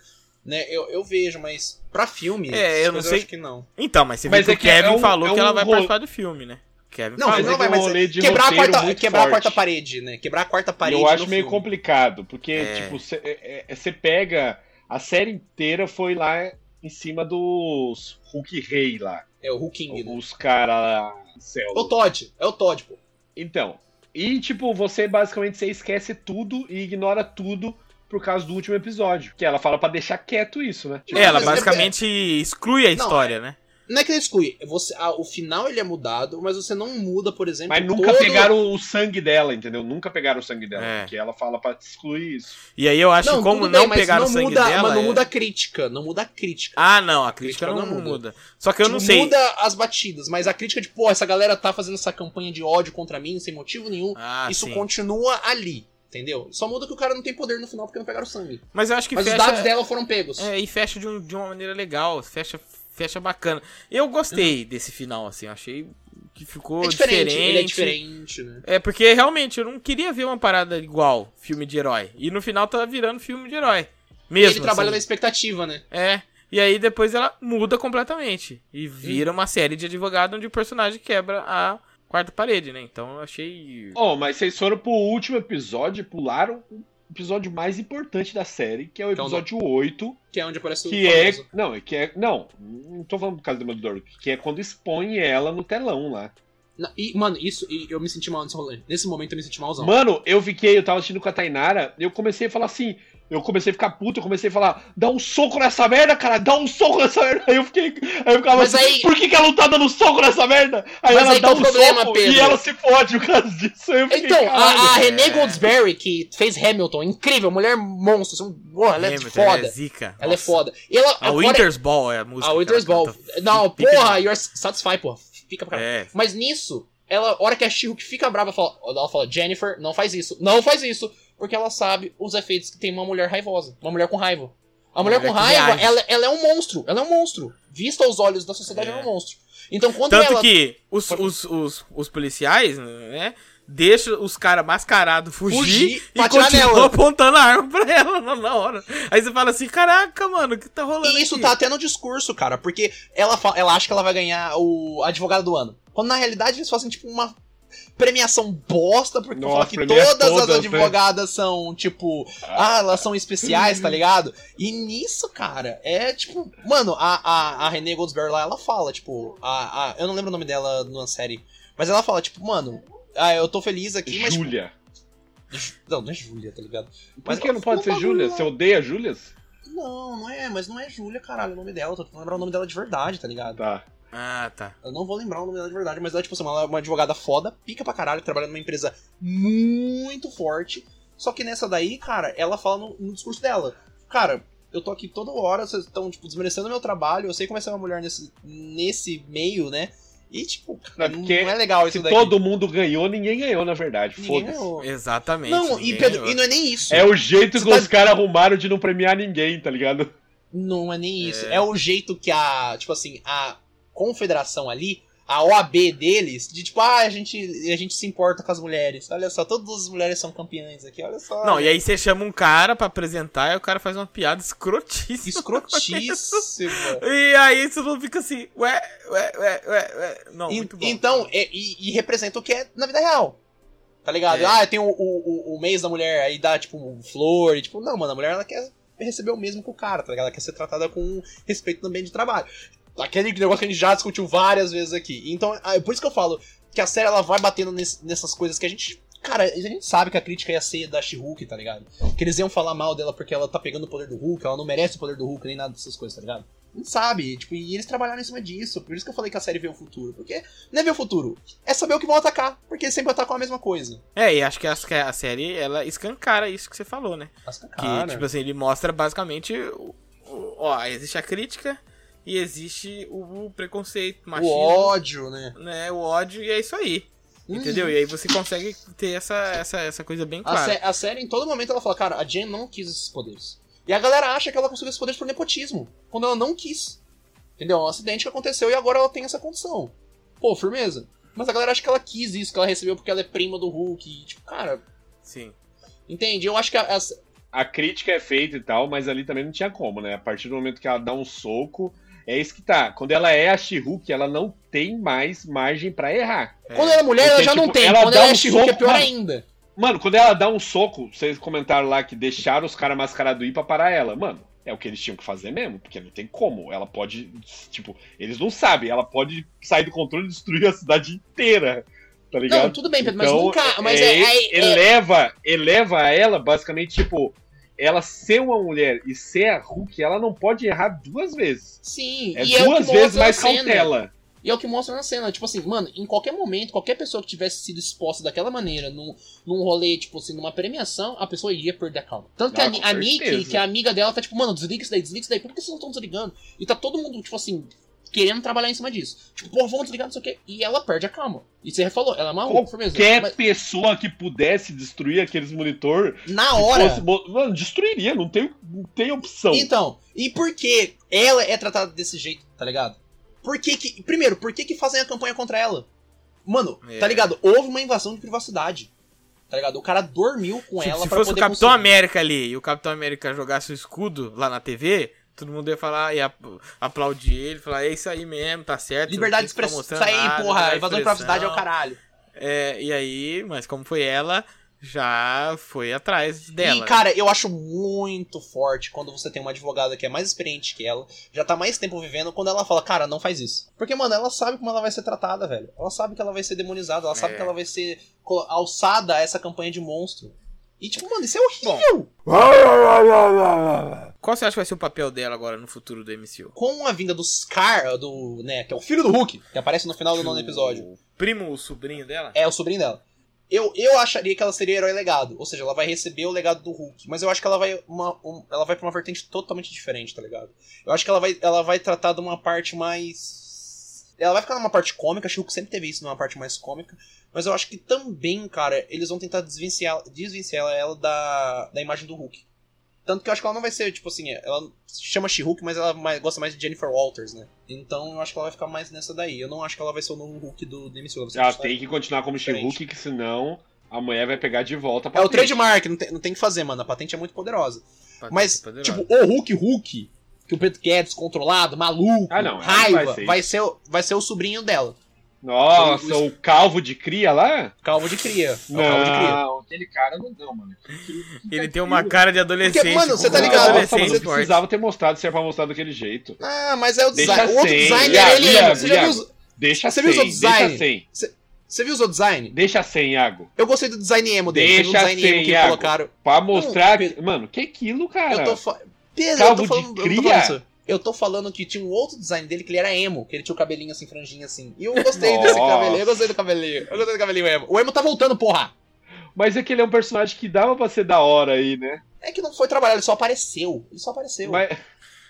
Speaker 2: né? Eu, eu vejo, mas pra filme,
Speaker 1: É, eu
Speaker 2: essas
Speaker 1: não
Speaker 2: coisas
Speaker 1: sei-
Speaker 2: acho que não.
Speaker 1: Então, mas você viu
Speaker 4: Mas
Speaker 1: que
Speaker 4: é
Speaker 1: o
Speaker 4: que é
Speaker 1: Kevin
Speaker 4: um-
Speaker 1: falou
Speaker 4: é
Speaker 1: que ela
Speaker 4: um
Speaker 1: vai
Speaker 4: rolo-
Speaker 1: participar do filme, né? Kevin
Speaker 2: Não,
Speaker 1: falou.
Speaker 2: mas
Speaker 4: mas é
Speaker 2: não
Speaker 4: que
Speaker 2: vai,
Speaker 4: é um
Speaker 2: mas
Speaker 4: rolê de
Speaker 2: quebrar a
Speaker 4: roteiro
Speaker 2: quarta,
Speaker 4: muito
Speaker 2: quebrar a quarta
Speaker 4: forte.
Speaker 2: parede, né? Quebrar a quarta parede.
Speaker 4: Eu acho
Speaker 2: no
Speaker 4: meio
Speaker 2: filme.
Speaker 4: complicado, porque,
Speaker 1: É.
Speaker 4: tipo, você pega. A série inteira foi lá em cima dos Hulk Rei lá.
Speaker 2: É o Hulking, né?
Speaker 4: Os caras lá. céu.
Speaker 2: É o Todd, é o Todd, pô.
Speaker 4: Então. E, tipo, você basicamente você esquece tudo e ignora tudo por causa do último episódio. Que ela fala pra deixar quieto isso, né? Tipo,
Speaker 1: É, ela
Speaker 2: mas é-
Speaker 1: basicamente exclui a
Speaker 2: Não,
Speaker 1: história, né?
Speaker 2: Não é que ele exclui, você, ah, o final ele é mudado, mas você não muda, por exemplo,
Speaker 4: Mas nunca
Speaker 2: todo-
Speaker 4: pegaram o sangue dela, entendeu? Nunca pegaram o sangue dela.
Speaker 1: É.
Speaker 4: Porque ela fala pra excluir isso.
Speaker 1: E aí eu acho que como
Speaker 2: tudo bem,
Speaker 1: não
Speaker 2: mas
Speaker 1: pegar o sangue
Speaker 2: muda,
Speaker 1: dela.
Speaker 2: mas não
Speaker 1: é-
Speaker 2: muda a crítica, não muda a crítica.
Speaker 1: Ah, não, a crítica,
Speaker 2: crítica
Speaker 1: não,
Speaker 2: Então não
Speaker 1: muda.
Speaker 2: muda.
Speaker 1: Só que eu
Speaker 2: Tipo,
Speaker 1: não sei.
Speaker 2: Muda as batidas, mas a crítica de, pô, essa galera tá fazendo essa campanha de ódio contra mim sem motivo nenhum,
Speaker 1: Ah,
Speaker 2: isso
Speaker 1: sim.
Speaker 2: continua ali, entendeu? Só muda que o cara não tem poder no final porque não pegaram sangue.
Speaker 1: Mas eu acho que
Speaker 2: mas
Speaker 1: fecha.
Speaker 2: os dados dela foram pegos.
Speaker 1: É, e fecha de, um- de uma maneira legal, fecha, fecha bacana. Eu gostei desse final, assim, eu achei que ficou
Speaker 2: Uhum. É
Speaker 1: diferente.
Speaker 2: diferente, ele é diferente, né?
Speaker 1: É, porque realmente eu não queria ver uma parada igual, filme de herói. E no final tá virando filme de herói.
Speaker 2: E
Speaker 1: Mesmo.
Speaker 2: ele trabalha na
Speaker 1: assim.
Speaker 2: expectativa, né?
Speaker 1: É. E aí depois ela muda completamente.
Speaker 2: Uhum.
Speaker 1: E vira uma série de advogado onde o personagem quebra a quarta parede, né? Então eu achei.
Speaker 4: Oh, mas vocês foram pro último episódio, pularam o episódio mais importante da série, que é o
Speaker 2: Que é o
Speaker 4: episódio 8,
Speaker 2: Que é onde aparece o
Speaker 4: que é.
Speaker 2: famoso.
Speaker 4: Não, é que é. Não, não tô falando por causa do Demolidor, que é quando expõe ela no telão lá.
Speaker 2: Na- E, mano, isso, e eu me senti mal nesse rolê. Nesse momento eu me senti malzão.
Speaker 4: Mano, eu fiquei, eu tava assistindo com a Tainara, eu comecei a falar assim. Eu comecei a ficar puto, eu comecei a falar, dá um soco nessa merda, cara, dá um soco nessa merda. Aí eu fiquei. Aí eu ficava
Speaker 2: Mas
Speaker 4: assim,
Speaker 2: aí-
Speaker 4: por que, que ela não tá dando soco nessa merda? Aí
Speaker 2: Mas
Speaker 4: ela
Speaker 2: aí
Speaker 4: dá
Speaker 2: qual
Speaker 4: um
Speaker 2: o problema,
Speaker 4: soco e
Speaker 2: Pedro?
Speaker 4: ela se fode por causa disso. Aí eu fiquei,
Speaker 2: Então,
Speaker 4: "Caralho".
Speaker 2: a, a Renee
Speaker 1: é.
Speaker 2: Goldsberry, que fez Hamilton, incrível, mulher monstro, assim, porra, ela é
Speaker 1: Hamilton,
Speaker 2: foda.
Speaker 1: é zica.
Speaker 2: Ela é
Speaker 1: Nossa.
Speaker 2: foda. E ela,
Speaker 1: A
Speaker 2: agora-
Speaker 1: Winter's Ball é a música.
Speaker 2: a
Speaker 1: que
Speaker 2: Winter's
Speaker 1: ela
Speaker 2: Ball.
Speaker 1: canta.
Speaker 2: Não,
Speaker 1: Fica
Speaker 2: porra,
Speaker 1: demais.
Speaker 2: you're satisfied, porra. Fica pra caralho.
Speaker 1: É.
Speaker 2: Mas nisso, ela, a hora que a she fica brava, fala, ela fala, Jennifer, não faz isso, não faz isso, porque ela sabe os efeieitos que tem uma mulher raivosa, uma mulher com raiva. A mulher com
Speaker 1: mulher que
Speaker 2: raiva,
Speaker 1: reage.
Speaker 2: ela, ela é um monstro, ela é um monstro. Vista aos olhos da sociedade,
Speaker 1: É.
Speaker 2: ela é um monstro. Então quando
Speaker 1: Tanto
Speaker 2: ela...
Speaker 1: que os, os, os, os policiais, né? Deixa os caras mascarados fugir,
Speaker 2: Fugir pra
Speaker 1: e
Speaker 2: atirar
Speaker 1: continua
Speaker 2: nela.
Speaker 1: apontando a arma pra ela na- na hora. Aí você fala assim: caraca, mano, o que tá rolando?
Speaker 2: E isso
Speaker 1: aqui?
Speaker 2: tá até no discurso, cara, porque ela, fa- ela acha que ela vai ganhar o advogado do ano. Quando na realidade eles fazem tipo uma premiação bosta, porque
Speaker 4: Nossa,
Speaker 2: fala que
Speaker 4: premia
Speaker 2: todas, as
Speaker 4: todas, né?
Speaker 2: advogadas são, tipo, ah, elas são especiais, tá ligado? E nisso, cara, é tipo, mano, a, a, a Renee Goldsberry lá, ela fala, tipo, a, a- eu não lembro o nome dela na série, mas ela fala, tipo, mano, ah, eu tô feliz aqui, mas. tipo,
Speaker 4: Júlia.
Speaker 2: Não, não é Júlia, tá ligado?
Speaker 4: Por que não pode ser
Speaker 2: bagulho
Speaker 4: Júlia?
Speaker 2: lá.
Speaker 4: Você odeia Júlias?
Speaker 2: Não, não é, mas não é Júlia, caralho, o nome dela. Eu tô tentando lembrar o nome dela de verdade, tá ligado?
Speaker 4: Tá.
Speaker 1: Ah, tá.
Speaker 2: Eu não vou lembrar o nome dela de verdade, mas ela, tipo assim, ela é uma advogada foda, pica pra caralho, trabalha numa empresa muito forte. Só que nessa daí, cara, ela fala no, no discurso dela. Cara, eu tô aqui toda hora, vocês estão, tipo, desmerecendo meu trabalho, eu sei como é ser uma mulher nesse, nesse meio, né? E, tipo, cara,
Speaker 4: Não,
Speaker 2: não,
Speaker 4: porque
Speaker 2: é legal isso
Speaker 4: Se
Speaker 2: daqui.
Speaker 4: todo mundo ganhou, ninguém ganhou, na verdade.
Speaker 2: Ninguém
Speaker 4: Foda-se.
Speaker 2: ganhou.
Speaker 1: Exatamente. né?
Speaker 2: Não, e
Speaker 1: ninguém
Speaker 2: Pedro,
Speaker 1: ganhou.
Speaker 2: e não é nem isso.
Speaker 4: É o jeito
Speaker 2: Você
Speaker 4: que
Speaker 2: tá-
Speaker 4: os caras arrumaram de não premiar ninguém, tá ligado?
Speaker 2: Não é nem isso.
Speaker 1: É.
Speaker 2: É. o jeito que a, tipo assim, a confederação ali, a OAB deles, de tipo, ah, a gente, a gente se importa com as mulheres. Olha só, todas as mulheres são campeãs aqui, olha só.
Speaker 1: Não, e aí você chama um cara pra apresentar e o cara faz uma piada escrotíssima.
Speaker 2: Escrotíssima.
Speaker 1: E aí todo mundo fica assim, ué, ué, ué, ué, ué. Não,
Speaker 2: E-
Speaker 1: muito bom.
Speaker 2: Então, é- e, e representa o que é na vida real. Tá ligado?
Speaker 1: É.
Speaker 2: Ah, tem o, o, o- o mês da mulher, aí dá, tipo, flor, e tipo, não, mano, a mulher ela quer receber o mesmo que o cara, tá ligado? Ela quer ser tratada com respeito no ambiente de trabalho. Aquele negócio que a gente já discutiu várias vezes aqui. Então, ah, é por isso que eu falo que a série ela vai batendo nesse- nessas coisas que a gente. Cara, a gente sabe que a crítica ia ser da She-Hulk, tá ligado? Que eles iam falar mal dela porque ela tá pegando o poder do Hulk, ela não merece o poder do Hulk, nem nada dessas coisas, tá ligado? A gente sabe, tipo, e eles trabalharam em cima disso. Por isso que eu falei que a série vê o futuro. Porque não é ver o futuro, é saber o que vão atacar. Porque eles sempre atacam a mesma coisa.
Speaker 1: É, e acho que acho que a série, ela escancara isso que você falou, né?
Speaker 2: Mas,
Speaker 1: Que,
Speaker 2: cara,
Speaker 1: tipo assim, ele mostra basicamente. o- o- Ó, existe a crítica e existe o, o preconceito,
Speaker 2: o
Speaker 1: machismo,
Speaker 2: ódio, né?
Speaker 1: né? O ódio, e é isso aí. Entendeu?
Speaker 2: Hum.
Speaker 1: E aí você consegue ter essa, essa, essa coisa bem
Speaker 2: A,
Speaker 1: clara.
Speaker 2: sé- a série, em todo momento, ela fala, cara, a Jen não quis esses poderes. E a galera acha que ela conseguiu esses poderes por nepotismo, quando ela não quis. Entendeu? É um acidente que aconteceu e agora ela tem essa condição. Pô, firmeza. Mas a galera acha que ela quis isso, que ela recebeu porque ela é prima do Hulk. E, tipo, cara,
Speaker 1: Sim.
Speaker 2: entende? Eu acho que a, a-
Speaker 4: A crítica é feita e tal, mas ali também não tinha como, né? A partir do momento que ela dá um soco, é isso que tá. Quando ela é a She-Hulk, ela não tem mais margem pra errar.
Speaker 1: É.
Speaker 2: Quando ela é mulher,
Speaker 4: Porque,
Speaker 2: ela já não
Speaker 4: tipo,
Speaker 2: tem.
Speaker 4: ela
Speaker 2: quando
Speaker 4: dá
Speaker 2: ela é
Speaker 4: um
Speaker 2: She-Hulk, é
Speaker 4: soco, tá
Speaker 2: pior
Speaker 4: mano.
Speaker 2: ainda.
Speaker 4: Mano, quando ela dá um soco, vocês comentaram lá que deixaram os caras mascarados ir pra parar ela. Mano, é o que eles tinham que fazer mesmo, porque não tem como. Ela pode, tipo, eles não sabem, ela pode sair do controle e destruir a cidade inteira. Tá ligado?
Speaker 2: Não, tudo bem, Pedro, mas
Speaker 4: Então,
Speaker 2: nunca. Mas
Speaker 4: é,
Speaker 2: é, é- é-
Speaker 4: eleva, eleva ela, basicamente, tipo, ela ser uma mulher e ser a Hulk, ela não pode errar duas vezes.
Speaker 2: Sim,
Speaker 4: É
Speaker 2: e é o
Speaker 4: duas
Speaker 2: que
Speaker 4: vezes
Speaker 2: mostra na
Speaker 4: mais
Speaker 2: cena.
Speaker 4: cautela.
Speaker 2: E é o que mostra na cena. Tipo assim, mano, em qualquer momento, qualquer pessoa que tivesse sido exposta daquela maneira, num, num rolê, tipo assim, numa premiação, a pessoa iria perder a calma. Tanto que
Speaker 4: Ah,
Speaker 2: a, Ni-
Speaker 4: com
Speaker 2: a Nikki,
Speaker 4: certeza.
Speaker 2: que é amiga dela, tá tipo, mano, desliga isso daí, desliga isso daí, por que vocês não estão desligando? E tá todo mundo, tipo assim, querendo trabalhar em cima disso. Tipo, pô, vamos desligar, não sei o quê. E ela perde a calma. E você falou, ela é maluca, por mesmo.
Speaker 4: Qualquer
Speaker 2: Mas
Speaker 4: pessoa que pudesse destruir aqueles monitor,
Speaker 2: na
Speaker 4: se
Speaker 2: hora.
Speaker 4: fosse bo- mano, destruiria, não tem, não tem opção.
Speaker 2: Então, e por que ela é tratada desse jeito, tá ligado? Por que que. Primeiro, por que que fazem a campanha contra ela? Mano,
Speaker 1: É.
Speaker 2: tá ligado? Houve uma invasão de privacidade. Tá ligado? O cara dormiu com
Speaker 1: Tipo,
Speaker 2: ela
Speaker 1: se
Speaker 2: pra
Speaker 1: fosse o
Speaker 2: poder
Speaker 1: Capitão
Speaker 2: conseguir.
Speaker 1: América ali e o Capitão América jogasse o escudo lá na TV, Todo mundo ia falar, ia ap- aplaudir ele, falar, é isso aí mesmo, tá certo.
Speaker 2: Liberdade de
Speaker 1: não tem que ficar
Speaker 2: expressão. Isso aí,
Speaker 1: mostrando nada,
Speaker 2: porra.
Speaker 1: liberdade de
Speaker 2: Invasão de privacidade é o
Speaker 1: expressão.
Speaker 2: caralho.
Speaker 1: É, e aí, mas como foi ela, já foi atrás dela.
Speaker 2: E, cara, eu acho muito forte quando você tem uma advogada que é mais experiente que ela, já tá mais tempo vivendo, quando ela fala, cara, não faz isso. Porque, mano, ela sabe como ela vai ser tratada, velho. Ela sabe que ela vai ser demonizada, ela sabe
Speaker 1: É.
Speaker 2: que ela vai ser co- alçada a essa campanha de monstro. E, tipo, mano, isso é horrível!
Speaker 1: Qual você acha que vai ser o papel dela agora no futuro do MCU?
Speaker 2: Com a vinda do Scar, do, né, que é o filho do Hulk, que aparece no final do nono episódio.
Speaker 1: O primo, o sobrinho dela?
Speaker 2: É o sobrinho dela. Eu, eu acharia que ela seria herói legado, ou seja, ela vai receber o legado do Hulk, mas eu acho que ela vai uma, um- ela vai para uma vertente totalmente diferente, tá ligado? Eu acho que ela vai ela vai tratar de uma parte mais ela vai ficar numa parte cômica, acho que o Hulk sempre teve isso numa parte mais cômica, mas eu acho que também, cara, eles vão tentar desvencilhar, desvencilhar ela da, da imagem do Hulk. Tanto que eu acho que ela não vai ser, tipo assim, ela se chama She-Hulk, mas ela mais- gosta mais de Jennifer Walters, né? Então eu acho que ela vai ficar mais nessa daí. Eu não acho que ela vai ser o novo Hulk do, do MCU. ela vai ser
Speaker 4: Ela
Speaker 2: personagem-
Speaker 4: tem que continuar como
Speaker 2: Diferente.
Speaker 4: She-Hulk, que senão a mulher vai pegar de volta
Speaker 2: É o
Speaker 4: patente.
Speaker 2: trademark, não tem, não tem o que fazer, mano. A patente é muito poderosa.
Speaker 1: Patente
Speaker 4: é
Speaker 2: Mas,
Speaker 1: poderosa.
Speaker 2: tipo, o Hulk Hulk, que o Pedro quer descontrolado, maluco,
Speaker 4: Ah, não,
Speaker 2: raiva,
Speaker 4: ela vai
Speaker 2: vai
Speaker 4: ser
Speaker 2: ser.
Speaker 4: isso.
Speaker 2: o, vai ser o sobrinho dela.
Speaker 4: Nossa, o calvo de cria lá?
Speaker 2: Calvo de cria. É o calvo de cria.
Speaker 4: Não, aquele cara não, não mano.
Speaker 1: Ele tem uma cara de adolescente.
Speaker 2: Porque, mano, você
Speaker 1: com
Speaker 2: tá
Speaker 1: um
Speaker 2: ligado?
Speaker 4: Nossa, mano,
Speaker 1: Adolescente
Speaker 4: não
Speaker 1: forte.
Speaker 4: precisava ter mostrado se era pra mostrar daquele jeito.
Speaker 2: Ah, mas é o
Speaker 4: Deixa
Speaker 2: design. O outro
Speaker 4: sem.
Speaker 2: designer,
Speaker 4: Iago,
Speaker 2: ele.
Speaker 4: Iago,
Speaker 2: você, já viu,
Speaker 4: Iago.
Speaker 2: os-
Speaker 4: Deixa
Speaker 2: Você
Speaker 4: sem,
Speaker 2: viu
Speaker 4: deixa
Speaker 2: os outros design?
Speaker 4: sem.
Speaker 2: você viu o seu design?
Speaker 4: Deixa sem, Iago.
Speaker 2: Eu gostei do design emo dele. teve um
Speaker 4: Deixa
Speaker 2: design emo
Speaker 4: sem,
Speaker 2: que
Speaker 4: Iago.
Speaker 2: colocaram.
Speaker 4: Pra mostrar...
Speaker 2: Pedro.
Speaker 4: que- Mano, que aquilo, cara?
Speaker 2: Eu tô, fa... Pedro, eu
Speaker 4: Calvo
Speaker 2: tô
Speaker 4: de
Speaker 2: falando. Eu, não tô
Speaker 4: cria?
Speaker 2: falando isso. eu tô falando que tinha um outro design dele que ele era emo, que ele tinha o cabelinho assim, franjinha assim. E eu gostei desse
Speaker 4: Nossa.
Speaker 2: cabelinho, eu gostei do cabelinho. Eu gostei do cabelinho emo. O emo tá voltando, porra!
Speaker 4: Mas é que ele é um personagem que dava pra ser da hora aí, né?
Speaker 2: É que não foi trabalhar, ele só apareceu. Ele só apareceu.
Speaker 4: Mas,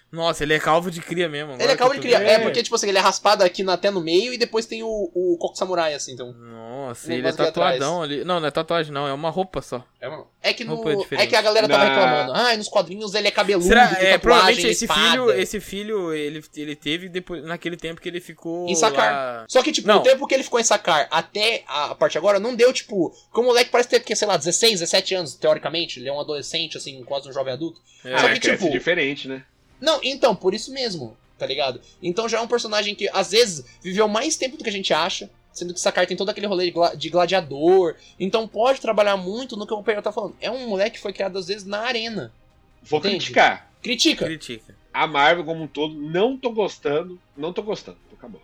Speaker 1: Nossa, ele é calvo de cria mesmo.
Speaker 2: ele
Speaker 1: agora
Speaker 2: é calvo
Speaker 1: que
Speaker 2: de
Speaker 1: eu tô
Speaker 2: cria.
Speaker 1: vendo.
Speaker 2: É, porque, tipo assim, ele é raspado aqui na- até no meio e depois tem o, o coco samurai, assim, então.
Speaker 1: Nossa,
Speaker 2: Não
Speaker 1: ele é
Speaker 2: gosto de ir atrás.
Speaker 1: tatuadão ali. Não, não é tatuagem, não, é uma roupa só.
Speaker 2: É, mano. É que no.
Speaker 1: Roupa diferente.
Speaker 2: É que a galera tava
Speaker 4: Na-
Speaker 2: reclamando. Ai, nos quadrinhos ele é cabeludo.
Speaker 1: Será? É,
Speaker 2: tem tatuagem,
Speaker 1: provavelmente esse
Speaker 2: espada."
Speaker 1: filho, esse filho, ele, ele teve depois, naquele tempo que ele ficou.
Speaker 2: Em Sakar.
Speaker 1: lá-
Speaker 2: Só que, tipo,
Speaker 1: Não.
Speaker 2: o tempo que ele ficou em sacar até a parte agora, não deu, tipo. Porque o moleque parece ter, porque, sei lá, 16, 17 anos, teoricamente. Ele é um adolescente, assim, quase um jovem adulto.
Speaker 1: É.
Speaker 2: Só
Speaker 4: é,
Speaker 2: que,
Speaker 4: cresce
Speaker 2: tipo,
Speaker 4: diferente, né?
Speaker 2: Não, então, por isso mesmo, tá ligado? Então já é um personagem que, às vezes, viveu mais tempo do que a gente acha, sendo que Sakar tem todo aquele rolê de, gla- de gladiador. Então pode trabalhar muito no que o Pedro tá falando. É um moleque que foi criado, às vezes, na arena.
Speaker 4: Vou
Speaker 2: Entende?
Speaker 4: criticar.
Speaker 2: Critica.
Speaker 1: Critica.
Speaker 4: A Marvel como um todo, não tô gostando. Não tô gostando. Acabou.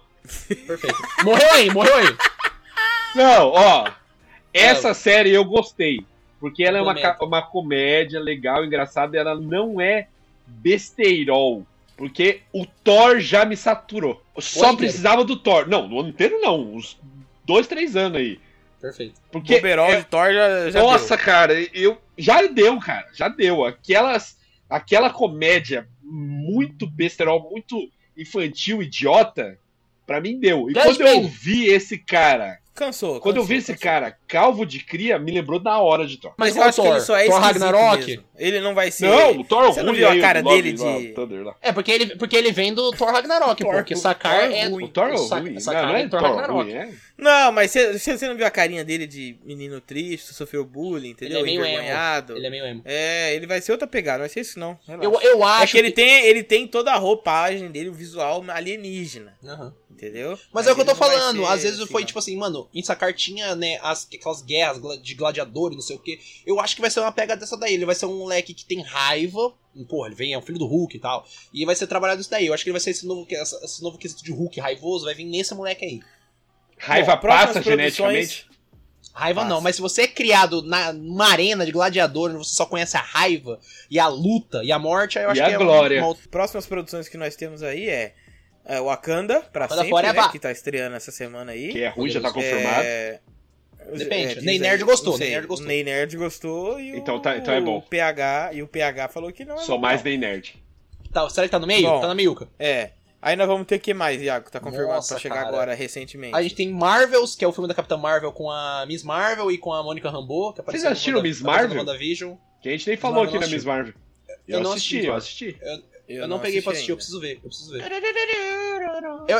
Speaker 2: Perfeito. Morreu aí, morreu aí.
Speaker 4: Não, ó. Essa série eu gostei. Porque ela é uma,
Speaker 2: Comédia.
Speaker 4: ca- uma comédia legal, engraçada, e ela não é besteirol. Porque o Thor já me saturou. Eu Só
Speaker 2: inteiro.
Speaker 4: precisava do Thor. Não, no ano inteiro não. Uns dois, três anos aí.
Speaker 2: Perfeito.
Speaker 1: Que
Speaker 4: Porque.
Speaker 1: Boberol
Speaker 4: é-
Speaker 1: de Thor já, já
Speaker 4: Nossa, cara, eu. Já deu, cara. Já deu. Aquelas. Aquela comédia muito besterol, muito infantil, idiota, pra mim deu. E
Speaker 2: Dez
Speaker 4: quando eu
Speaker 2: bem.
Speaker 4: vi esse cara
Speaker 1: deu. Cansou.
Speaker 4: quando eu
Speaker 1: cansou,
Speaker 4: vi esse
Speaker 1: cansou.
Speaker 4: cara calvo de cria, me lembrou da hora de Thor.
Speaker 1: Mas eu
Speaker 2: qual
Speaker 1: acho que ele
Speaker 2: Thor?
Speaker 1: só é
Speaker 2: Thor
Speaker 1: esquisito
Speaker 2: Ragnarok?
Speaker 1: mesmo. Ele não vai ser.
Speaker 4: Não, o Thor é
Speaker 1: Você
Speaker 4: ruim
Speaker 1: não viu a
Speaker 4: aí,
Speaker 1: cara
Speaker 4: o Love
Speaker 1: dele
Speaker 4: lá,
Speaker 1: de-
Speaker 4: o Thunder lá.
Speaker 2: É, porque ele, porque ele vem do Thor Ragnarok,
Speaker 1: Thor,
Speaker 2: porque
Speaker 1: o
Speaker 2: Sakar
Speaker 1: Thor
Speaker 2: é.
Speaker 1: ruim.
Speaker 4: O Thor é
Speaker 2: Sa-
Speaker 4: ruim, não,
Speaker 2: Sakar
Speaker 4: não
Speaker 2: é
Speaker 4: é
Speaker 2: Thor
Speaker 4: Thor
Speaker 2: Ragnarok.
Speaker 4: ruim, é.
Speaker 1: Não, mas você, você você não viu a carinha dele de menino triste, sofreu bullying, entendeu?
Speaker 2: Ele é meio emo.
Speaker 1: Envergonhado.
Speaker 2: Ele é meio emo.
Speaker 1: É, ele vai ser outra pegada, não vai ser isso não. relaxa.
Speaker 2: Eu, eu
Speaker 1: é
Speaker 2: acho.
Speaker 1: que ele tem, ele tem toda a roupagem dele, o visual alienígena,
Speaker 2: Aham.
Speaker 1: entendeu?
Speaker 2: Mas é o que eu tô
Speaker 1: ele não vai
Speaker 2: falando,
Speaker 1: ser
Speaker 2: às vezes
Speaker 1: assim,
Speaker 2: foi
Speaker 1: não.
Speaker 2: tipo assim, mano, em Sakar tinha, né, as, aquelas guerras gla- de gladiadores, não sei o quê. Eu acho que vai ser uma pega dessa daí. Ele vai ser um moleque que tem raiva. e, Porra, ele vem, é um filho do Hulk e tal. E vai ser trabalhado isso daí. Eu acho que ele vai ser esse novo, que- essa- esse novo quesito de Hulk raivoso, vai vir nesse moleque aí.
Speaker 4: Raiva
Speaker 1: Bom, próximas
Speaker 4: passa
Speaker 1: produções-
Speaker 4: geneticamente.
Speaker 2: Raiva
Speaker 1: Nossa.
Speaker 2: não, mas se você é criado na, numa arena de gladiador, onde você só conhece a raiva e a luta e a morte, aí eu
Speaker 4: E
Speaker 2: acho
Speaker 4: a
Speaker 2: que
Speaker 4: glória.
Speaker 2: é uma, uma
Speaker 1: Próximas produções que nós temos aí é, é Wakanda, pra
Speaker 2: Wakanda
Speaker 1: sempre, né,
Speaker 2: Forever.
Speaker 1: que tá estreando essa semana aí.
Speaker 4: Que é ruim, já tá
Speaker 2: Poderoso.
Speaker 4: confirmado.
Speaker 1: É,
Speaker 2: Depende,
Speaker 1: diz
Speaker 2: nem
Speaker 1: aí,
Speaker 2: nerd gostou,
Speaker 1: não sei,
Speaker 2: nem nerd gostou.
Speaker 1: Nem nerd gostou e
Speaker 4: Então
Speaker 1: o,
Speaker 4: tá- então é bom.
Speaker 1: o PH, e o PH falou que não é
Speaker 4: Sou
Speaker 1: bom,
Speaker 4: mais
Speaker 1: não.
Speaker 4: nem nerd.
Speaker 2: Tá, será que tá no meio?
Speaker 1: Bom.
Speaker 2: Tá na meiuca.
Speaker 1: É. Aí nós vamos ter que mais, Iago, tá confirmado
Speaker 2: Nossa,
Speaker 1: pra chegar
Speaker 2: cara.
Speaker 1: agora, recentemente.
Speaker 2: A gente tem Marvels, que é o filme da Capitã Marvel com a Miss Marvel e com a Mônica Rambeau, que apareceu
Speaker 4: Vocês assistiram
Speaker 2: no Wanda-
Speaker 4: Miss
Speaker 2: apareceu no
Speaker 4: Marvel?
Speaker 2: Wandavision.
Speaker 4: Que a gente nem falou
Speaker 2: Não, eu
Speaker 4: aqui
Speaker 2: não
Speaker 4: na Miss
Speaker 2: assisti.
Speaker 4: Marvel. Eu,
Speaker 2: Eu não
Speaker 4: assisti,
Speaker 2: assisti,
Speaker 4: eu
Speaker 2: mano.
Speaker 4: assisti.
Speaker 2: Eu, não, peguei pra assistir, eu
Speaker 1: ainda.
Speaker 2: preciso ver, eu preciso ver. Eu,
Speaker 4: Ah,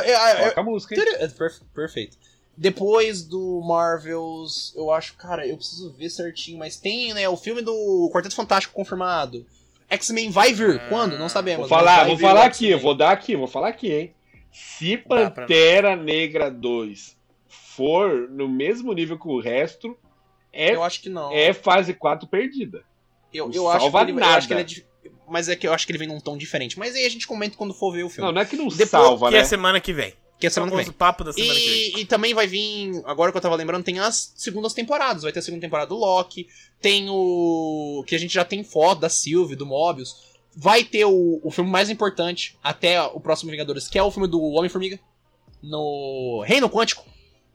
Speaker 2: eu, eu-
Speaker 4: Toca a música, hein?
Speaker 2: eu- é perf- perfeito. Depois do Marvels, eu acho, cara, eu preciso ver certinho, mas tem, né, o filme do Quarteto Fantástico confirmado. X-Men vai vir. Quando? Não sabemos.
Speaker 4: Vou falar,
Speaker 2: mas vai
Speaker 4: vou
Speaker 2: vir o
Speaker 4: falar
Speaker 2: X-Men.
Speaker 4: aqui, vou dar aqui, vou falar aqui, hein? Se
Speaker 1: assim. Dá pra-
Speaker 4: Pantera Negra 2 for no mesmo nível que o resto, é,
Speaker 2: Eu acho que não.
Speaker 4: é fase 4 perdida.
Speaker 2: eu,
Speaker 4: não
Speaker 2: eu, acho que
Speaker 4: salva
Speaker 2: ele, eu acho que ele é.
Speaker 4: nada.
Speaker 2: dif- Mas é que eu acho que ele vem num tom diferente. Mas aí a gente comenta quando for ver o filme.
Speaker 4: Não, não é que não
Speaker 2: Então, Depois-
Speaker 4: salva,
Speaker 1: Que
Speaker 4: né?
Speaker 1: é semana que vem.
Speaker 2: que é semana que vem.
Speaker 1: Famoso papo da semana que vem.
Speaker 2: E, e também vai vir, agora que eu tava lembrando, tem as segundas temporadas. Vai ter a segunda temporada do Loki, tem o. que a gente já tem foto da Sylvie, do Mobius. Vai ter o, o filme mais importante até o próximo Vingadores, que é o filme do Homem-Formiga, no Reino Quântico.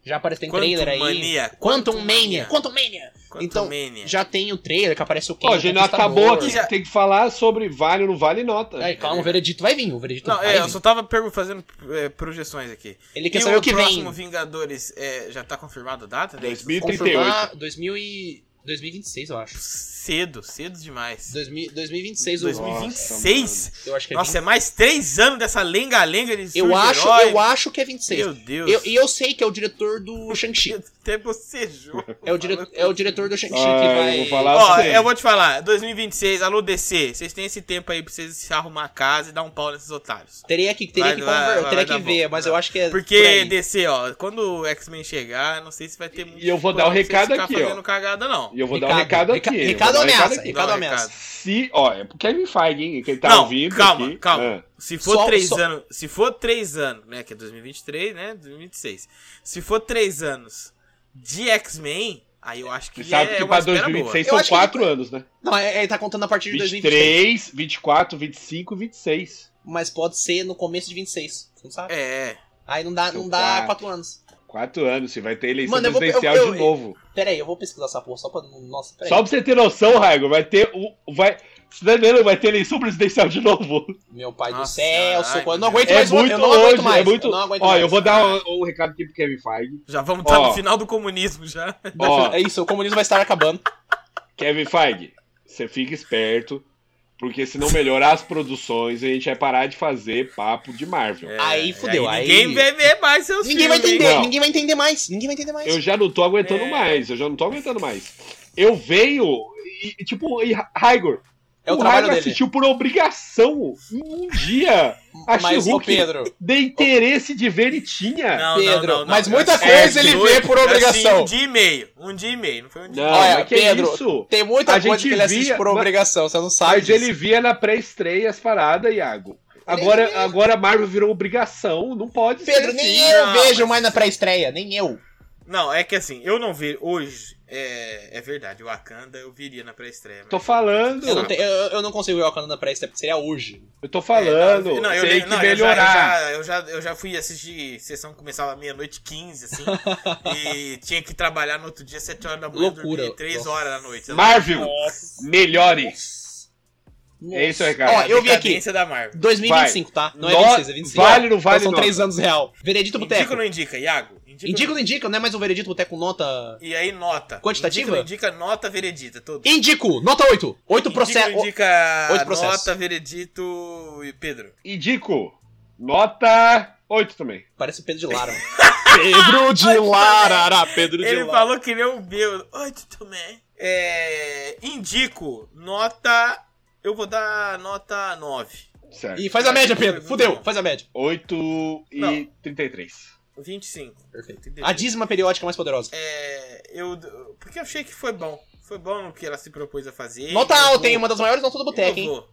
Speaker 2: Já aparece, tem trailer aí.
Speaker 1: Mania.
Speaker 2: Quantum Mania. Quantum Mania!
Speaker 1: Quantum
Speaker 2: Então,
Speaker 1: Mania.
Speaker 2: Já tem o trailer que aparece o Ken.
Speaker 4: Ó, a
Speaker 2: o
Speaker 4: gente não
Speaker 2: Conquistador.
Speaker 4: acabou aqui,
Speaker 1: Já-
Speaker 4: tem que falar sobre vale ou não vale nota.
Speaker 2: Aí, calma, o veredito vai vir, o veredito
Speaker 1: Não,
Speaker 2: vai
Speaker 1: é, eu
Speaker 2: vir.
Speaker 1: só tava pergu- fazendo é, projeções aqui.
Speaker 2: Ele quer
Speaker 1: e
Speaker 2: saber
Speaker 1: o
Speaker 2: o que vem.
Speaker 1: próximo Vingadores é, já tá confirmado a data? né?
Speaker 4: 2038.
Speaker 2: Confirmar 2000 e... 2026, eu acho.
Speaker 1: Cedo, cedo demais.
Speaker 2: 2000 2026 o
Speaker 1: 2026?
Speaker 2: Eu acho que é
Speaker 1: Nossa, é mais três anos dessa lenga-lenga de
Speaker 2: 20. Eu acho, eu acho que é 26.
Speaker 1: Meu Deus.
Speaker 2: Eu- E eu, sei que é o diretor do Shang-Chi.
Speaker 1: Até bocejou.
Speaker 2: É o, dire... é o diretor do Shang-Chi
Speaker 4: Ah,
Speaker 2: que
Speaker 4: eu
Speaker 2: vai.
Speaker 4: vou falar-
Speaker 1: Ó,
Speaker 4: Sim.
Speaker 1: eu vou te falar, 2026, alô DC, vocês têm esse tempo aí pra vocês se arrumar a casa e dar um pau nesses otários.
Speaker 2: Teria que, teria
Speaker 1: Vai-
Speaker 2: que,
Speaker 1: vai-
Speaker 2: conver-
Speaker 1: vai
Speaker 2: teria
Speaker 1: dar
Speaker 2: que
Speaker 1: bom.
Speaker 2: ver, mas eu acho que é. por
Speaker 1: Porque
Speaker 2: aí.
Speaker 1: DC, ó, quando o X-Men chegar, não sei se vai ter muito. tipo,
Speaker 4: E eu vou dar o
Speaker 1: pra vocês
Speaker 4: recado
Speaker 1: ficar
Speaker 4: aqui,
Speaker 1: fazendo
Speaker 4: ó.
Speaker 1: cagada, não.
Speaker 4: E eu vou dar um recado
Speaker 2: Reca-
Speaker 4: aqui. eu vou
Speaker 2: Recado
Speaker 4: dar
Speaker 2: ou
Speaker 4: um
Speaker 2: ameaça?
Speaker 4: aqui.
Speaker 2: Recado
Speaker 1: Dá
Speaker 2: ou
Speaker 1: um
Speaker 2: ameaça?
Speaker 1: recado.
Speaker 4: Se, ó, é pro Kevin Feige, hein, que ele tá
Speaker 1: não,
Speaker 4: ouvindo
Speaker 1: calma,
Speaker 4: aqui.
Speaker 1: calma.
Speaker 4: Ah.
Speaker 1: Se for
Speaker 2: Só-
Speaker 1: três
Speaker 2: só-
Speaker 1: anos, se for três anos, né, que é 2023, né, 2026. Se for três anos de X-Men, aí eu acho que
Speaker 4: Você sabe
Speaker 1: é
Speaker 4: que
Speaker 1: uma
Speaker 4: pra
Speaker 1: espera
Speaker 4: 2026
Speaker 2: boa. Eu
Speaker 4: são
Speaker 2: acho que
Speaker 4: 4 anos, né?
Speaker 2: Não, é- ele tá contando a partir de 2023.
Speaker 4: 23, 24, 25, 26.
Speaker 2: Mas pode ser no começo de 26. Você não sabe?
Speaker 1: boa. É,
Speaker 2: Aí não dá, não
Speaker 4: Então,
Speaker 2: dá
Speaker 4: quatro.
Speaker 2: 4 anos.
Speaker 4: 4 anos, você vai ter eleição
Speaker 2: Mano, eu vou-
Speaker 4: presidencial
Speaker 2: eu- eu-
Speaker 4: de novo.
Speaker 2: Pera aí, eu vou pesquisar essa porra só pra. Nossa, pera aí.
Speaker 4: Só pra você ter noção, Raigo, vai ter o. Vai, você tá entendendo? Vai ter eleição presidencial de novo.
Speaker 2: Meu pai do
Speaker 1: Nossa,
Speaker 2: céu,
Speaker 1: ai,
Speaker 2: socorro.
Speaker 1: meu
Speaker 2: Eu não aguento
Speaker 1: Deus.
Speaker 4: É
Speaker 2: mais voto,
Speaker 4: muito
Speaker 2: eu não aguento
Speaker 4: longe,
Speaker 2: mais.
Speaker 4: é muito.
Speaker 2: Eu não aguento
Speaker 4: Ó,
Speaker 2: mais.
Speaker 4: eu vou dar um, um recado aqui pro Kevin Feige.
Speaker 1: já vamos estar
Speaker 4: Ó.
Speaker 1: no final do comunismo já.
Speaker 4: Ó,
Speaker 2: É isso, o comunismo vai estar acabando.
Speaker 4: Kevin Feige, você fica esperto, porque se não melhorar as produções, a gente vai parar de fazer papo de Marvel.
Speaker 2: Aí
Speaker 1: É,
Speaker 2: fudeu, aí-
Speaker 1: Ninguém vai ver mais seus
Speaker 2: Ninguém vai
Speaker 1: filmes, hein?
Speaker 2: entender,
Speaker 4: Não.
Speaker 2: ninguém vai entender mais. Ninguém vai entender mais.
Speaker 4: Eu já não tô aguentando
Speaker 1: É.
Speaker 4: mais, eu já não tô aguentando mais. Eu venho. E, e, tipo, e Ra- Raigor,
Speaker 2: É o
Speaker 4: o
Speaker 2: trabalho
Speaker 4: Raigor
Speaker 2: dele.
Speaker 4: assistiu por obrigação em um dia. A
Speaker 2: Mas o
Speaker 4: She-Hulk
Speaker 2: Pedro.
Speaker 4: de interesse de ver e tinha.
Speaker 1: Não,
Speaker 2: Pedro,
Speaker 1: não, não, não.
Speaker 2: mas
Speaker 1: Eu
Speaker 2: muita
Speaker 1: assisti
Speaker 2: coisa ele
Speaker 1: dois-
Speaker 2: vê por
Speaker 1: eu assisti
Speaker 2: obrigação.
Speaker 1: Um dia e meio, um dia e meio, não foi um dia.
Speaker 4: Não,
Speaker 2: Olha,
Speaker 4: mas que
Speaker 2: Pedro,
Speaker 4: é isso?
Speaker 2: Tem muita
Speaker 4: A
Speaker 2: coisa
Speaker 4: gente
Speaker 2: que ele assiste
Speaker 4: via-
Speaker 2: por
Speaker 4: mas-
Speaker 2: obrigação, você não sabe.
Speaker 4: Mas ele via na pré-estreia as paradas, Iago. Agora, agora a Marvel virou obrigação, não pode
Speaker 2: Pedro,
Speaker 4: ser
Speaker 2: nem é.
Speaker 4: assim.
Speaker 2: eu
Speaker 1: não,
Speaker 2: vejo
Speaker 1: mas-
Speaker 2: mais na pré-estreia, nem eu.
Speaker 1: Não, é que assim, eu não vi hoje, é, é verdade, o Wakanda eu viria na pré-estreia. mas-
Speaker 4: Tô falando.
Speaker 2: Eu não, tenho- eu- eu não consigo ver o Wakanda na pré-estreia, porque seria hoje.
Speaker 4: Eu tô falando,
Speaker 1: É, não, eu,
Speaker 4: tem
Speaker 1: não,
Speaker 4: que
Speaker 1: eu já-
Speaker 4: melhorar.
Speaker 1: Eu já, eu, já, eu já fui assistir sessão que começava meia-noite 15, assim. e tinha que trabalhar no outro dia, 7 horas da manhã,
Speaker 2: Loucura.
Speaker 1: dormir 3
Speaker 2: Nossa.
Speaker 1: horas da noite.
Speaker 4: Marvel, melhore.
Speaker 2: Nossa.
Speaker 4: É isso aí,
Speaker 2: Ó,
Speaker 4: cara.
Speaker 2: eu vi aqui.
Speaker 1: da Marvel.
Speaker 2: 2025, tá? Não é
Speaker 4: Nó-
Speaker 2: 26, é 25.
Speaker 4: vale ou não vale
Speaker 2: Então são
Speaker 4: nota?
Speaker 2: 3 anos real. Veredito
Speaker 1: Indica
Speaker 2: Boteco.
Speaker 1: ou não indica, Iago? Indica, ou
Speaker 2: Indico
Speaker 1: não
Speaker 2: ou não indica? Não é mais um veredito boteco com nota...
Speaker 1: indica? E aí, nota.
Speaker 2: Quantitativa?
Speaker 1: Indica, ou não indica nota, veredita. Todo.
Speaker 2: Indico! Nota 8! 8
Speaker 1: Indica, ou
Speaker 2: processos...
Speaker 1: não indica
Speaker 2: oito processos.
Speaker 1: nota, veredito e Pedro.
Speaker 4: Indico, nota 8 também.
Speaker 2: Parece o Pedro de Lara. mano. Pedro de Lara! Pedro
Speaker 1: Ele falou
Speaker 2: é
Speaker 1: que nem
Speaker 2: um
Speaker 1: o meu. Oito também. É, indico nota. Eu vou dar nota 9.
Speaker 4: Certo.
Speaker 2: E faz a média, Pedro. Fudeu, faz a média.
Speaker 4: 8 e
Speaker 1: Não.
Speaker 4: 33.
Speaker 1: 25.
Speaker 2: Perfeito.
Speaker 1: Entendeu?
Speaker 2: A dízima periódica mais poderosa.
Speaker 1: É, eu. Porque eu achei que foi bom. Foi bom no que ela se propôs a fazer.
Speaker 2: Nota
Speaker 1: Eu
Speaker 2: alta,
Speaker 1: vou-
Speaker 2: hein? Uma das maiores notas do
Speaker 1: eu
Speaker 2: boteco, hein?
Speaker 1: vou.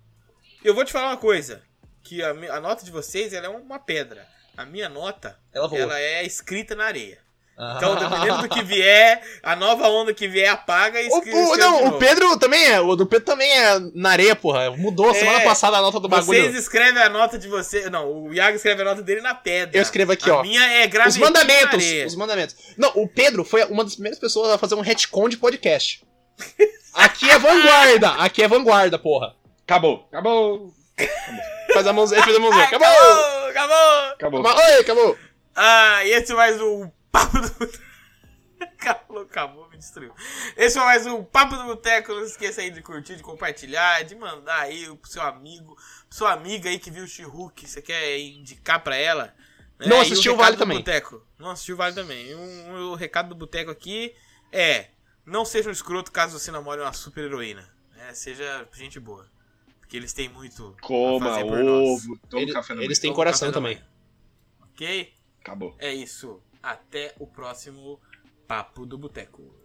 Speaker 1: Eu vou te falar uma coisa. Que a, mi- a nota de vocês ela é uma pedra. A minha nota
Speaker 2: Ela voa.
Speaker 1: ela é escrita na areia.
Speaker 2: Ah.
Speaker 1: Então, dependendo do que é vier, a nova onda que vier apaga e
Speaker 2: O-
Speaker 1: escre-
Speaker 2: o,
Speaker 1: escreve de
Speaker 2: não,
Speaker 1: novo.
Speaker 2: o Pedro também é. O do Pedro também é na areia, porra. Mudou
Speaker 1: É,
Speaker 2: semana passada a nota do bagulho.
Speaker 1: Vocês escrevem a nota de você. Não, o Iago escreve a nota dele na pedra.
Speaker 2: Eu escrevo aqui,
Speaker 1: a
Speaker 2: ó.
Speaker 1: minha é grave.
Speaker 2: Os mandamentos. Os mandamentos. Não, o Pedro foi uma das primeiras pessoas a fazer um retcon de podcast. Aqui é vanguarda. Aqui é vanguarda, porra.
Speaker 4: Acabou, acabou,
Speaker 2: Faz a mãozinha, ele fez a mãozinha. Acabou!
Speaker 1: Acabou! Acabou!
Speaker 4: acabou.
Speaker 2: Mas- Oi, acabou!
Speaker 1: Ah, e esse foi mais um Papo do Boteco. Acabou, acabou, me destruiu. Esse foi mais um Papo do Boteco. Não se esqueça aí de curtir, de compartilhar, de mandar aí pro seu amigo, pro sua amiga aí que viu o She-Hulk. Você quer indicar pra ela? né?
Speaker 2: Não
Speaker 1: E o
Speaker 2: assistiu,
Speaker 1: recado
Speaker 2: vale
Speaker 1: do
Speaker 2: também.
Speaker 1: Boteco. Não assistiu, vale também. E um- um- o recado do Boteco aqui é: não seja um escroto caso você namore uma super heroína. né? Seja É, gente boa. Porque eles têm muito. a
Speaker 4: Coma,
Speaker 1: fazer por nós.
Speaker 4: ovo, toma
Speaker 2: Ele-
Speaker 4: café na
Speaker 2: eles
Speaker 4: manhã.
Speaker 2: têm
Speaker 1: Toma
Speaker 2: coração
Speaker 1: café da
Speaker 2: também.
Speaker 1: Ok?
Speaker 4: Acabou.
Speaker 1: É isso. Até o próximo Papo do Boteco.